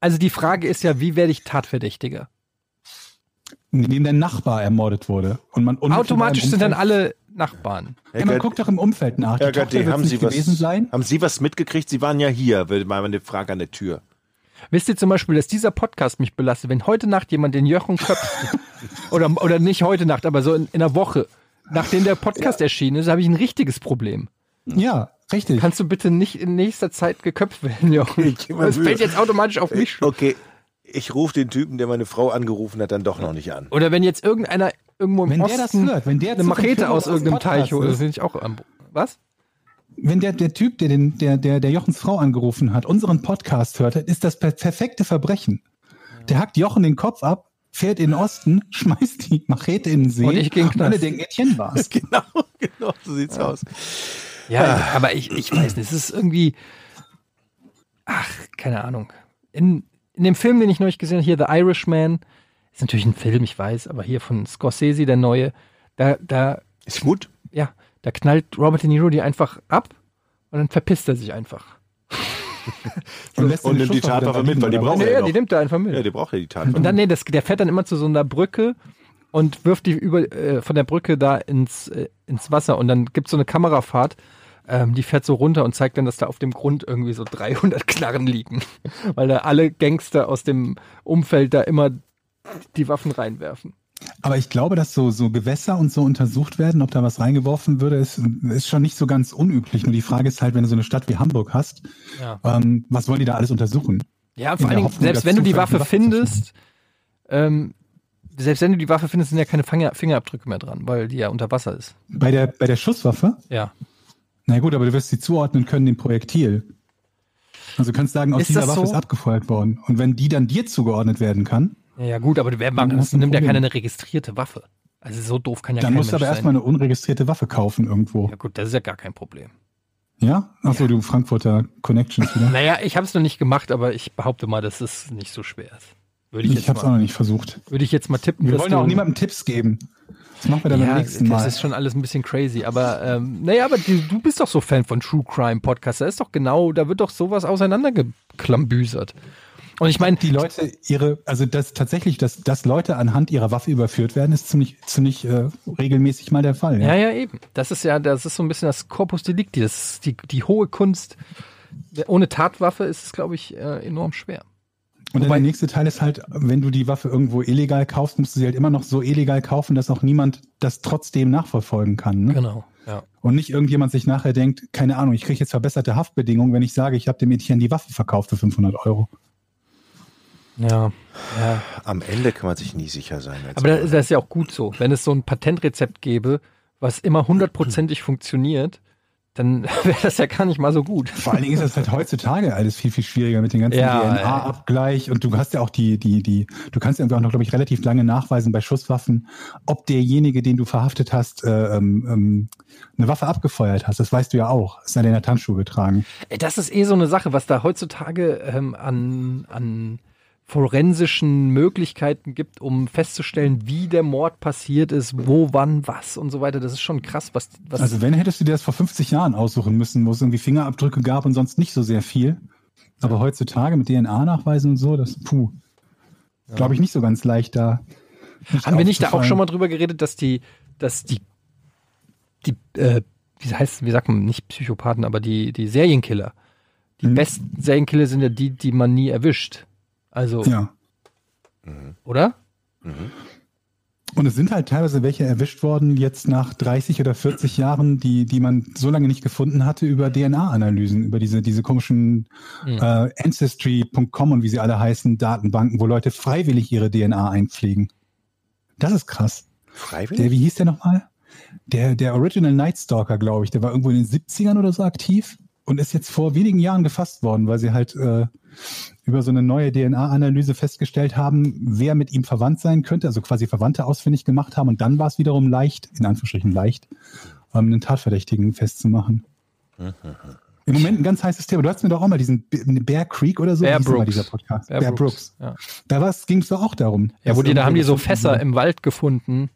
Speaker 5: Also die Frage ist ja, wie werde ich Tatverdächtiger?
Speaker 4: Indem dein Nachbar ermordet wurde. Und man unmittelbar
Speaker 5: Automatisch
Speaker 4: im
Speaker 5: sind dann
Speaker 4: Umfeld-
Speaker 5: alle Nachbarn.
Speaker 4: Ja, man guckt doch im Umfeld nach. Die
Speaker 1: Herr
Speaker 4: Tochter
Speaker 1: Götti,
Speaker 4: wird's
Speaker 1: haben
Speaker 4: nicht
Speaker 1: Sie was?
Speaker 4: gewesen sein.
Speaker 1: Haben Sie was mitgekriegt? Sie waren ja hier, würde mal eine Frage an der Tür.
Speaker 5: Wisst ihr zum Beispiel, dass dieser Podcast mich belastet, wenn heute Nacht jemand den Jochen köpft, oder, oder nicht heute Nacht, aber so in, in einer Woche, nachdem der Podcast erschienen ist, habe ich ein richtiges Problem.
Speaker 4: Ja, richtig.
Speaker 5: Kannst du bitte nicht in nächster Zeit geköpft werden, Jochen?
Speaker 1: Ich geb mir
Speaker 5: Das
Speaker 1: Mühe.
Speaker 5: fällt jetzt automatisch auf mich.
Speaker 1: Okay, ich rufe den Typen, der meine Frau angerufen hat, dann doch noch nicht an.
Speaker 5: Oder wenn jetzt irgendeiner irgendwo im
Speaker 4: Wenn der
Speaker 5: Osten
Speaker 4: das hört, wenn der
Speaker 5: eine
Speaker 4: zufällig
Speaker 5: Machete
Speaker 4: hört,
Speaker 5: aus
Speaker 4: dass
Speaker 5: irgendeinem
Speaker 4: das Podcast
Speaker 5: Teich holt,
Speaker 4: ist.
Speaker 5: das finde ich auch am... Was?
Speaker 4: Wenn der, der Typ, der, den, der, der, der Jochens Frau angerufen hat, unseren Podcast hört, ist das per perfekte Verbrechen. Der hackt Jochen den Kopf ab, fährt in den Osten, schmeißt die Machete in den See.
Speaker 5: Und ich geh in den Knast.
Speaker 4: alle denken, Etienne war's.
Speaker 1: Genau, genau, so sieht's aus.
Speaker 5: Ja, aber ich, ich weiß nicht, es ist irgendwie... Ach, keine Ahnung. In, in dem Film, den ich neulich gesehen habe, hier The Irishman, ist natürlich ein Film, ich weiß, aber hier von Scorsese, der neue, da, da
Speaker 1: Ist gut.
Speaker 5: ja, da knallt Robert De Niro die einfach ab und dann verpisst er sich einfach.
Speaker 4: Und, lässt
Speaker 1: Und
Speaker 4: den
Speaker 1: nimmt die
Speaker 4: Schuss auch wieder
Speaker 1: Tatwaffe mit,
Speaker 4: liegen,
Speaker 1: weil die
Speaker 4: oder
Speaker 1: braucht
Speaker 4: was?
Speaker 1: er ja
Speaker 5: ja,
Speaker 1: noch.
Speaker 5: die nimmt er einfach mit.
Speaker 1: Ja, die braucht ja die Tat.
Speaker 5: und dann, nee, das, der fährt dann immer zu so einer Brücke und wirft die über, äh, von der Brücke da ins, äh, ins Wasser und dann gibt es so eine Kamerafahrt, ähm, die fährt so runter und zeigt dann, dass da auf dem Grund irgendwie so 300 Knarren liegen, weil da alle Gangster aus dem Umfeld da immer die Waffen reinwerfen.
Speaker 4: Aber ich glaube, dass so, so Gewässer und so untersucht werden, ob da was reingeworfen würde, ist, ist schon nicht so ganz unüblich. Nur die Frage ist halt, wenn du so eine Stadt wie Hamburg hast,
Speaker 5: Ja.
Speaker 4: ähm, was wollen die da alles untersuchen?
Speaker 5: Ja,
Speaker 4: In
Speaker 5: vor
Speaker 4: der
Speaker 5: allen Dingen,
Speaker 4: Hoffnung,
Speaker 5: selbst
Speaker 4: dass
Speaker 5: wenn du die
Speaker 4: zufällig
Speaker 5: Waffe
Speaker 4: die Waffe zu finden.
Speaker 5: findest, ähm, selbst wenn du die Waffe findest, sind ja keine Finger- Fingerabdrücke mehr dran, weil die ja unter Wasser ist.
Speaker 4: Bei der, bei der Schusswaffe?
Speaker 5: Ja.
Speaker 4: Na gut, aber du wirst sie zuordnen können, dem Projektil. Also du kannst sagen, aus
Speaker 5: Ist
Speaker 4: dieser
Speaker 5: das
Speaker 4: Waffe
Speaker 5: so?
Speaker 4: ist abgefeuert worden. Und wenn die dann dir zugeordnet werden kann,
Speaker 5: Ja, gut, aber wer
Speaker 4: Dann hast
Speaker 5: das
Speaker 4: du ein
Speaker 5: nimmt ja
Speaker 4: Problem.
Speaker 5: keiner eine registrierte Waffe. Also so doof kann ja
Speaker 4: dann
Speaker 5: kein
Speaker 4: musst du
Speaker 5: Mensch
Speaker 4: aber
Speaker 5: sein.
Speaker 4: erstmal eine unregistrierte Waffe kaufen irgendwo.
Speaker 5: ja gut, das ist ja gar kein Problem.
Speaker 4: Ja? Ach Achso, du Frankfurter Connections wieder.
Speaker 5: Naja, ich habe es noch nicht gemacht, aber ich behaupte mal, dass es nicht so schwer ist. Würde ich,
Speaker 4: Ich
Speaker 5: jetzt
Speaker 4: hab's auch
Speaker 5: mal,
Speaker 4: noch nicht versucht.
Speaker 5: würde ich jetzt mal tippen.
Speaker 4: Wir
Speaker 5: dass
Speaker 4: wollen auch
Speaker 5: du-
Speaker 4: niemandem Tipps geben. Das machen wir dann beim nächsten Mal.
Speaker 5: Das ist schon alles ein bisschen crazy, aber ähm, naja, aber du, du bist doch so Fan von True Crime Podcasts. Da ist doch genau, da wird doch sowas auseinandergeklambüsert. Und ich meine,
Speaker 4: die Leute ihre, also das tatsächlich, dass, dass Leute anhand ihrer Waffe überführt werden, ist ziemlich, ziemlich äh, regelmäßig mal der Fall.
Speaker 5: Ja, ja, eben. Das ist ja, das ist so ein bisschen das Corpus Delicti, das ist die, die hohe Kunst. Ohne Tatwaffe ist es, glaube ich, äh, enorm schwer.
Speaker 4: Und dann der nächste Teil ist halt, wenn du die Waffe irgendwo illegal kaufst, musst du sie halt immer noch so illegal kaufen, dass auch niemand das trotzdem nachverfolgen kann. Ne?
Speaker 5: Genau. Ja.
Speaker 4: Und nicht irgendjemand sich nachher denkt, keine Ahnung, ich kriege jetzt verbesserte Haftbedingungen, wenn ich sage, ich habe dem Mädchen die Waffe verkauft für 500 Euro.
Speaker 5: Ja. ja.
Speaker 1: Am Ende kann man sich nie sicher sein. als
Speaker 5: Aber das,
Speaker 1: Mann.
Speaker 5: ist- das ist ja auch gut so. Wenn es so ein Patentrezept gäbe, was immer hundertprozentig funktioniert, dann wäre das ja gar nicht mal so gut.
Speaker 4: Vor allen Dingen ist das halt heutzutage alles viel, viel schwieriger mit dem ganzen
Speaker 5: Ja,
Speaker 4: DNA-Abgleich. Und du hast ja auch die, die, die, du kannst ja auch noch, glaube ich, relativ lange nachweisen bei Schusswaffen, ob derjenige, den du verhaftet hast, äh, ähm, ähm, eine Waffe abgefeuert hast. Das weißt du ja auch. Ist hat er in der Tanzschuhe getragen.
Speaker 5: Ey, Das ist eh so eine Sache, was da heutzutage ähm, an, an forensischen Möglichkeiten gibt, um festzustellen, wie der Mord passiert ist, wo, wann, was und so weiter. Das ist schon krass, was, was
Speaker 4: Also wenn, hättest du dir das vor 50 Jahren aussuchen müssen, wo es irgendwie Fingerabdrücke gab und sonst nicht so sehr viel. Aber heutzutage mit DNA-Nachweisen und so, das, puh, glaube ich, nicht so ganz leicht da.
Speaker 5: Haben wir nicht da auch
Speaker 4: aufzufallen.
Speaker 5: schon mal drüber geredet, dass die, dass die, die, äh, wie heißt, wie sagt man, nicht Psychopathen, aber die, die Serienkiller. Die
Speaker 4: Mhm.
Speaker 5: besten Serienkiller sind ja die, die man nie erwischt. Also,
Speaker 4: Ja.
Speaker 5: oder?
Speaker 4: Und es sind halt teilweise welche erwischt worden, jetzt nach 30 oder 40 Jahren, die, die man so lange nicht gefunden hatte, über DNA-Analysen, über diese, diese komischen
Speaker 5: Hm.
Speaker 4: äh, Ancestry.com und wie sie alle heißen, Datenbanken, wo Leute freiwillig ihre DNA einpflegen. Das ist krass. Der,
Speaker 1: Freiwillig?
Speaker 4: wie hieß der nochmal? Der, der Original Night Stalker, glaube ich, der war irgendwo in den 70ern oder so aktiv und ist jetzt vor wenigen Jahren gefasst worden, weil sie halt äh, über so eine neue DNA-Analyse festgestellt haben, wer mit ihm verwandt sein könnte, also quasi Verwandte ausfindig gemacht haben und dann war es wiederum leicht, in Anführungsstrichen leicht, ähm, einen Tatverdächtigen festzumachen. Im Moment ein ganz heißes Thema. Du hast mir doch auch mal diesen B- ne, Bear Creek oder so,
Speaker 5: Bear
Speaker 4: wie hieß denn mal
Speaker 5: Brooks.
Speaker 4: dieser Podcast.
Speaker 5: Bear
Speaker 4: Bear,
Speaker 5: Brooks,
Speaker 4: Brooks.
Speaker 5: ja.
Speaker 4: Da ging es doch auch darum.
Speaker 5: Ja, wo
Speaker 4: dass
Speaker 5: die, da haben die so
Speaker 4: irgendwo-
Speaker 5: Fässer im Wald gefunden,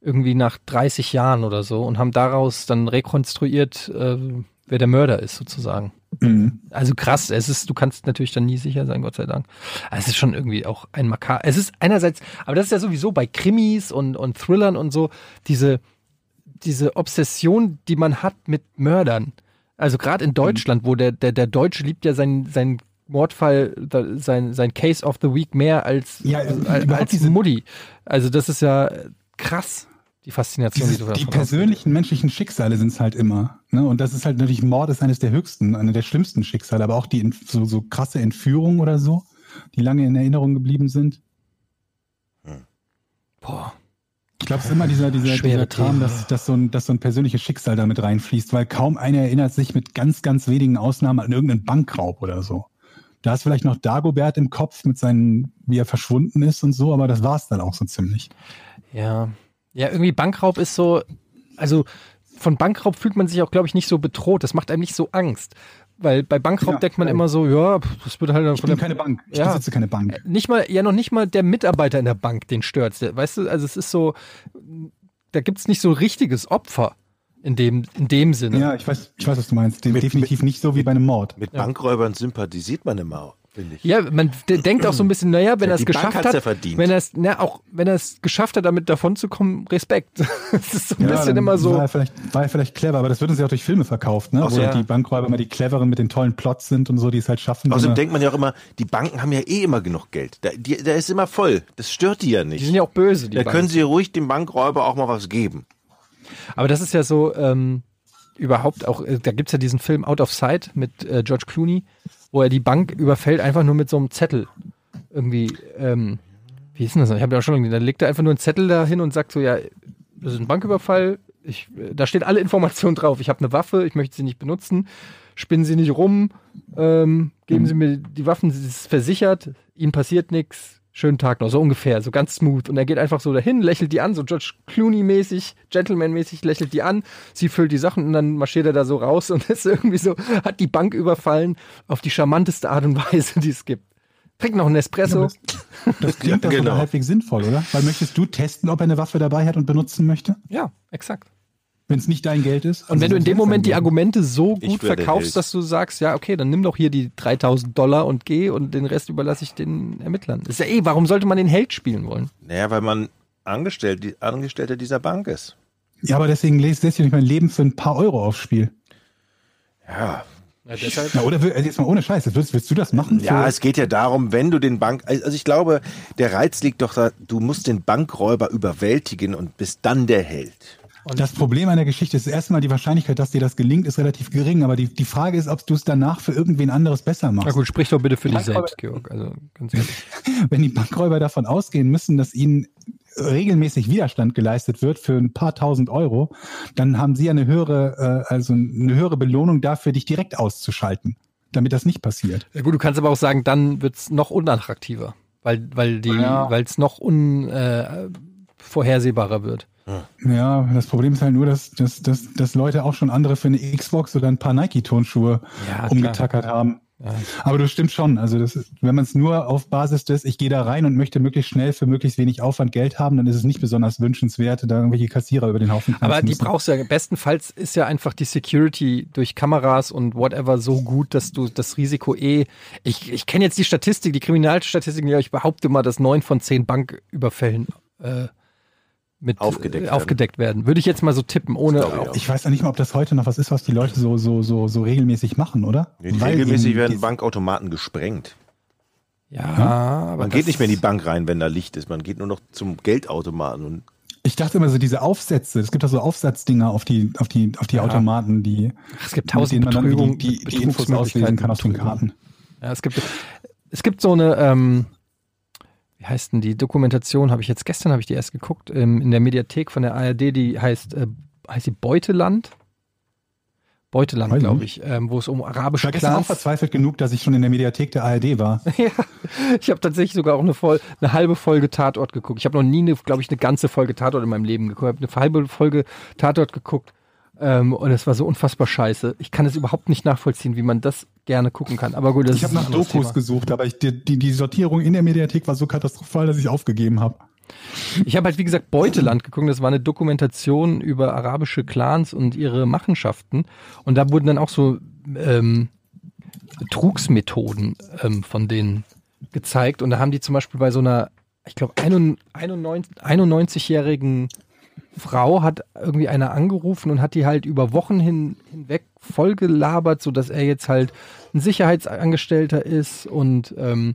Speaker 5: irgendwie nach 30 Jahren oder so, und haben daraus dann rekonstruiert, äh, wer der Mörder ist, sozusagen.
Speaker 4: Mhm.
Speaker 5: Also krass, es ist, du kannst natürlich dann nie sicher sein, Gott sei Dank. Aber Es ist schon irgendwie auch ein Makar. Es ist einerseits, aber das ist ja sowieso bei Krimis und, und Thrillern und so, diese, diese Obsession, die man hat mit Mördern. Also gerade in Deutschland, wo der, der, der Deutsche liebt ja seinen, seinen Mordfall, da- sein, sein Case of the Week mehr als,
Speaker 4: Ja,
Speaker 5: als,
Speaker 4: überhaupt
Speaker 5: als
Speaker 4: diese-
Speaker 5: Mutti. Also das ist ja krass, die Faszination,
Speaker 4: Dieses,
Speaker 5: du davon
Speaker 4: die
Speaker 5: hast.
Speaker 4: persönlichen menschlichen Schicksale sind es halt immer. Ne? Und das ist halt natürlich Mord ist eines der höchsten, einer der schlimmsten Schicksale, aber auch die Ent- so, so krasse Entführung oder so, die lange in Erinnerung geblieben sind.
Speaker 5: Boah.
Speaker 4: Ich glaube, es ist immer dieser, dieser,
Speaker 5: Schwere
Speaker 4: dieser Kram,
Speaker 5: Themen.
Speaker 4: dass, dass, so ein, dass so ein persönliches Schicksal damit reinfließt, weil kaum einer erinnert sich mit ganz, ganz wenigen Ausnahmen an irgendeinen Bankraub oder so. Da ist vielleicht noch Dagobert im Kopf mit seinen, wie er verschwunden ist und so, aber das war's dann auch so ziemlich.
Speaker 5: Ja. Ja, irgendwie Bankraub ist so, also von Bankraub fühlt man sich auch, glaube ich, nicht so bedroht. Das macht einem nicht so Angst. Weil bei Bankraub
Speaker 4: Ja,
Speaker 5: denkt man
Speaker 4: ja.
Speaker 5: immer so, ja, pf, das wird halt dann
Speaker 4: Ich
Speaker 5: von
Speaker 4: bin
Speaker 5: der
Speaker 4: keine Bank. Ich
Speaker 5: Ja.
Speaker 4: besitze keine Bank.
Speaker 5: nicht mal, ja noch nicht mal der Mitarbeiter in der Bank, den stört's. Weißt du, also es ist so, da gibt's nicht so richtiges Opfer in dem, in dem Sinne.
Speaker 4: Ja, ich weiß, ich weiß, was du meinst. De-
Speaker 1: Mit-
Speaker 4: Definitiv nicht so wie bei einem Mord.
Speaker 1: Mit Bankräubern sympathisiert man immer, finde ich.
Speaker 5: Ja, man d- denkt auch so ein bisschen, naja, wenn
Speaker 1: Ja,
Speaker 5: er
Speaker 1: die
Speaker 5: es
Speaker 1: Bank
Speaker 5: geschafft
Speaker 1: hat's
Speaker 5: hat,
Speaker 1: ja verdient.
Speaker 5: wenn er es, na, auch wenn er es geschafft hat, damit davon zu kommen, Respekt. Es ist so ein
Speaker 4: Ja,
Speaker 5: bisschen
Speaker 4: dann
Speaker 5: immer so.
Speaker 4: War er, vielleicht, war er vielleicht clever, aber das wird uns ja auch durch Filme verkauft, ne?
Speaker 1: Ach so,
Speaker 4: Wo
Speaker 1: ja.
Speaker 4: die Bankräuber immer die cleveren mit den tollen Plots sind und so, die es halt schaffen.
Speaker 1: Außerdem
Speaker 4: so eine-
Speaker 1: denkt man ja auch immer, die Banken haben ja eh immer genug Geld. Da, die, da ist immer voll. Das stört die ja nicht.
Speaker 5: Die sind ja auch böse, die
Speaker 1: da
Speaker 5: Banken.
Speaker 1: können sie ruhig dem Bankräuber auch mal was geben.
Speaker 5: Aber das ist ja so ähm, überhaupt auch, äh, da gibt's ja diesen Film Out of Sight mit äh, George Clooney, wo er die Bank überfällt, einfach nur mit so einem Zettel. Irgendwie, ähm, wie ist denn das? noch? Ich habe ja auch schon irgendwie, da legt er einfach nur einen Zettel dahin und sagt so, ja, das ist ein Banküberfall, ich, äh, da steht alle Informationen drauf. Ich habe eine Waffe, ich möchte sie nicht benutzen, spinnen sie nicht rum, ähm, geben sie mir die Waffen, sie ist versichert, ihnen passiert nichts. Schönen Tag noch, so ungefähr, so ganz smooth. Und er geht einfach so dahin, lächelt die an, so George Clooney-mäßig, Gentleman-mäßig lächelt die an. Sie füllt die Sachen und dann marschiert er da so raus und ist irgendwie so, hat die Bank überfallen auf die charmanteste Art und Weise, die es gibt. Trink noch einen Espresso.
Speaker 4: Das klingt das
Speaker 1: genau.
Speaker 4: sogar halbwegs sinnvoll, oder? Weil möchtest du testen, ob er eine Waffe dabei hat und benutzen möchte?
Speaker 5: Ja, exakt.
Speaker 4: Wenn es nicht dein Geld ist?
Speaker 5: Und wenn du in dem Moment die Argumente so
Speaker 1: Ich
Speaker 5: gut
Speaker 1: werde
Speaker 5: verkaufst,
Speaker 1: Held.
Speaker 5: dass du sagst, ja, okay, dann nimm doch hier die 3000 Dollar und geh und den Rest überlasse ich den Ermittlern. Ist ja eh, warum sollte man den Held spielen wollen?
Speaker 1: Naja, weil man Angestellter, die, Angestellter dieser Bank ist.
Speaker 4: Ja, aber deswegen lese ich nicht mein Leben für ein paar Euro aufs Spiel.
Speaker 1: Ja.
Speaker 4: Na, oder wir- also jetzt mal ohne Scheiß, willst, willst du das machen?
Speaker 1: Ja,
Speaker 4: für-
Speaker 1: es geht ja darum, wenn du den Bank, also ich glaube, der Reiz liegt doch da, du musst den Bankräuber überwältigen und bist dann der Held.
Speaker 4: das Problem an der Geschichte ist erstmal die Wahrscheinlichkeit, dass dir das gelingt, ist relativ gering. Aber die, die Frage ist, ob du es danach für irgendwen anderes besser machst.
Speaker 5: Na gut, sprich doch bitte für dich selbst, Georg. Also ganz ehrlich.
Speaker 4: wenn die Bankräuber davon ausgehen müssen, dass ihnen regelmäßig Widerstand geleistet wird für ein paar tausend Euro, dann haben sie ja eine höhere, äh, also eine höhere Belohnung dafür, dich direkt auszuschalten, damit das nicht passiert.
Speaker 5: Ja, gut, du kannst aber auch sagen, dann wird's noch unattraktiver, weil weil die
Speaker 4: Ja.
Speaker 5: weil es noch un äh, vorhersehbarer wird.
Speaker 4: Ja, das Problem ist halt nur, dass, dass, dass, dass Leute auch schon andere für eine Xbox oder ein paar Nike-Tonschuhe
Speaker 5: Ja,
Speaker 4: umgetackert haben. Aber du stimmt schon. Also das ist, wenn man es nur auf Basis des, ich gehe da rein und möchte möglichst schnell für möglichst wenig Aufwand Geld haben, dann ist es nicht besonders wünschenswert, da irgendwelche Kassierer über den Haufen knallen
Speaker 5: Aber
Speaker 4: zu
Speaker 5: die
Speaker 4: müssen.
Speaker 5: brauchst du ja. Bestenfalls ist ja einfach die Security durch Kameras und whatever so gut, dass du das Risiko eh. Ich, ich kenne jetzt die Statistik, die Kriminalstatistik, ja, ich behaupte mal, dass neun von zehn Banküberfällen äh, mit
Speaker 1: Aufgedeckt
Speaker 5: äh,
Speaker 1: werden.
Speaker 5: aufgedeckt werden. Würde ich jetzt mal so tippen, ohne.
Speaker 1: glaube ich auch.
Speaker 4: Ich weiß ja nicht mal, ob das heute noch was ist, was die Leute so, so, so, so regelmäßig machen, oder?
Speaker 1: Nee, die
Speaker 4: Weil
Speaker 1: regelmäßig
Speaker 4: ihnen
Speaker 1: werden
Speaker 4: die-
Speaker 1: Bankautomaten gesprengt.
Speaker 5: Ja, aber
Speaker 1: Man geht
Speaker 5: das-
Speaker 1: nicht mehr in die Bank rein, wenn da Licht ist. Man geht nur noch zum Geldautomaten. Und
Speaker 4: Ich dachte immer so, diese Aufsätze, es gibt da so Aufsatzdinger auf die, auf die, auf die Automaten, die,
Speaker 5: Ach, Es gibt
Speaker 4: mit
Speaker 5: tausend
Speaker 4: denen man dann
Speaker 5: Betrügung,
Speaker 4: die, die, die Infos auslesen kann auf den Karten.
Speaker 5: Ja, es gibt, es gibt so eine, ähm, wie heißt denn die Dokumentation? Habe ich jetzt gestern habe ich die erst geguckt ähm, in der Mediathek von der ARD. Die heißt, äh, heißt sie Beuteland. Beuteland,
Speaker 4: Weiß
Speaker 5: glaube
Speaker 4: nicht.
Speaker 5: ich, ähm, wo es um
Speaker 4: Ich war
Speaker 5: arabische
Speaker 4: gestern auch
Speaker 5: Clans.
Speaker 4: verzweifelt genug, dass ich schon in der Mediathek der ARD war.
Speaker 5: Ja, ich habe tatsächlich sogar auch eine, voll, eine halbe Folge Tatort geguckt. Ich habe noch nie, eine, glaube ich, eine ganze Folge Tatort in meinem Leben geguckt. Ich habe eine halbe Folge Tatort geguckt ähm, und es war so unfassbar scheiße. Ich kann es überhaupt nicht nachvollziehen, wie man das gerne gucken kann. Aber gut, das
Speaker 4: Ich habe
Speaker 5: ist ein
Speaker 4: nach
Speaker 5: anderes
Speaker 4: Dokus
Speaker 5: Thema.
Speaker 4: gesucht, aber ich, die, die, die Sortierung in der Mediathek war so katastrophal, dass ich aufgegeben habe.
Speaker 5: Ich habe halt, wie gesagt, Beuteland geguckt. Das war eine Dokumentation über arabische Clans und ihre Machenschaften. Und da wurden dann auch so ähm, Betrugsmethoden ähm, von denen gezeigt. Und da haben die zum Beispiel bei so einer, ich glaube, 91-jährigen Frau hat irgendwie einer angerufen und hat die halt über Wochen hin, hinweg vollgelabert, sodass er jetzt halt ein Sicherheitsangestellter ist und ähm,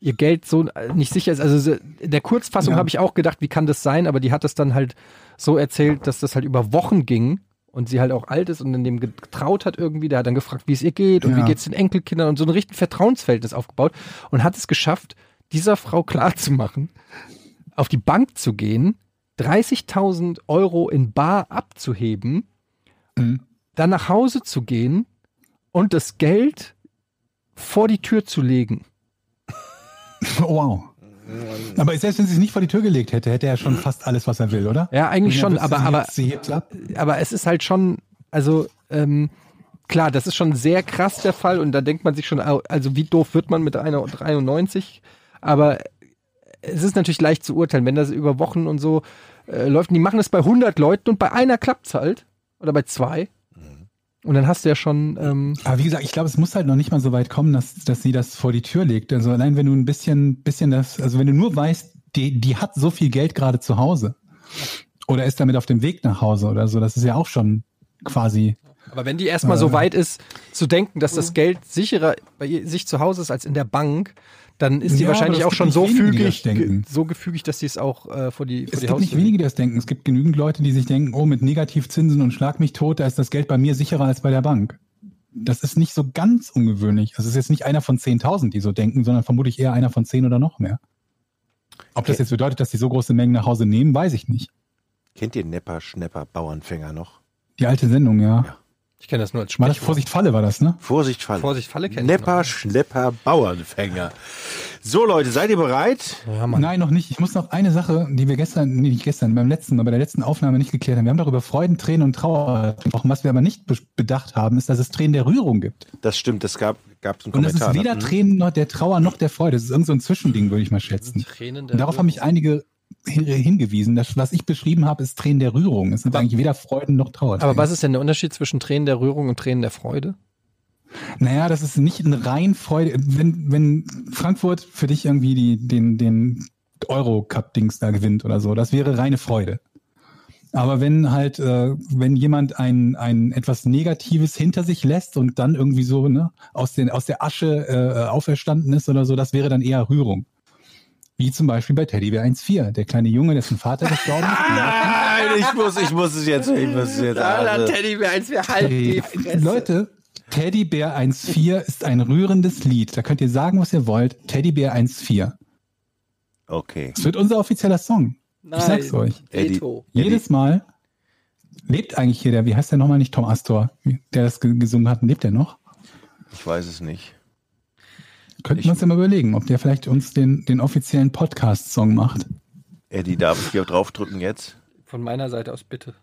Speaker 5: ihr Geld so äh, nicht sicher ist. Also so- in der Kurzfassung
Speaker 4: Ja.
Speaker 5: habe ich auch gedacht, wie kann das sein? Aber die hat das dann halt so erzählt, dass das halt über Wochen ging und sie halt auch alt ist und in dem getraut hat irgendwie. Der hat dann gefragt, wie es ihr geht und
Speaker 4: Ja.
Speaker 5: wie geht es den Enkelkindern und so ein richtiges Vertrauensverhältnis aufgebaut und hat es geschafft, dieser Frau klarzumachen, auf die Bank zu gehen, 30.000 Euro in Bar abzuheben,
Speaker 4: Mhm.
Speaker 5: dann nach Hause zu gehen und das Geld vor die Tür zu legen.
Speaker 4: Oh, wow. Aber selbst wenn sie es nicht vor die Tür gelegt hätte, hätte er schon fast alles, was er will, oder?
Speaker 5: Ja, eigentlich schon, aber, aber,
Speaker 4: Sie hebt ab.
Speaker 5: aber es ist halt schon, also ähm, klar, das ist schon sehr krass der Fall und da denkt man sich schon, au- also wie doof wird man mit einer 93, aber es ist natürlich leicht zu urteilen, wenn das über Wochen und so äh, läuft. Und die machen das bei 100 Leuten und bei einer klappt es halt oder bei zwei und dann hast du ja schon, ähm,
Speaker 4: Aber wie gesagt, ich glaube, es muss halt noch nicht mal so weit kommen, dass, dass sie das vor die Tür legt. Also allein wenn du ein bisschen, bisschen das, also wenn du nur weißt, die, die hat so viel Geld gerade zu Hause oder ist damit auf dem Weg nach Hause oder so, das ist ja auch schon quasi.
Speaker 5: aber wenn die erstmal so weit ist, zu denken, dass das Geld sicherer bei ihr- sich zu Hause ist als in der Bank, dann ist die
Speaker 4: Ja, aber
Speaker 5: wahrscheinlich
Speaker 4: es
Speaker 5: auch
Speaker 4: gibt
Speaker 5: schon
Speaker 4: nicht
Speaker 5: so
Speaker 4: wenige, die
Speaker 5: fügig,
Speaker 4: das denken.
Speaker 5: so gefügig, dass sie es auch äh, vor die, vor
Speaker 4: Es
Speaker 5: die
Speaker 4: gibt nicht
Speaker 5: Haustür
Speaker 4: wenige, die das denken. Es gibt genügend Leute, die sich denken, oh, mit Negativzinsen und schlag mich tot, da ist das Geld bei mir sicherer als bei der Bank. Das ist nicht so ganz ungewöhnlich. Also es ist jetzt nicht einer von 10.000, die so denken, sondern vermutlich eher einer von 10 oder noch mehr. Ob das jetzt bedeutet, dass die so große Mengen nach Hause nehmen, weiß ich nicht.
Speaker 1: kennt ihr Nepper, Schnepper, Bauernfänger noch?
Speaker 4: Die alte Sendung, ja.
Speaker 5: Ich kenne das nur als
Speaker 4: War das Vorsicht Falle war das, ne?
Speaker 1: Vorsicht, Falle.
Speaker 5: Vorsicht, Falle kenn ich
Speaker 1: Nepper,
Speaker 5: noch.
Speaker 1: Schlepper, Bauernfänger. So, Leute, seid ihr bereit?
Speaker 5: Ja, Mann.
Speaker 4: Nein, noch nicht. Ich muss noch eine Sache, die wir gestern, nee, nicht gestern, beim letzten Mal, bei der letzten Aufnahme nicht geklärt haben. Wir haben darüber Freuden, Tränen und Trauer gesprochen. Was wir aber nicht be- bedacht haben, ist, dass es Tränen der Rührung gibt.
Speaker 1: Das stimmt, das gab gab's einen
Speaker 4: Und es
Speaker 1: Kommentar.
Speaker 4: ist weder
Speaker 1: ne?
Speaker 4: Tränen noch der Trauer noch der Freude. Es ist irgend so ein Zwischending, würde ich mal schätzen.
Speaker 5: Tränen der
Speaker 4: Und darauf haben mich einige hin- hingewiesen. Das, was ich beschrieben habe, ist Tränen der Rührung. Es sind eigentlich weder Freuden noch Trauer.
Speaker 5: Aber was ist denn der Unterschied zwischen Tränen der Rührung und Tränen der Freude?
Speaker 4: Naja, das ist nicht eine rein Freude. Wenn, wenn Frankfurt für dich irgendwie die, den, den Euro-Cup-Dings da gewinnt oder so, das wäre reine Freude. Aber wenn halt, äh, wenn jemand ein, ein etwas Negatives hinter sich lässt und dann irgendwie so ne, aus, den, aus der Asche äh, auferstanden ist oder so, das wäre dann eher Rührung. Wie zum Beispiel bei Teddybär 1.4, der kleine Junge, dessen Vater gestorben ist.
Speaker 1: Nein, ich muss, ich muss es jetzt, ich muss es jetzt. Also,
Speaker 5: Teddybär, als wir halten
Speaker 4: Ey, Leute, Teddybär 1.4 ist ein rührendes Lied. Da könnt ihr sagen, was ihr wollt. Teddybär 1.4.
Speaker 1: okay.
Speaker 4: Es wird unser offizieller Song. Ich sag's euch.
Speaker 1: Eddie,
Speaker 4: Jedes Mal lebt eigentlich hier der, wie heißt der nochmal nicht, Tom Astor, der das ge- gesungen hat, lebt der noch?
Speaker 1: ich weiß es nicht.
Speaker 4: Könnten wir uns ja mal überlegen, ob der vielleicht uns den, den offiziellen Podcast-Song macht.
Speaker 1: Eddie, darf ich hier draufdrücken jetzt?
Speaker 5: Von meiner Seite aus bitte.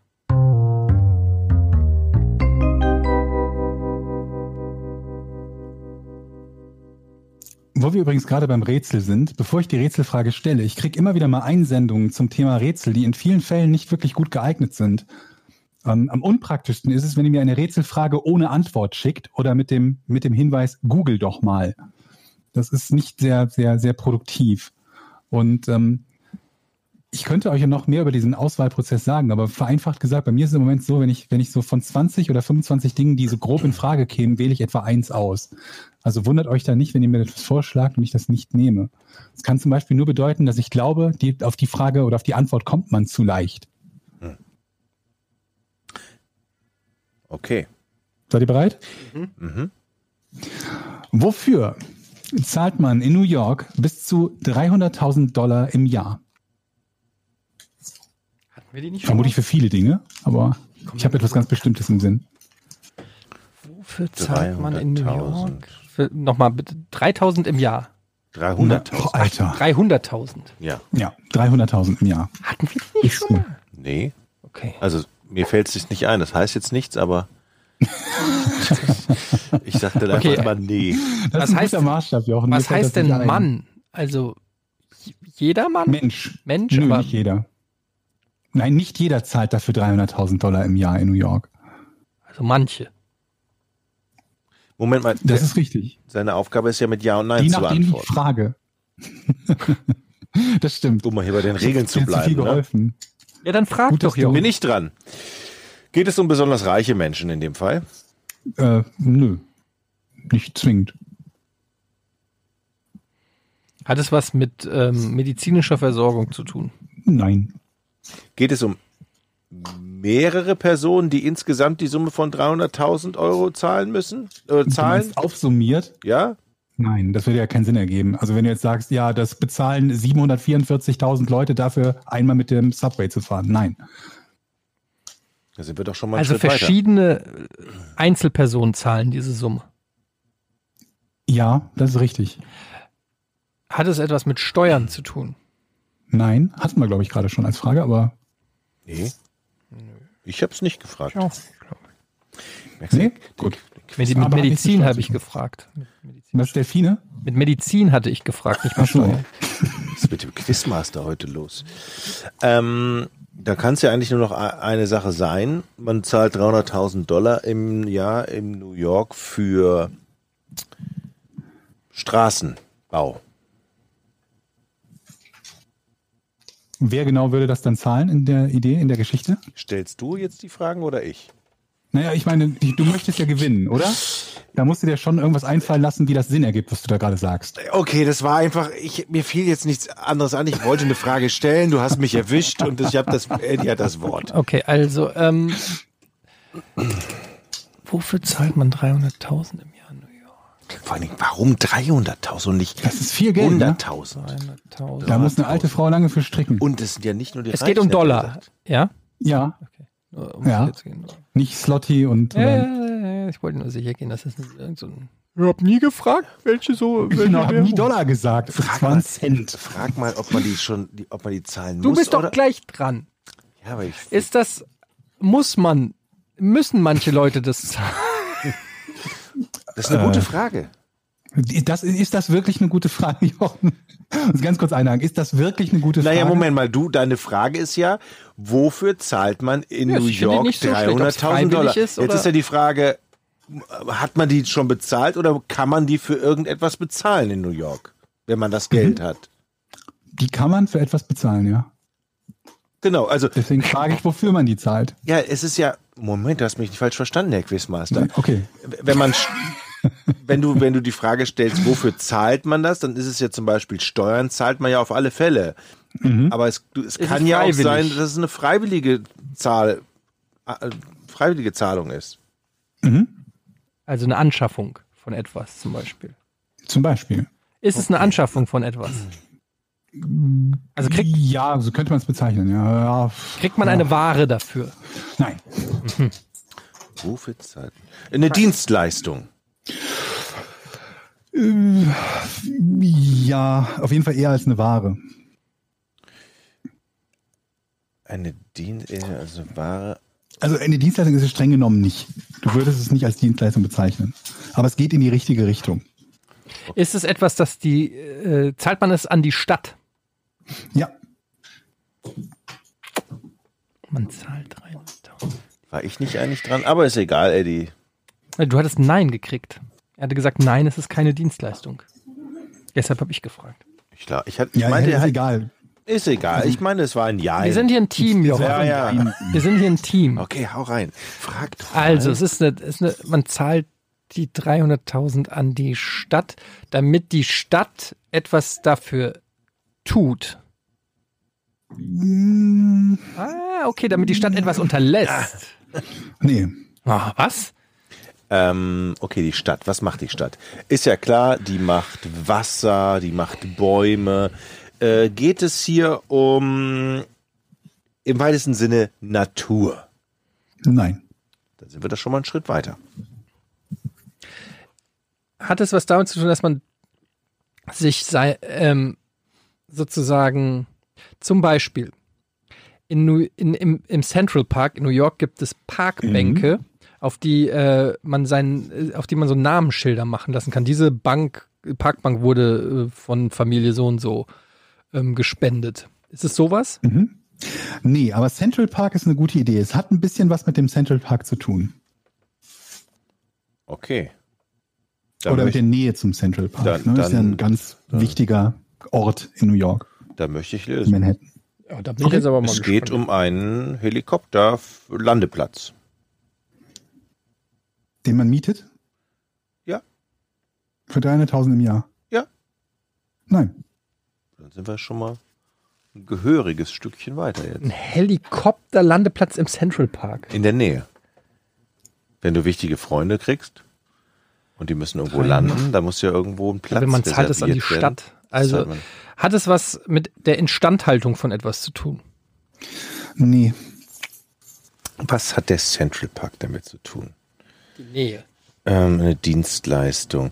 Speaker 4: Wo wir übrigens gerade beim Rätsel sind, bevor ich die Rätselfrage stelle, ich kriege immer wieder mal Einsendungen zum Thema Rätsel, die in vielen Fällen nicht wirklich gut geeignet sind. Ähm, am unpraktischsten ist es, wenn ihr mir eine Rätselfrage ohne Antwort schickt oder mit dem, mit dem Hinweis, google doch mal. Das ist nicht sehr, sehr, sehr produktiv. Und ähm, ich könnte euch ja noch mehr über diesen Auswahlprozess sagen, aber vereinfacht gesagt, bei mir ist es im Moment so, wenn ich, wenn ich so von 20 oder 25 Dingen, die so grob in Frage kämen, wähle ich etwa eins aus. Also wundert euch da nicht, wenn ihr mir etwas vorschlagt und ich das nicht nehme. Es kann zum Beispiel nur bedeuten, dass ich glaube, die, auf die Frage oder auf die Antwort kommt man zu leicht.
Speaker 1: Okay.
Speaker 4: Seid ihr bereit?
Speaker 1: Mhm.
Speaker 4: Wofür zahlt man in New York bis zu 300.000 Dollar im Jahr?
Speaker 5: Hatten wir die nicht
Speaker 4: Vermutlich für viele Dinge, aber ich habe etwas ganz Bestimmtes im Sinn.
Speaker 5: Wofür zahlt man in New
Speaker 1: 300.000.
Speaker 5: York? Für, nochmal bitte, 3000 im Jahr.
Speaker 1: 300.
Speaker 4: Oh, Alter.
Speaker 5: 300.000.
Speaker 1: Ja.
Speaker 4: Ja, 300.000 im Jahr.
Speaker 5: Hatten wir die nicht schon mal?
Speaker 1: Nee.
Speaker 5: Okay.
Speaker 1: Also mir fällt es nicht ein. Das heißt jetzt nichts, aber ich sagte dann
Speaker 5: Okay.
Speaker 1: einfach mal nee.
Speaker 4: Das
Speaker 5: Was
Speaker 4: ist ein
Speaker 5: heißt-
Speaker 4: guter Maßstab, Jochen. Mir
Speaker 5: Was
Speaker 4: fällt
Speaker 5: heißt
Speaker 4: das
Speaker 5: denn
Speaker 4: nicht ein.
Speaker 5: Mann? Also j- jeder Mann?
Speaker 4: Mensch.
Speaker 5: Mensch,
Speaker 4: Nö,
Speaker 5: aber
Speaker 4: nicht jeder. Nein, nicht jeder zahlt dafür 300.000 Dollar im Jahr in New York.
Speaker 5: also manche.
Speaker 1: Moment mal.
Speaker 4: Das ist richtig.
Speaker 1: Seine Aufgabe ist ja mit Ja und Nein
Speaker 4: Je
Speaker 1: Äh, zu
Speaker 4: nachdem die
Speaker 1: antworten.
Speaker 4: Frage. das stimmt.
Speaker 1: Um mal hier bei den Regeln zu
Speaker 4: Jetzt viel
Speaker 1: bleiben. Ne?
Speaker 4: geholfen.
Speaker 5: Ja, dann frag
Speaker 4: Gut,
Speaker 5: doch,
Speaker 4: dass du-
Speaker 5: Jochen.
Speaker 1: Bin ich dran. Geht es um besonders reiche Menschen in dem Fall?
Speaker 4: Äh, nö. Nicht zwingend.
Speaker 5: Hat es was mit ähm, medizinischer Versorgung zu tun?
Speaker 4: Nein.
Speaker 1: Geht es um mehrere Personen, die insgesamt die Summe von 300.000 Euro zahlen müssen? Oder
Speaker 4: Du
Speaker 1: zahlen?
Speaker 4: meinst aufsummiert?
Speaker 1: Ja?
Speaker 4: Nein, das würde ja keinen Sinn ergeben. Also wenn du jetzt sagst, ja, das bezahlen 744.000 Leute dafür, einmal mit dem Subway zu fahren. Nein.
Speaker 1: Da sind wir doch schon mal einen
Speaker 5: Also
Speaker 1: Schritt weiter.
Speaker 5: verschiedene äh, Einzelpersonen zahlen diese Summe.
Speaker 4: Ja, das ist richtig.
Speaker 5: Hat es etwas mit Steuern zu tun?
Speaker 4: Nein, hatten wir, glaube ich, gerade schon als Frage, aber
Speaker 1: Nee. Ich habe es nicht gefragt. Merkst du?
Speaker 4: nee, gut.
Speaker 5: Mit,
Speaker 4: Aber
Speaker 5: mit
Speaker 4: hat nicht
Speaker 5: Medizin
Speaker 4: mit
Speaker 5: habe ich
Speaker 4: Steuern
Speaker 5: gefragt. Mit Medizin.
Speaker 4: Was Delfine?
Speaker 5: Mit Medizin hatte ich gefragt, nicht mit
Speaker 4: Ach so.
Speaker 5: Steuern.
Speaker 1: Was ist mit dem Quizmaster heute los? Ähm, da kann es ja eigentlich nur noch a- eine Sache sein. Man zahlt 300.000 Dollar im Jahr in New York für Straßenbau.
Speaker 4: Wer genau würde das dann zahlen in der Idee, in der Geschichte?
Speaker 1: Stellst du jetzt die Fragen oder ich?
Speaker 4: Naja, ich meine, die- du möchtest ja gewinnen, oder? Da musst du dir schon irgendwas einfallen lassen, wie das Sinn ergibt, was du da gerade sagst.
Speaker 1: Okay, das war einfach, ich, mir fiel jetzt nichts anderes an. Ich wollte eine Frage stellen, du hast mich erwischt und ich habe das, Eddie hat das Wort.
Speaker 5: Okay, also, ähm, wofür zahlt man 300.000 im Jahr? in New York?
Speaker 1: Vor allen Dingen, warum 300.000 und nicht
Speaker 4: Das ist
Speaker 1: Genau.
Speaker 4: viel Geld. Ne?
Speaker 1: 100.000?
Speaker 5: 300.000.
Speaker 4: Da muss eine alte Frau lange für stricken.
Speaker 1: Und es sind ja nicht nur die
Speaker 5: Es geht um
Speaker 1: Reichen, hätte ich
Speaker 5: Dollar,
Speaker 1: gesagt.
Speaker 5: ja?
Speaker 4: Ja,
Speaker 5: Äh, um
Speaker 4: Ja.
Speaker 5: sicher zu gehen.
Speaker 4: Nicht Slotty und
Speaker 5: Ja,
Speaker 4: äh,
Speaker 5: ja, ja, ja, ich wollte nur sicher gehen, dass das nicht irgend so ein. Ich hab nie gefragt, welche so.
Speaker 4: ich habe Genau, nie Dollar gesagt. Das war ein Cent.
Speaker 1: Frag mal, ob man die schon, die, ob man die zahlen
Speaker 5: Du
Speaker 1: muss.
Speaker 5: bist doch
Speaker 1: oder?
Speaker 5: gleich dran.
Speaker 1: Ja, aber ich,
Speaker 5: Ist das. Muss man. Müssen manche Leute das zahlen?
Speaker 1: das ist eine
Speaker 4: Äh.
Speaker 1: gute Frage.
Speaker 4: Das, ist das wirklich eine gute Frage, Jochen? Muss ganz kurz einhaken. Ist das wirklich eine gute Frage?
Speaker 1: Naja, Moment mal, du, deine Frage ist ja, wofür zahlt man in
Speaker 5: Ja, das
Speaker 1: New
Speaker 5: finde ich
Speaker 1: York
Speaker 5: nicht so schlecht, ob's
Speaker 1: 300.000
Speaker 5: freiwillig
Speaker 1: Dollar?
Speaker 5: ist
Speaker 1: Jetzt
Speaker 5: oder-
Speaker 1: ist ja die Frage, hat man die schon bezahlt oder kann man die für irgendetwas bezahlen in New York, wenn man das Geld hat?
Speaker 4: Die kann man für etwas bezahlen, ja.
Speaker 1: Genau, also,
Speaker 4: Deswegen frage ich, wofür man die zahlt.
Speaker 1: ja, es ist ja, Moment, du hast mich nicht falsch verstanden, Herr Quizmaster.
Speaker 4: Okay.
Speaker 1: wenn man sch- wenn du wenn du die Frage stellst, wofür zahlt man das, dann ist es ja zum Beispiel Steuern zahlt man ja auf alle Fälle. Aber es, du- Mhm. es
Speaker 5: Es
Speaker 1: kann
Speaker 5: ist
Speaker 1: ja auch
Speaker 5: freiwillig.
Speaker 1: sein, dass es eine freiwillige Zahl äh, freiwillige Zahlung ist.
Speaker 4: Mhm.
Speaker 5: Also eine Anschaffung von etwas zum Beispiel.
Speaker 4: Zum Beispiel.
Speaker 5: Ist es eine Anschaffung von etwas? Also kriegt,
Speaker 4: ja, so könnte man es bezeichnen, ja. ja.
Speaker 5: kriegt man eine Ware dafür?
Speaker 4: Nein.
Speaker 1: Wofür zahlt? Eine Dienstleistung.
Speaker 4: Äh, Ja, auf jeden Fall eher als eine Ware.
Speaker 1: Eine Dienst also Ware.
Speaker 4: Also eine Dienstleistung ist es streng genommen nicht. Du würdest es nicht als Dienstleistung bezeichnen. Aber es geht in die richtige Richtung.
Speaker 5: Ist es etwas, das die, äh, zahlt man es an die Stadt?
Speaker 4: Ja.
Speaker 5: Man zahlt 300.000.
Speaker 1: War ich nicht eigentlich dran, aber ist egal, Eddie.
Speaker 5: Äh, Du hattest Nein gekriegt. Er hatte gesagt, nein, es ist keine Dienstleistung. Deshalb habe ich gefragt.
Speaker 1: Ich, glaub, ich, hat, ich
Speaker 4: Ja,
Speaker 1: meinte,
Speaker 4: ist
Speaker 1: ist,
Speaker 4: egal.
Speaker 1: egal. ist egal. Ich meine, es war ein Ja.
Speaker 5: Wir sind hier ein Team, Jochen.
Speaker 1: ja, ja.
Speaker 5: Wir sind hier ein Team.
Speaker 1: Okay, hau rein. Frag doch.
Speaker 5: Also, es ist eine, es ist eine man zahlt die 300.000 an die Stadt, damit die Stadt etwas dafür tut.
Speaker 4: Mm,
Speaker 5: Ah, okay, damit die Stadt etwas unterlässt.
Speaker 4: Nee.
Speaker 5: Ah, was?
Speaker 1: Ähm, okay, die Stadt. Was macht die Stadt? Ist ja klar, die macht Wasser, die macht Bäume. Äh, geht es hier um im weitesten Sinne Natur?
Speaker 4: Nein.
Speaker 1: Dann sind wir da schon mal einen Schritt weiter.
Speaker 5: Hat es was damit zu tun, dass man sich sei, ähm, sozusagen zum Beispiel in, New, in, im, im Central Park in New York gibt es Parkbänke,
Speaker 1: Mhm.
Speaker 5: auf die äh, man seinen, äh, auf die man so Namensschilder machen lassen kann. Diese Bank, Parkbank wurde äh, von Familie so und so ähm, gespendet. Ist es sowas?
Speaker 4: Nee, aber Central Park ist eine gute Idee. Es hat ein bisschen was mit dem Central Park zu tun.
Speaker 1: Okay. Da,
Speaker 4: Oder mit
Speaker 1: möchte,
Speaker 4: der Nähe zum Central Park.
Speaker 1: Dann-
Speaker 4: ne? Das ist ja
Speaker 1: dann-
Speaker 4: ein ganz wichtiger Ort in New York,
Speaker 1: da möchte ich
Speaker 4: in
Speaker 1: lösen.
Speaker 4: Manhattan.
Speaker 5: Ja, da bin ich jetzt aber
Speaker 1: Es geht um einen Helikopter-Landeplatz.
Speaker 4: Den man mietet?
Speaker 1: Ja.
Speaker 4: Für 300.000 im Jahr?
Speaker 1: Ja.
Speaker 4: Nein.
Speaker 1: Dann sind wir schon mal ein gehöriges Stückchen weiter
Speaker 5: Ein
Speaker 1: jetzt.
Speaker 5: Helikopterlandeplatz im Central Park.
Speaker 1: In der Nähe. Wenn du wichtige Freunde kriegst und die müssen irgendwo
Speaker 5: Drei-
Speaker 1: landen, da muss ja irgendwo ein Platz
Speaker 5: Wenn man zahlt es an die
Speaker 1: reserviert werden.
Speaker 5: Stadt. Also
Speaker 1: zahlt man.
Speaker 5: hat es was mit der Instandhaltung von etwas zu tun?
Speaker 4: Nee.
Speaker 1: Was hat der Central Park damit zu tun?
Speaker 5: Die Nähe.
Speaker 1: Ähm, eine Dienstleistung.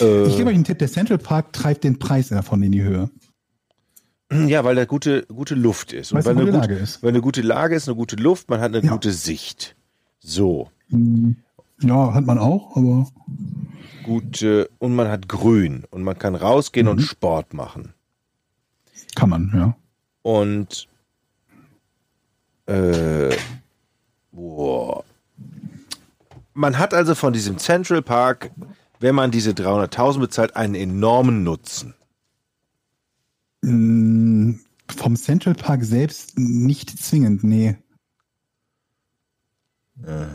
Speaker 1: Äh,
Speaker 4: Ich gebe euch einen Tipp. Der Central Park treibt den Preis davon in die Höhe.
Speaker 1: Ja, weil da gute, gute Luft ist.
Speaker 4: Weil es eine gute
Speaker 1: gut-
Speaker 4: Lage ist.
Speaker 1: Weil eine gute Lage ist, eine gute Luft, man hat eine
Speaker 4: Ja.
Speaker 1: gute Sicht. So,
Speaker 4: Ja, hat man auch, aber
Speaker 1: gute, und man hat Grün und man kann rausgehen
Speaker 4: Mhm.
Speaker 1: und Sport machen.
Speaker 4: kann man, ja.
Speaker 1: Und äh, boah. man hat also von diesem Central Park, wenn man diese 300.000 bezahlt, einen enormen Nutzen.
Speaker 4: Mm, Vom Central Park selbst nicht zwingend, nee.
Speaker 1: Mhm.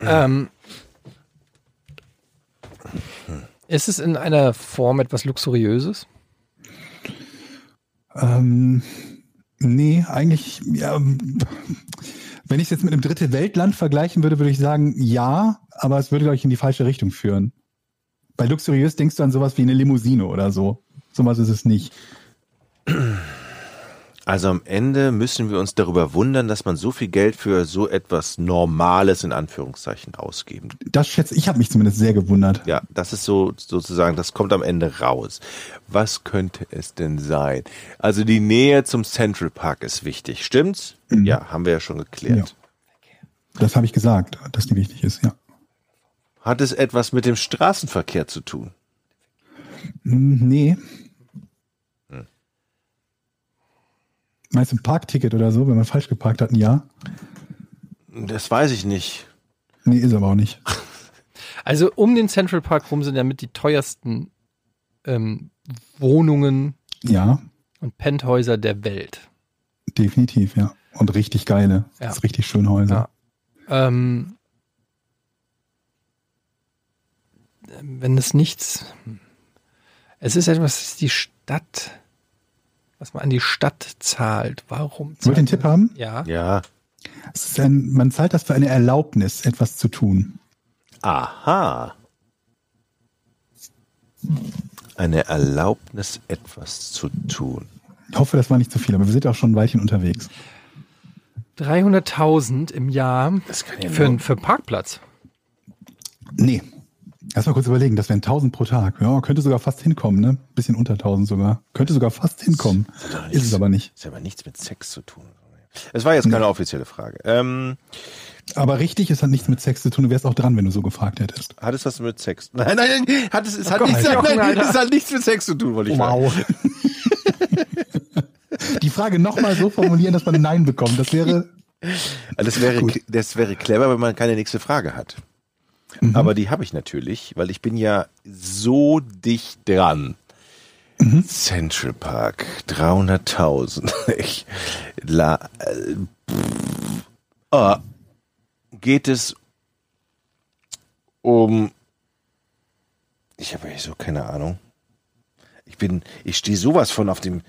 Speaker 5: Ähm, ist es in einer Form etwas Luxuriöses?
Speaker 4: Ähm, nee, eigentlich, ja, wenn ich es jetzt mit einem Dritte Weltland vergleichen würde, würde ich sagen, ja, aber es würde, glaube ich, in die falsche Richtung führen. Bei luxuriös denkst du an sowas wie eine Limousine oder so. Sowas ist es nicht.
Speaker 1: Also am Ende müssen wir uns darüber wundern, dass man so viel Geld für so etwas Normales in Anführungszeichen ausgeben
Speaker 4: Das schätze ich, habe mich zumindest sehr gewundert.
Speaker 1: Ja, das ist so sozusagen, das kommt am Ende raus. Was könnte es denn sein? Also die Nähe zum Central Park ist wichtig, stimmt's? Ja, haben wir ja schon geklärt.
Speaker 4: Das habe ich gesagt, dass die wichtig ist, ja.
Speaker 1: Hat es etwas mit dem Straßenverkehr zu tun?
Speaker 4: Hm, Nee. Meinst du ein Parkticket oder so, wenn man falsch geparkt hat? Ein Ja.
Speaker 1: Das weiß ich nicht.
Speaker 4: Nee, ist aber auch nicht.
Speaker 5: Also um den Central Park rum sind ja mit die teuersten ähm, Wohnungen
Speaker 4: Ja,
Speaker 5: und Penthäuser der Welt.
Speaker 4: definitiv, ja. Und richtig geile.
Speaker 5: Ja.
Speaker 4: Das ist richtig schön Häuser.
Speaker 5: Ähm, wenn es nichts. Es ist etwas, was die Stadt, was man an die Stadt zahlt. Warum?
Speaker 4: Wollt ihr einen
Speaker 5: zahlt
Speaker 4: Tipp haben?
Speaker 5: man- Ja.
Speaker 1: Ja.
Speaker 4: Es ist ein, man zahlt das für eine Erlaubnis, etwas zu tun.
Speaker 1: Aha. Eine Erlaubnis, etwas zu tun.
Speaker 4: Ich hoffe, das war nicht zu viel, aber wir sind auch schon ein Weilchen unterwegs.
Speaker 5: 300.000 im Jahr für, einen- für einen Parkplatz.
Speaker 4: Nee. Lass mal kurz überlegen, das wären 1000 pro Tag. Ja, könnte sogar fast hinkommen, ne? Bisschen unter 1000 sogar. Könnte sogar fast hinkommen. Ist es aber nicht.
Speaker 1: Das hat aber nichts mit Sex zu tun. Es war jetzt keine offizielle Frage. Ähm,
Speaker 4: Aber richtig, es hat nichts mit Sex zu tun. Du wärst auch dran, wenn du so gefragt hättest.
Speaker 1: hat es was mit Sex? Nein, nein, nein. Hat es, es, hat,
Speaker 5: Gott,
Speaker 1: nichts,
Speaker 5: Jochen,
Speaker 1: nein,
Speaker 5: Alter.
Speaker 1: es hat nichts mit Sex zu tun, wollte ich sagen.
Speaker 4: Wow. Die Frage nochmal so formulieren, dass man Nein bekommt. Das wäre.
Speaker 1: Also Das wäre, das wäre clever, wenn man keine nächste Frage hat. Aber die habe ich natürlich, weil ich bin ja so dicht dran. Mhm. Central Park, 300.000. Ich, la, äh, pff. Ah, geht es um... Ich habe eigentlich so keine Ahnung. Ich bin, ich stehe sowas von auf dem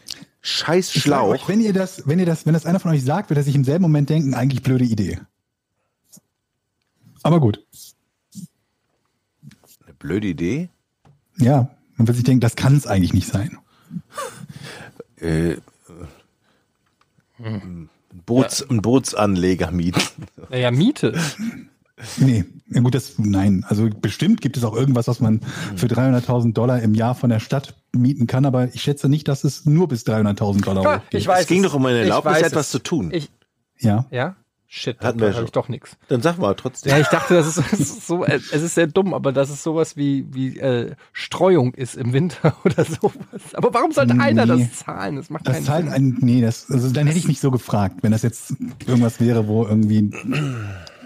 Speaker 1: scheiß
Speaker 4: Ich sag
Speaker 1: Schlauch.
Speaker 4: euch, Wenn ihr das, wenn ihr das, wenn das einer von euch sagt, wird er sich im selben Moment denken, eigentlich blöde Idee. Aber gut.
Speaker 1: Eine blöde Idee.
Speaker 4: Ja. Man wird sich denken, das kann es eigentlich nicht sein.
Speaker 1: äh, äh, ein Boots, ein Bootsanleger mieten.
Speaker 5: Naja, Miete.
Speaker 4: Nee, ja gut, das, nein. Also bestimmt gibt es auch irgendwas, was man für 300.000 Dollar im Jahr von der Stadt mieten kann, aber ich schätze nicht, dass es nur bis 300.000 Dollar
Speaker 5: Ah,
Speaker 4: hochgeht.
Speaker 5: Ich weiß
Speaker 1: es ging
Speaker 5: es.
Speaker 1: doch um eine
Speaker 5: Ich
Speaker 1: Erlaubnis,
Speaker 5: weiß
Speaker 1: etwas
Speaker 5: es.
Speaker 1: zu tun.
Speaker 5: Ich,
Speaker 4: Ja.
Speaker 5: ja? Shit,
Speaker 1: Hatten
Speaker 5: Hatten
Speaker 1: wir
Speaker 5: da
Speaker 1: schon.
Speaker 5: habe ich doch nichts.
Speaker 1: Dann sag mal trotzdem.
Speaker 5: Ja, ich dachte, das ist, es ist so, es ist sehr dumm, aber dass es sowas wie, wie äh, Streuung ist im Winter oder sowas. Aber warum sollte
Speaker 4: Nee.
Speaker 5: einer das zahlen? Das macht
Speaker 4: Das
Speaker 5: keinen
Speaker 4: zahlt
Speaker 5: Sinn.
Speaker 4: ein, nee, das, also dann hätte ich nicht so gefragt, wenn das jetzt irgendwas wäre, wo irgendwie,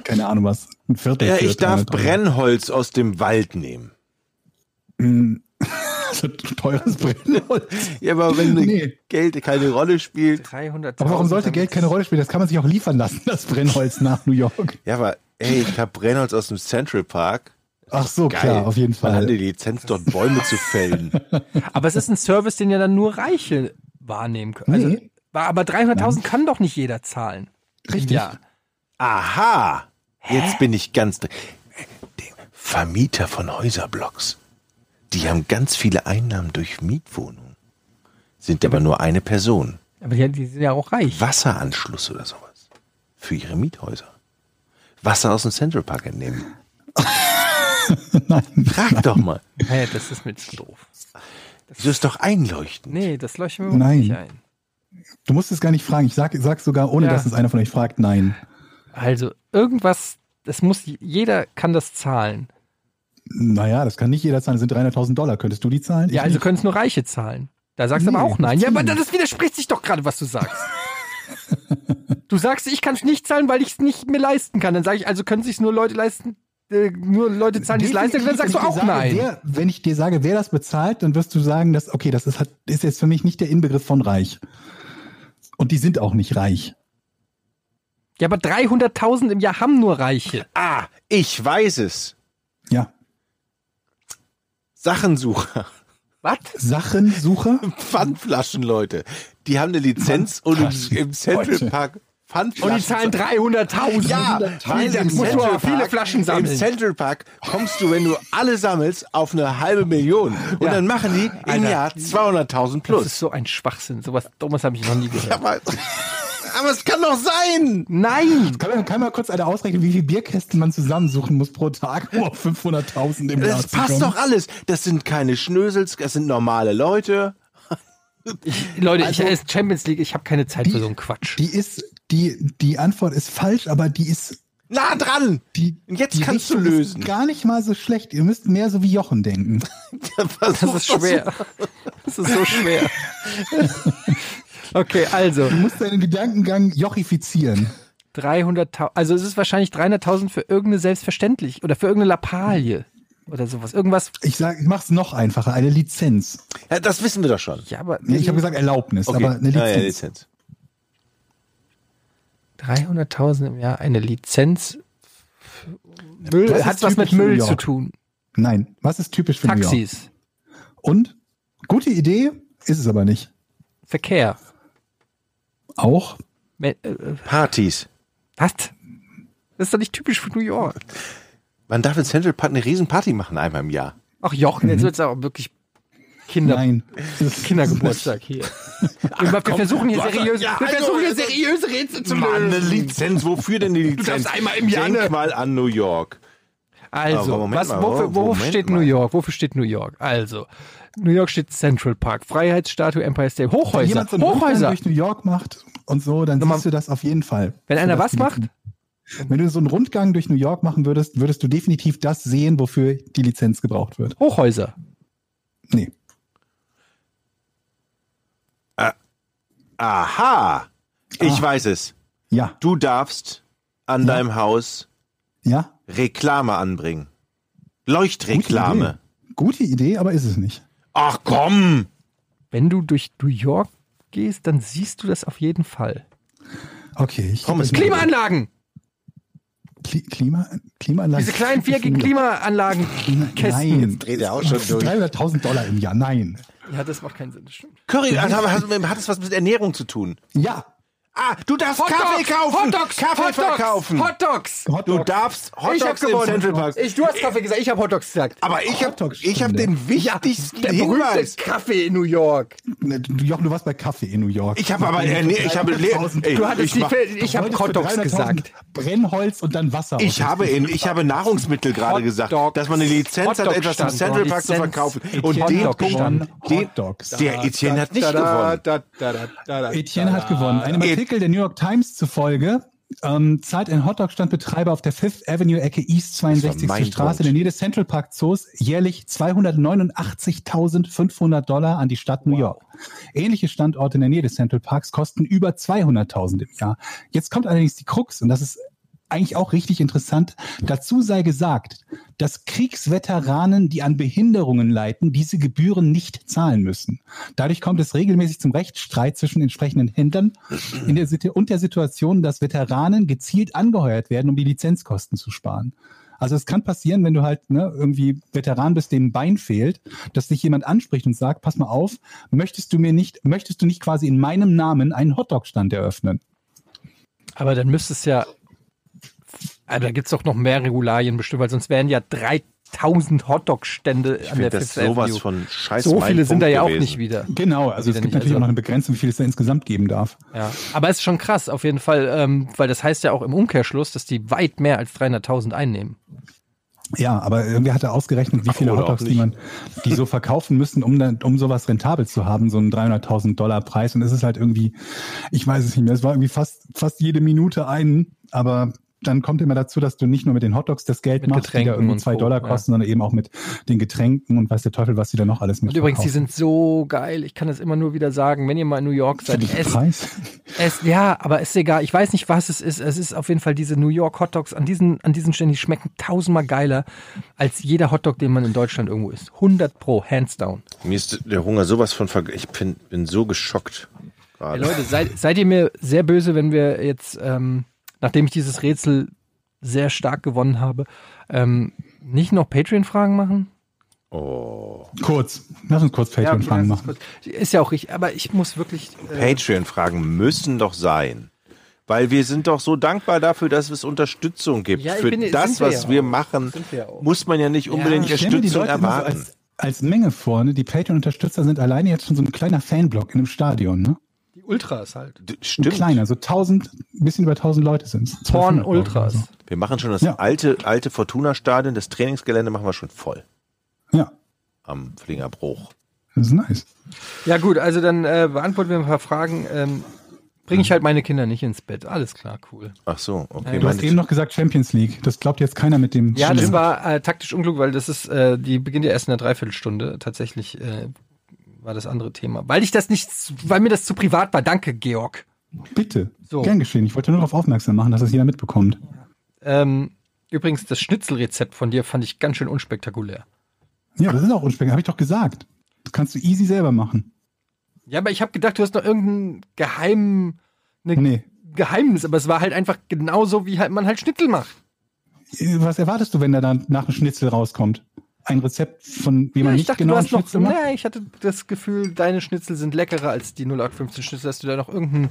Speaker 4: keine Ahnung was, ein Viertel.
Speaker 1: Ja,
Speaker 4: für
Speaker 1: ich darf
Speaker 4: 300 Euro.
Speaker 1: Brennholz aus dem Wald nehmen.
Speaker 4: So teures Brennholz.
Speaker 1: Ja, aber wenn
Speaker 4: Nee.
Speaker 1: Geld keine Rolle spielt.
Speaker 5: 300
Speaker 4: Aber warum sollte Geld keine Rolle spielen? Das kann man sich auch liefern lassen, das Brennholz nach New York.
Speaker 1: Ja, aber ey, ich hab Brennholz aus dem Central Park.
Speaker 4: Ach so, klar, auf jeden
Speaker 1: Man hat die
Speaker 4: Fall.
Speaker 1: Lizenz, dort Bäume zu fällen.
Speaker 5: Aber es ist ein Service, den ja dann nur Reiche wahrnehmen können. Also,
Speaker 4: Nee.
Speaker 5: war- Aber 300.000 kann doch nicht jeder zahlen.
Speaker 4: Richtig.
Speaker 5: Ja.
Speaker 1: Aha! Jetzt bin ich ganz. dr- Die Vermieter von Häuserblocks. Die haben ganz viele Einnahmen durch Mietwohnungen. Sind aber nur eine Person.
Speaker 5: Aber die, die sind ja auch reich.
Speaker 1: Wasseranschluss oder sowas. Für ihre Miethäuser. Wasser aus dem Central Park entnehmen.
Speaker 4: Nein.
Speaker 1: Frag doch mal.
Speaker 5: Hä, das ist mir zu doof.
Speaker 1: Wieso ist doch einleuchten?
Speaker 5: Nee, das leuchtet mir
Speaker 4: Nein.
Speaker 5: überhaupt nicht ein.
Speaker 4: Du musst es gar nicht fragen. Ich sag, sag sogar, ohne
Speaker 5: Ja.
Speaker 4: dass es einer von euch fragt, nein.
Speaker 5: Also, irgendwas, das muss, jeder kann das zahlen.
Speaker 4: Naja, das kann nicht jeder zahlen. Das sind 300.000 Dollar. Könntest du die zahlen? Ich
Speaker 5: Ja, also
Speaker 4: nicht.
Speaker 5: können es nur Reiche zahlen. Da sagst du
Speaker 4: Nee,
Speaker 5: aber auch nein. Ja, aber
Speaker 4: natürlich.
Speaker 5: das widerspricht sich doch gerade, was du sagst. du sagst, ich kann es nicht zahlen, weil ich es nicht mir leisten kann. Dann sage ich, also können sich nur Leute leisten, äh, nur Leute zahlen, die es leisten können. Dann sagst du auch
Speaker 4: Definitiv, wenn
Speaker 5: nein.
Speaker 4: ich dir sage, Wer, wenn ich dir sage, wer das bezahlt, dann wirst du sagen, dass, okay, das ist, halt- ist jetzt für mich nicht der Inbegriff von reich. Und die sind auch nicht reich.
Speaker 5: Ja, aber 300.000 im Jahr haben nur Reiche.
Speaker 1: Ah, ich weiß es.
Speaker 4: Ja.
Speaker 1: Sachensucher.
Speaker 5: Was?
Speaker 4: Sachensucher?
Speaker 1: Pfandflaschen, Leute. Die haben eine Lizenz und im, im Central
Speaker 4: Leute.
Speaker 1: Park
Speaker 5: Und
Speaker 1: Pfandflaschen.
Speaker 5: die zahlen 300.000.
Speaker 1: Ja, weil im
Speaker 5: dann musst du
Speaker 1: Central
Speaker 5: aber viele
Speaker 1: Park-
Speaker 5: Flaschen sammeln.
Speaker 1: Im Central Park kommst du, wenn du alle sammelst, auf eine halbe Million. Und
Speaker 5: Ja.
Speaker 1: dann machen die im
Speaker 5: Alter.
Speaker 1: Jahr 200.000
Speaker 5: das
Speaker 1: plus.
Speaker 5: ist so ein Schwachsinn. Sowas Dummes habe ich noch nie gehört.
Speaker 1: Aber, aber es kann doch sein.
Speaker 5: Nein!
Speaker 4: Kann man, kann man kurz einer ausrechnen, wie viele Bierkästen man zusammensuchen muss pro Tag, um auf 500.000 im Jahr
Speaker 1: Das
Speaker 4: zu
Speaker 1: passt
Speaker 4: kommen?
Speaker 1: doch alles. Das sind keine Schnösels, das sind normale Leute.
Speaker 5: Leute, ich es ist Champions League, ich habe keine Zeit
Speaker 4: Die-
Speaker 5: für so einen Quatsch.
Speaker 4: Die ist, die, die Antwort ist falsch, aber die ist,
Speaker 1: Na dran!
Speaker 4: die,
Speaker 1: Und jetzt
Speaker 4: die
Speaker 1: kannst du
Speaker 4: Richtung
Speaker 1: lösen.
Speaker 4: Ist gar nicht mal so schlecht. Ihr müsst mehr so wie Jochen denken.
Speaker 5: das ist schwer. Das ist so schwer. Okay, also
Speaker 4: Du musst deinen Gedankengang jochifizieren.
Speaker 5: 300.000, also es ist wahrscheinlich 300.000 für irgendeine selbstverständlich oder für irgendeine Lappalie oder sowas. Irgendwas,
Speaker 4: Ich sag, ich mach's noch einfacher. Eine Lizenz.
Speaker 1: Ja, das wissen wir doch schon.
Speaker 5: ja, aber
Speaker 4: Nee, ich habe gesagt Erlaubnis, aber eine
Speaker 1: Mhm. Ah, Ja,
Speaker 4: Lizenz.
Speaker 1: ja, Lizenz.
Speaker 5: 300.000 im Jahr, eine Lizenz. Müll,
Speaker 4: das
Speaker 5: hat
Speaker 4: ist
Speaker 5: was mit
Speaker 4: typisch New
Speaker 5: Müll
Speaker 4: York.
Speaker 5: zu tun.
Speaker 4: Nein. Was ist typisch für New York?
Speaker 5: Taxis,
Speaker 4: Und? Gute Idee ist es aber nicht.
Speaker 5: Verkehr.
Speaker 4: Auch?
Speaker 5: Me- äh,
Speaker 1: Partys.
Speaker 5: Was? Das ist doch nicht typisch für New York.
Speaker 1: Man darf in Central Park eine Riesenparty machen einmal im Jahr.
Speaker 5: Ach Jochen, jetzt wird's aber wirklich Kinder,
Speaker 4: Mhm. Nein. Es ist-
Speaker 5: Kindergeburtstag hier. wir, wir versuchen hier seriöse, wir
Speaker 4: also,
Speaker 5: versuchen hier seriöse Rätsel zu
Speaker 1: Mann, eine
Speaker 5: lösen.
Speaker 1: Lizenz. Wofür denn die Lizenz?
Speaker 5: darfst einmal im Jahr eine-
Speaker 1: Denk mal an New York.
Speaker 5: Also,
Speaker 1: Aber Moment
Speaker 5: was,
Speaker 1: mal, wo-
Speaker 5: wofür, wofür
Speaker 1: Moment
Speaker 5: steht
Speaker 1: mal.
Speaker 5: New York? Wofür steht New York? Also, New York steht Central Park, Freiheitsstatue, Empire State,
Speaker 4: Wenn
Speaker 5: Hochhäuser,
Speaker 4: jemand so einen Rundgang
Speaker 5: Hochhäuser.
Speaker 4: durch New York macht und so, dann
Speaker 5: Nochmal-
Speaker 4: siehst du das auf jeden Fall.
Speaker 5: Wenn einer was macht?
Speaker 4: Wenn du so einen Rundgang durch New York machen würdest, würdest du definitiv das sehen, wofür die Lizenz gebraucht wird.
Speaker 5: Hochhäuser.
Speaker 4: Nee.
Speaker 1: Aha. Ich
Speaker 4: Ah.
Speaker 1: weiß es.
Speaker 4: Ja.
Speaker 1: Du darfst an deinem Haus
Speaker 4: Ja.
Speaker 1: Reklame anbringen.
Speaker 4: Gute
Speaker 1: Leuchtreklame.
Speaker 4: Idee. Gute Idee, aber ist es nicht.
Speaker 1: Ach komm.
Speaker 5: Wenn du durch New York gehst, dann siehst du das auf jeden Fall.
Speaker 4: Okay. Ich
Speaker 1: Komm, es-
Speaker 5: Klimaanlagen!
Speaker 4: Kli Klima Klimaanlage.
Speaker 5: Diese kleinen viereckigen Klimaanlagen. Kästen.
Speaker 4: Nein.
Speaker 1: Dreht er auch
Speaker 4: Das ist 300.000 Dollar im Jahr. Nein.
Speaker 5: Ja, das macht keinen Sinn. Das stimmt.
Speaker 1: Curry, hat, hat, hat das was mit Ernährung zu tun?
Speaker 4: Ja.
Speaker 1: Ah, du darfst Kaffee kaufen.
Speaker 5: Hot Dogs,
Speaker 1: Kaffee
Speaker 5: Hot Dogs,
Speaker 1: verkaufen.
Speaker 5: Hot Dogs.
Speaker 4: Hot
Speaker 1: du
Speaker 4: Dogs.
Speaker 1: darfst Hot
Speaker 5: ich hab
Speaker 1: Dogs im
Speaker 5: gewonnen.
Speaker 1: Central Park.
Speaker 5: Ich, du hast Kaffee gesagt, ich habe Hot Dogs gesagt.
Speaker 1: Aber ich
Speaker 4: Hot Dogs
Speaker 1: habe hab
Speaker 4: Stunde.
Speaker 1: den wichtigsten
Speaker 5: Der berühmte
Speaker 1: Hinweis.
Speaker 5: Kaffee in New York.
Speaker 4: Ne, du- Jochen, du warst bei Kaffee in New York.
Speaker 1: Ich habe aber äh, Erne ich habe Ey,
Speaker 5: Du hattest
Speaker 1: ich,
Speaker 5: die
Speaker 1: mach-
Speaker 5: Fe- ich habe
Speaker 4: Wolltest
Speaker 5: Hot
Speaker 4: für
Speaker 5: Dogs
Speaker 4: 300.000
Speaker 5: gesagt.
Speaker 4: Brennholz und dann Wasser.
Speaker 1: ich
Speaker 4: aus-
Speaker 1: habe in, ich habe Nahrungsmittel gerade
Speaker 5: Hot
Speaker 1: gesagt,
Speaker 5: Dogs.
Speaker 1: dass man eine Lizenz
Speaker 5: Hot
Speaker 1: hat,
Speaker 5: Dogs
Speaker 1: etwas im
Speaker 5: stand
Speaker 1: Central
Speaker 5: da.
Speaker 1: Park zu
Speaker 5: Lizenz.
Speaker 1: verkaufen.
Speaker 5: Etienne
Speaker 1: Und den
Speaker 5: Hot Dogs
Speaker 1: Punkt,
Speaker 4: stand
Speaker 1: den,
Speaker 4: Hot Dogs.
Speaker 1: der Etienne hat nicht
Speaker 5: Da,
Speaker 1: gewonnen.
Speaker 5: da, da, da, da, da.
Speaker 4: Etienne hat gewonnen. Einem
Speaker 1: Et-
Speaker 4: Artikel der New York Times zufolge ähm, zahlt ein Hotdog-Standbetreiber auf der Fifth Avenue-Ecke East
Speaker 1: Das war mein
Speaker 4: 62.
Speaker 1: Punkt.
Speaker 4: Straße in der Nähe des Central Park Zoos jährlich 289.500 Dollar an die Stadt New York. Ähnliche Standorte in der Nähe des Central Parks kosten über 200.000 im Jahr. Jetzt kommt allerdings die Krux und das ist eigentlich auch richtig interessant. Dazu sei gesagt, dass Kriegsveteranen, die an Behinderungen leiden, diese Gebühren nicht zahlen müssen. Dadurch kommt es regelmäßig zum Rechtsstreit zwischen entsprechenden Händlern in der Situ- und der Situation, dass Veteranen gezielt angeheuert werden, um die Lizenzkosten zu sparen. Also es kann passieren, wenn du halt ne, irgendwie Veteran bist, dem ein Bein fehlt, dass dich jemand anspricht und sagt, pass mal auf, möchtest du mir nicht, möchtest du nicht quasi in meinem Namen einen Hotdog-Stand eröffnen?
Speaker 5: Aber dann müsste es ja. Aber da gibt es doch noch mehr Regularien bestimmt, weil sonst wären ja 3000 Hotdog-Stände
Speaker 1: Ich
Speaker 5: an der
Speaker 1: finde das
Speaker 5: Fifth
Speaker 1: sowas
Speaker 5: Avenue.
Speaker 1: von scheiß
Speaker 5: So viele
Speaker 1: mein
Speaker 5: sind da
Speaker 1: Punkt
Speaker 5: ja auch
Speaker 1: gewesen.
Speaker 5: nicht wieder.
Speaker 4: Genau, also
Speaker 5: Wieder
Speaker 4: es gibt
Speaker 5: nicht,
Speaker 4: natürlich
Speaker 5: also-
Speaker 4: auch noch eine Begrenzung, wie viel es da insgesamt geben darf.
Speaker 5: Ja. Aber es ist schon krass, auf jeden Fall, ähm, weil das heißt ja auch im Umkehrschluss, dass die weit mehr als 300.000 einnehmen.
Speaker 4: Ja, aber irgendwer hat da ausgerechnet, wie viele
Speaker 1: oder auch
Speaker 4: Hotdogs, die
Speaker 1: nicht.
Speaker 4: man, die so verkaufen müssen, um dann, um sowas rentabel zu haben, so einen 300.000 Dollar Preis. Und es ist halt irgendwie, ich weiß es nicht mehr, es war irgendwie fast, fast jede Minute einen, aber dann kommt immer dazu, dass du nicht nur mit den Hotdogs das Geld
Speaker 5: Mit
Speaker 4: machst,
Speaker 5: Getränken
Speaker 4: die da irgendwie
Speaker 5: und
Speaker 4: zwei
Speaker 5: Co.,
Speaker 4: Dollar
Speaker 5: ja.
Speaker 4: kosten, sondern eben auch mit den Getränken und weiß der Teufel, was sie da noch alles mit
Speaker 5: Und übrigens, die sind so geil. Ich kann das immer nur wieder sagen, wenn ihr mal in New York
Speaker 4: für
Speaker 5: seid,
Speaker 4: den
Speaker 5: esst
Speaker 4: Preis.
Speaker 5: Es, ja, aber ist egal. Ich weiß nicht, was es ist. Es ist auf jeden Fall diese New York Hot Dogs an diesen, an diesen Stellen, die schmecken tausendmal geiler als jeder Hot Dog, den man in Deutschland irgendwo isst. 100 pro, hands down.
Speaker 1: Mir ist der Hunger sowas von ver ich bin, bin so geschockt
Speaker 5: Ey,
Speaker 1: gerade.
Speaker 5: Leute, seid, seid ihr mir sehr böse, wenn wir jetzt, ähm, nachdem ich dieses Rätsel sehr stark gewonnen habe, ähm, nicht noch Patreon-Fragen machen?
Speaker 1: Oh.
Speaker 4: Kurz, lass uns kurz Patreon-Fragen
Speaker 5: Ja, okay,
Speaker 4: machen.
Speaker 5: das ist kurz. Ist ja auch richtig, aber ich muss wirklich. Äh,
Speaker 1: Patreon Fragen müssen doch sein. Weil wir sind doch so dankbar dafür, dass es Unterstützung gibt.
Speaker 5: Ja, ich
Speaker 1: Für
Speaker 5: bin-
Speaker 1: das,
Speaker 5: sind wir
Speaker 1: was
Speaker 5: ja
Speaker 1: wir
Speaker 5: auch.
Speaker 1: machen,
Speaker 5: Sind wir auch.
Speaker 1: muss man ja nicht unbedingt
Speaker 5: Ich
Speaker 4: Ich stelle mir die
Speaker 1: Unterstützung
Speaker 4: Leute immer so
Speaker 1: erwarten.
Speaker 4: als, als Menge vor. Ne? Die Patreon-Unterstützer sind alleine jetzt schon so ein kleiner Fanblock in einem Stadion. Ne?
Speaker 5: Die Ultras halt.
Speaker 1: D-
Speaker 4: Ein
Speaker 1: Stimmt.
Speaker 4: kleiner, so 1000, ein bisschen über 1000 Leute also. sind es.
Speaker 5: Porn Ultras.
Speaker 1: Wir machen schon das
Speaker 4: Ja.
Speaker 1: alte, alte Fortuna-Stadion, das Trainingsgelände machen wir schon voll
Speaker 4: Ja,
Speaker 1: am Flingerbruch.
Speaker 4: das ist nice.
Speaker 5: Ja, gut, also dann äh, beantworten wir ein paar Fragen. Ähm, Bringe ich halt meine Kinder nicht ins Bett. Alles klar, cool.
Speaker 1: Ach so, okay.
Speaker 5: Ja, eh
Speaker 4: Du hast
Speaker 1: meine-
Speaker 4: eben noch gesagt Champions League. Das glaubt jetzt keiner mit dem.
Speaker 5: Ja, das
Speaker 4: Schimmel.
Speaker 5: war äh, taktisch unklug, weil das ist, äh, die beginnt ja erst in einer Dreiviertelstunde. Tatsächlich äh, war das andere Thema. Weil ich das nicht, weil mir das zu privat war. Danke, Georg.
Speaker 4: Bitte.
Speaker 5: So.
Speaker 4: Gern geschehen. Ich wollte nur darauf aufmerksam machen, dass das jeder mitbekommt.
Speaker 5: Ähm, übrigens, das Schnitzelrezept von dir fand ich ganz schön unspektakulär.
Speaker 4: Ja, das ist auch unspektakulär. Habe ich doch gesagt. Das kannst du easy selber machen.
Speaker 5: Ja, aber ich habe gedacht, du hast noch irgendeinen geheimen ne,
Speaker 4: Nee.
Speaker 5: Geheimnis, aber es war halt einfach genauso, wie halt man halt Schnitzel macht.
Speaker 4: Was erwartest du, wenn da dann nach einem Schnitzel rauskommt? Ein Rezept von, wie man
Speaker 5: Ja,
Speaker 4: nicht genau einen Schnitzel macht?
Speaker 5: nee, ich hatte das Gefühl, deine Schnitzel sind leckerer als die 0815 Schnitzel, dass du da noch irgendein,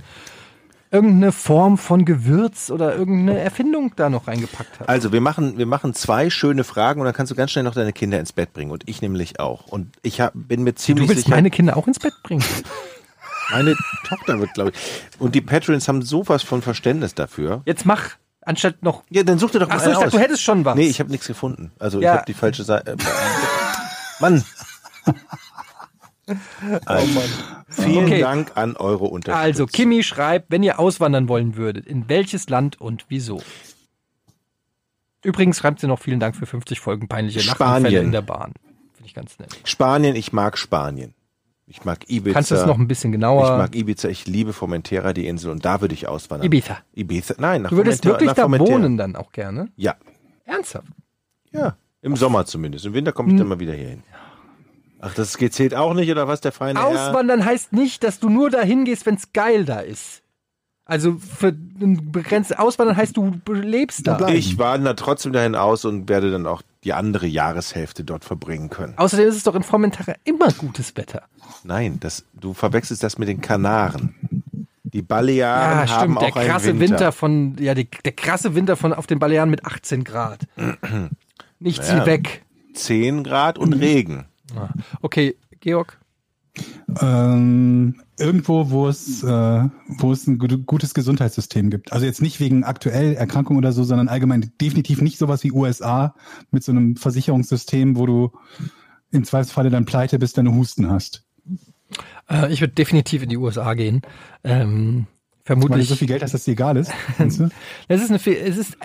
Speaker 5: irgendeine Form von Gewürz oder irgendeine Erfindung da noch reingepackt hast.
Speaker 1: Also wir machen, wir machen zwei schöne Fragen und dann kannst du ganz schnell noch deine Kinder ins Bett bringen und ich nämlich auch. Und ich hab, bin mir ziemlich
Speaker 5: du willst
Speaker 1: sicher,
Speaker 5: meine Kinder auch ins Bett bringen.
Speaker 1: meine Tochter wird, glaube ich. Und die Patrons haben sowas von Verständnis dafür.
Speaker 5: Jetzt mach, anstatt noch.
Speaker 1: Ja, dann such dir doch mal
Speaker 5: Ach so,
Speaker 1: einen
Speaker 5: ich dachte,
Speaker 1: aus.
Speaker 5: du hättest schon was.
Speaker 1: Nee, ich habe nichts gefunden. Also
Speaker 5: Ja.
Speaker 1: ich habe die falsche Seite. Äh, Mann. Also, vielen
Speaker 5: Oh Okay.
Speaker 1: Dank an eure Unterstützung.
Speaker 5: also, Kimi schreibt, wenn ihr auswandern wollen würdet, in welches Land und wieso? Übrigens schreibt sie noch vielen Dank für 50 Folgen peinliche Lachanfälle
Speaker 1: Spanien.
Speaker 5: in der Bahn. Finde ich ganz nett.
Speaker 1: Spanien, ich mag Spanien. Ich mag Ibiza.
Speaker 5: Kannst du es noch ein bisschen
Speaker 1: Ich
Speaker 5: genauer?
Speaker 1: mag Ibiza, ich liebe Formentera, die Insel, und da würde ich auswandern.
Speaker 5: Ibiza.
Speaker 1: Ibiza, nein, nach
Speaker 5: Du würdest
Speaker 1: Formentera-
Speaker 5: wirklich
Speaker 1: nach
Speaker 5: da
Speaker 1: Formentera.
Speaker 5: wohnen dann auch gerne?
Speaker 1: Ja,
Speaker 5: Ernsthaft?
Speaker 1: ja, im Sommer zumindest. Im Winter
Speaker 5: Hm.
Speaker 1: komme ich dann mal wieder hierhin. Ach, das gezählt auch nicht, oder was, der feine Herr?
Speaker 5: Auswandern heißt nicht, dass du nur dahin gehst, wenn es geil da ist. Also für ein begrenztes Auswandern heißt, du be- lebst da.
Speaker 4: bleib-
Speaker 1: Ich wandere trotzdem dahin aus und werde dann auch die andere Jahreshälfte dort verbringen können.
Speaker 5: Außerdem ist es doch in Formentera immer gutes Wetter.
Speaker 1: Nein, das, du verwechselst das mit den Kanaren. Die Balearen haben
Speaker 5: Der
Speaker 1: auch einen
Speaker 5: krasse Winter.
Speaker 1: Winter.
Speaker 5: von, ja, die, der krasse Winter von auf den Balearen mit 18 Grad. Nichts
Speaker 1: Naja.
Speaker 5: wie weg. Ah.
Speaker 1: 10 Grad und
Speaker 5: Mhm.
Speaker 1: Regen.
Speaker 5: Okay, Georg.
Speaker 4: Ähm, irgendwo, wo es, äh, wo es ein gut- gutes Gesundheitssystem gibt. Also jetzt nicht wegen aktuell Erkrankung oder so, sondern allgemein definitiv nicht sowas wie USA mit so einem Versicherungssystem, wo du im Zweifelsfalle dann pleite bist, wenn du Husten hast.
Speaker 5: Äh, ich würde definitiv in die USA gehen. Ähm,
Speaker 4: Weil du
Speaker 5: vermutlich.
Speaker 4: so viel Geld hast, dass dir egal ist. Weißt du?
Speaker 5: Das ist, eine, Fe- es ist,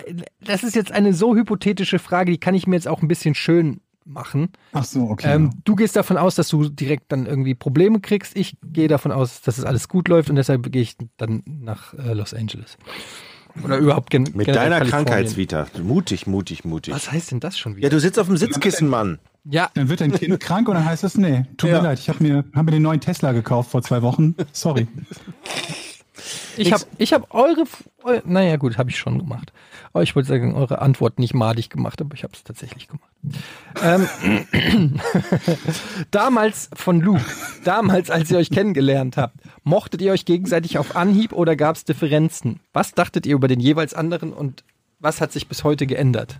Speaker 5: das ist jetzt eine so hypothetische Frage, die kann ich mir jetzt auch ein bisschen schön machen.
Speaker 4: Ach so, okay.
Speaker 5: Ähm, du gehst davon aus, dass du direkt dann irgendwie Probleme kriegst. Ich gehe davon aus, dass es alles gut läuft und deshalb gehe ich dann nach äh, Los Angeles. Oder überhaupt gen
Speaker 1: Mit
Speaker 5: generell
Speaker 1: deiner
Speaker 5: Kalifornien.
Speaker 1: Krankheitsvita. Mutig, mutig, mutig.
Speaker 5: Was heißt denn das schon
Speaker 1: Ja,
Speaker 5: wieder?
Speaker 1: du sitzt auf dem Sitzkissen, Mann.
Speaker 5: Ja,
Speaker 4: dann wird dein Kind krank und dann heißt es, nee, tut
Speaker 1: Ja.
Speaker 4: mir leid, ich habe mir, hab mir den neuen Tesla gekauft vor zwei Wochen. Sorry.
Speaker 5: ich habe ich hab eure, F- eu naja gut, habe ich schon gemacht. Oh, ich wollte sagen, eure Antwort nicht madig gemacht, aber ich habe es tatsächlich gemacht. Ähm, damals von Luke, damals, als ihr euch kennengelernt habt, mochtet ihr euch gegenseitig auf Anhieb oder gab es Differenzen? Was dachtet ihr über den jeweils anderen und was hat sich bis heute geändert?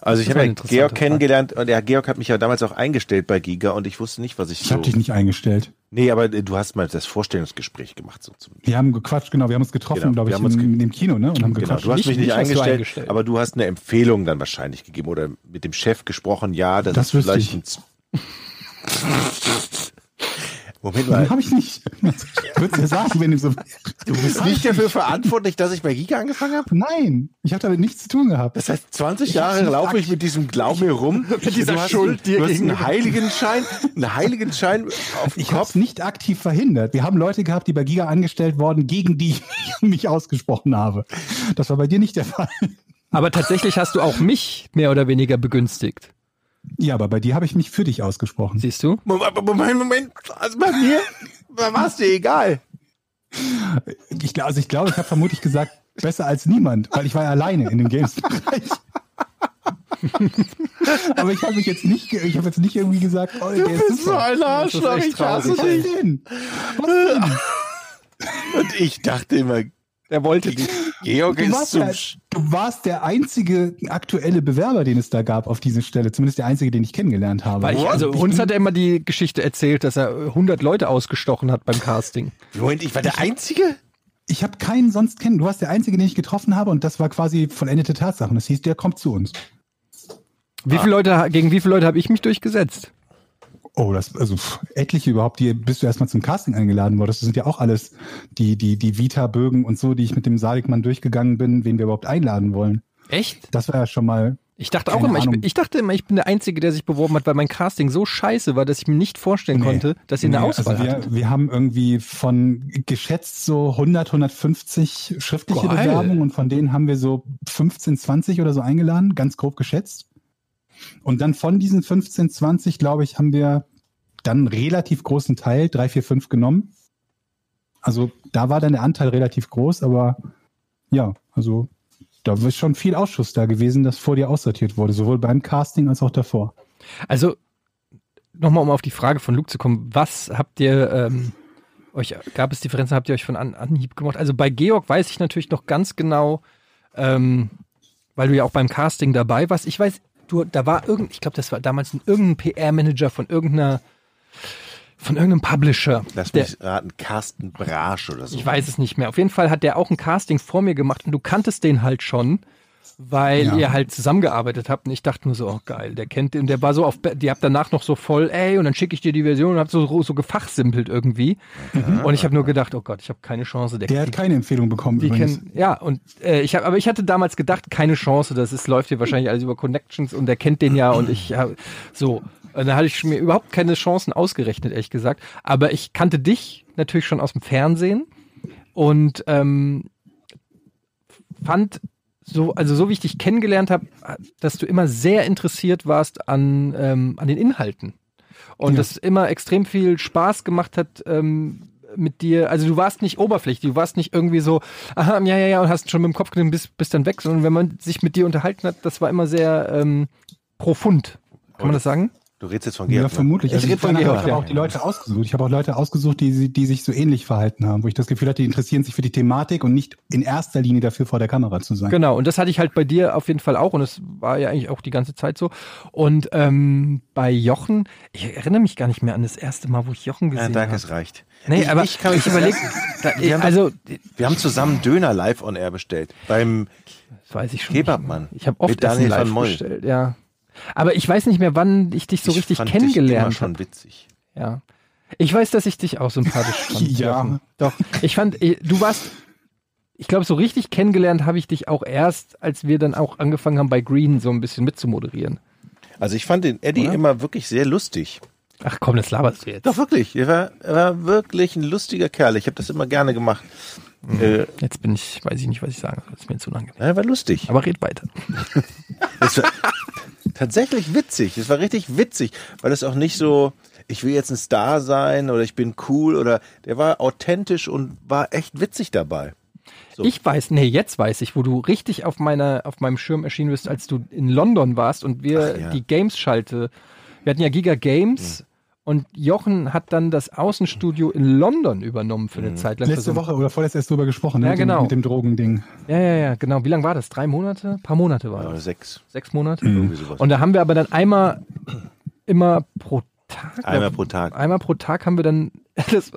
Speaker 1: Also ich
Speaker 5: Das
Speaker 1: habe ja
Speaker 5: war eine interessante
Speaker 1: Georg
Speaker 5: Frage.
Speaker 1: kennengelernt und der Georg hat mich ja damals auch eingestellt bei Giga und ich wusste nicht, was ich
Speaker 4: Ich
Speaker 1: so...
Speaker 4: habe dich nicht eingestellt.
Speaker 1: nee, aber äh, du hast mal das Vorstellungsgespräch gemacht. So zum,
Speaker 4: Wir haben gequatscht, genau, wir haben uns getroffen,
Speaker 1: Genau,
Speaker 4: glaube
Speaker 1: wir
Speaker 4: ich,
Speaker 1: haben uns
Speaker 4: in,
Speaker 1: ge-
Speaker 4: in dem Kino, ne? Und haben
Speaker 1: genau,
Speaker 4: gequatscht.
Speaker 1: du hast
Speaker 5: Nicht
Speaker 1: mich nicht
Speaker 5: mich hast du
Speaker 1: eingestellt,
Speaker 5: eingestellt.
Speaker 1: aber du hast eine Empfehlung dann wahrscheinlich gegeben oder mit dem Chef gesprochen, ja, das,
Speaker 4: Das
Speaker 1: ist
Speaker 4: wüsste
Speaker 1: vielleicht...
Speaker 4: ich.
Speaker 1: Ein Z- Moment
Speaker 4: Nein,
Speaker 1: mal,
Speaker 4: habe ich nicht. Ich würde dir sagen, wenn du so.
Speaker 1: du bist nicht dafür verantwortlich, dass ich bei Giga angefangen habe?
Speaker 4: Nein, ich habe damit nichts zu tun gehabt.
Speaker 1: Das heißt, 20 Jahre laufe ich mit diesem Glauben hier rum. Mit
Speaker 5: dieser
Speaker 1: du hast,
Speaker 5: Schuld dir
Speaker 1: du hast einen
Speaker 5: gegenüber.
Speaker 1: Heiligenschein, einen Heiligenschein auf dem
Speaker 4: Ich habe
Speaker 1: Kopf.
Speaker 4: es nicht aktiv verhindert. Wir haben Leute gehabt, die bei Giga angestellt wurden, gegen die ich mich ausgesprochen habe. Das war bei dir nicht der Fall.
Speaker 5: Aber tatsächlich hast du auch mich mehr oder weniger begünstigt.
Speaker 4: Ja, aber bei dir habe ich mich für dich ausgesprochen.
Speaker 5: Siehst du?
Speaker 1: Moment, Moment, Moment, also bei mir war es dir egal.
Speaker 4: Ich, gl- also ich glaube, ich habe vermutlich gesagt, besser als niemand, weil ich war ja alleine in dem Games-Bereich. aber ich habe mich jetzt nicht, ge- ich habe jetzt nicht irgendwie gesagt, oh, der ist super.
Speaker 1: ein Arschloch,
Speaker 5: echt
Speaker 1: ich hasse
Speaker 4: Was denn?
Speaker 1: Und ich dachte immer, Der wollte die. Georg
Speaker 4: Du
Speaker 1: ist
Speaker 4: warst, halt-
Speaker 1: zum.
Speaker 4: der,
Speaker 1: Sch-
Speaker 4: du warst der einzige aktuelle Bewerber, den es da gab auf diese Stelle. Zumindest der einzige, den ich kennengelernt habe.
Speaker 5: Weil ich, also uns hat er immer die Geschichte erzählt, dass er äh, 100 Leute ausgestochen hat beim Casting.
Speaker 1: Moment, ich war der Einzige?
Speaker 4: ich habe keinen sonst kennen. Du warst der einzige, den ich getroffen habe und das war quasi vollendete Tatsachen. Das hieß, der kommt zu uns.
Speaker 5: Wie viele Leute, gegen wie viele Leute habe ich mich durchgesetzt?
Speaker 4: Oh, das, also pff, etliche überhaupt, die bis du erstmal zum Casting eingeladen wurdest. Das sind ja auch alles die, die, die Vita-Bögen und so, die ich mit dem Salikmann durchgegangen bin, wen wir überhaupt einladen wollen.
Speaker 5: Echt?
Speaker 4: Das war ja schon mal.
Speaker 5: Ich dachte auch
Speaker 4: Keine
Speaker 5: immer, ich, bin,
Speaker 4: Ahnung.
Speaker 5: ich dachte immer, ich bin der Einzige, der sich beworben hat, weil mein Casting so scheiße war, dass ich mir nicht vorstellen
Speaker 4: Nee.
Speaker 5: konnte, dass ihr eine
Speaker 4: Nee,
Speaker 5: Auswahl
Speaker 4: also
Speaker 5: hattet.
Speaker 4: wir, wir haben irgendwie von geschätzt so 100, 150 schriftliche
Speaker 5: Geil.
Speaker 4: Bewerbungen und von denen haben wir so 15, 20 oder so eingeladen, ganz grob geschätzt. Und dann von diesen 15, 20, glaube ich, haben wir dann einen relativ großen Teil, 3, 4, 5 genommen. Also da war dann der Anteil relativ groß, aber ja, also da ist schon viel Ausschuss da gewesen, das vor dir aussortiert wurde, sowohl beim Casting als auch davor.
Speaker 5: Also, nochmal, um auf die Frage von Luke zu kommen, was habt ihr ähm, euch, gab es Differenzen, habt ihr euch von an, Anhieb gemacht? Also bei Georg weiß ich natürlich noch ganz genau, ähm, weil du ja auch beim Casting dabei warst. Ich weiß, du, da war irgend, ich glaube, das war damals ein, irgendein PR-Manager von irgendeiner, von irgendeinem Publisher.
Speaker 1: Lass
Speaker 5: der-
Speaker 1: mich raten, Carsten Brasch oder so.
Speaker 5: Ich weiß es nicht mehr. Auf jeden Fall hat der auch ein Casting vor mir gemacht und du kanntest den halt schon, weil
Speaker 4: Ja.
Speaker 5: ihr halt zusammengearbeitet habt. Und ich dachte nur so, oh geil, der kennt den. Und der war so auf, Be- die habt danach noch so voll, ey, und dann schicke ich dir die Version und hab so, so gefachsimpelt irgendwie. Und ich habe nur gedacht, oh Gott, ich habe keine Chance. Der,
Speaker 4: Der hat keine Empfehlung bekommen
Speaker 5: die kennen, ja, und äh, ich habe, aber ich hatte damals gedacht, keine Chance, das ist, läuft hier wahrscheinlich alles über Connections und er kennt den ja und ich hab, so. Und da hatte ich mir überhaupt keine Chancen ausgerechnet, ehrlich gesagt. Aber ich kannte dich natürlich schon aus dem Fernsehen und ähm, fand so, also so wie ich dich kennengelernt habe, dass du immer sehr interessiert warst an, ähm, an den Inhalten. Und
Speaker 4: Ja.
Speaker 5: das immer extrem viel Spaß gemacht hat ähm, mit dir. Also du warst nicht oberflächlich, du warst nicht irgendwie so, aha, ja, ja, ja, und hast schon mit dem Kopf genommen, bist, bist dann weg, sondern wenn man sich mit dir unterhalten hat, das war immer sehr ähm, profund. Kann man das sagen?
Speaker 1: Du redest jetzt von
Speaker 4: Ja,
Speaker 1: Georg. ne?
Speaker 4: vermutlich.
Speaker 5: Ich
Speaker 4: Also
Speaker 5: rede
Speaker 4: ich
Speaker 5: von
Speaker 4: habe
Speaker 5: Georg,
Speaker 4: auch, ich
Speaker 5: ja.
Speaker 4: hab auch die Leute ausgesucht. Ich habe auch Leute ausgesucht, die, sie- die sich so ähnlich verhalten haben, wo ich das Gefühl hatte, die interessieren sich für die Thematik und nicht in erster Linie dafür, vor der Kamera zu sein.
Speaker 5: Genau, und das hatte ich halt bei dir auf jeden Fall auch und es war ja eigentlich auch die ganze Zeit so. Und ähm, bei Jochen, ich erinnere mich gar nicht mehr an das erste Mal, wo ich Jochen
Speaker 1: Ja,
Speaker 5: gesehen
Speaker 1: Ah, danke,
Speaker 5: habe.
Speaker 1: es reicht.
Speaker 5: Nee, aber
Speaker 1: ich kann mich
Speaker 5: ich überlege,
Speaker 1: Wir haben-
Speaker 5: also,
Speaker 1: Wir haben zusammen Döner live on air bestellt. Beim
Speaker 5: das weiß ich schon. nicht mehr.
Speaker 1: Kebabmann.
Speaker 5: Ich habe oft
Speaker 1: Mit Daniel
Speaker 5: Essen
Speaker 1: van
Speaker 5: live
Speaker 1: Moll.
Speaker 5: bestellt, ja. Aber ich weiß nicht mehr, wann ich dich so
Speaker 1: Ich
Speaker 5: richtig
Speaker 1: fand dich immer
Speaker 5: kennengelernt habe.
Speaker 1: schon witzig.
Speaker 5: Ja. Ich weiß, dass ich dich auch sympathisch fand.
Speaker 4: Ja.
Speaker 5: Jochen. Doch. Ich fand, eh, du warst, ich glaube, so richtig kennengelernt habe ich dich auch erst, als wir dann auch angefangen haben, bei Green so ein bisschen mitzumoderieren.
Speaker 1: Also ich fand den Eddie
Speaker 5: Oder?
Speaker 1: immer wirklich sehr lustig.
Speaker 5: Ach komm, das laberst du jetzt.
Speaker 1: Doch wirklich, er war, er war wirklich ein lustiger Kerl. Ich habe das immer gerne gemacht. Äh,
Speaker 5: Jetzt bin ich, weiß ich nicht, was ich sagen soll. Ist mir zu unangenehm.
Speaker 1: er war lustig.
Speaker 5: Aber red weiter.
Speaker 1: Es war tatsächlich witzig. Es war richtig witzig, weil es auch nicht so, ich will jetzt ein Star sein oder ich bin cool oder der war authentisch und war echt witzig dabei. So.
Speaker 5: Ich weiß, nee, jetzt weiß ich, wo du richtig auf meiner, auf meinem Schirm erschienen bist, als du in London warst und wir
Speaker 1: Ach ja. Mhm.
Speaker 5: die Games-Schalte. Wir hatten ja Giga Games und Jochen hat dann das Außenstudio in London übernommen für eine
Speaker 1: Mhm.
Speaker 5: Zeit lang. Für so
Speaker 4: Letzte
Speaker 5: ein-
Speaker 4: Woche oder vorletzt erst drüber gesprochen, ne,
Speaker 5: Ja,
Speaker 4: mit, dem,
Speaker 5: genau.
Speaker 4: mit dem Drogending.
Speaker 5: Ja, ja, ja, genau. Wie lange war das? Drei Monate? Ein paar Monate war
Speaker 1: Ja, Mhm.
Speaker 5: das.
Speaker 1: sechs,
Speaker 5: Sechs Monate.
Speaker 1: irgendwie sowas.
Speaker 5: Und da haben wir aber dann einmal, immer pro Tag.
Speaker 1: Einmal pro Tag.
Speaker 5: Einmal pro Tag haben wir dann das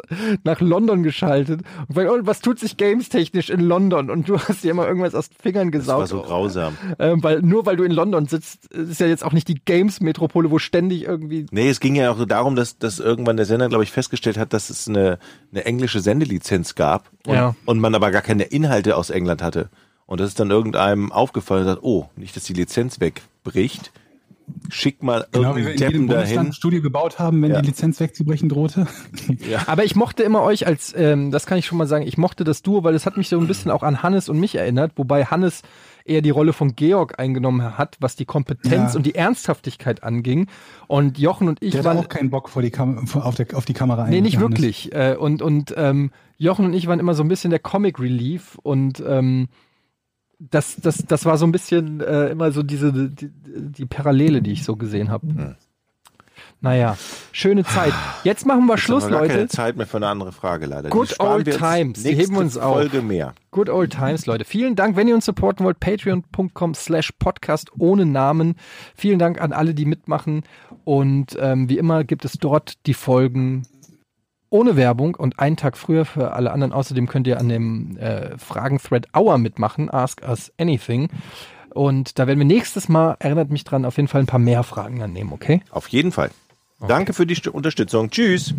Speaker 5: nach London geschaltet und gefragt, oh, was tut sich gamestechnisch in London? Und du hast dir immer irgendwas aus den Fingern
Speaker 1: Das war
Speaker 5: gesaugt.
Speaker 1: so grausam.
Speaker 5: Ähm, weil, nur weil du in London sitzt, ist ja jetzt auch nicht die Games-Metropole, wo ständig irgendwie.
Speaker 1: Nee, es ging ja auch so darum, dass, dass irgendwann der Sender, glaube ich, festgestellt hat, dass es eine, eine englische Sendelizenz gab und,
Speaker 5: Ja.
Speaker 1: und man aber gar keine Inhalte aus England hatte. Und das ist dann irgendeinem aufgefallen und sagt, oh, nicht, dass die Lizenz wegbricht. Schick mal
Speaker 4: Genau, wie wir
Speaker 1: irgendeinen
Speaker 4: in jedem
Speaker 1: Deppen
Speaker 4: Bundesland ein
Speaker 1: dahin.
Speaker 4: Studio gebaut haben, wenn
Speaker 1: Ja.
Speaker 4: die Lizenz wegzubrechen drohte.
Speaker 5: Aber ich mochte immer euch als, ähm, das kann ich schon mal sagen, ich mochte das Duo, weil es hat mich so ein bisschen auch an Hannes und mich erinnert, wobei Hannes eher die Rolle von Georg eingenommen hat, was die Kompetenz
Speaker 4: Ja.
Speaker 5: und die Ernsthaftigkeit anging. Und Jochen und ich
Speaker 4: Der hatte
Speaker 5: waren
Speaker 4: auch keinen Bock vor die Kam vor- auf, der, auf die Kamera
Speaker 5: Nee, nicht
Speaker 4: Johannes.
Speaker 5: wirklich. Äh, und und ähm, Jochen und ich waren immer so ein bisschen der Comic Relief und ähm, das, das, das war so
Speaker 1: Hm.
Speaker 5: ein bisschen äh, immer so diese die, die Parallele, die ich so gesehen habe. Naja, schöne Zeit. Jetzt machen wir Schluss,
Speaker 1: haben wir gar
Speaker 5: Leute.
Speaker 1: keine Zeit mehr für eine andere Frage leider.
Speaker 5: Good
Speaker 1: Die sparen
Speaker 5: old
Speaker 1: wir uns
Speaker 5: times. Die
Speaker 1: nächste
Speaker 5: heben uns auf.
Speaker 1: Folge mehr.
Speaker 5: Good old times, Leute. Vielen Dank, wenn ihr uns supporten wollt, patreon.com slash podcast ohne Namen. Vielen Dank an alle, die mitmachen. Und ähm, wie immer gibt es dort die Folgen ohne Werbung und einen Tag früher für alle anderen. Außerdem könnt ihr an dem äh, Fragen-Thread Hour mitmachen, Ask Us Anything. Und da werden wir nächstes Mal, erinnert mich dran, auf jeden Fall ein paar mehr Fragen dann nehmen, okay?
Speaker 1: Auf jeden Fall. Danke für die Stu- Unterstützung. Tschüss.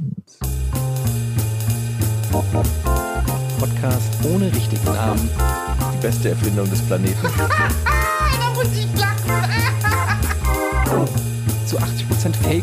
Speaker 2: Podcast ohne richtigen Namen.
Speaker 1: Die beste Erfindung des Planeten.
Speaker 3: da muss ich lachen.
Speaker 2: Zu 80% Fake.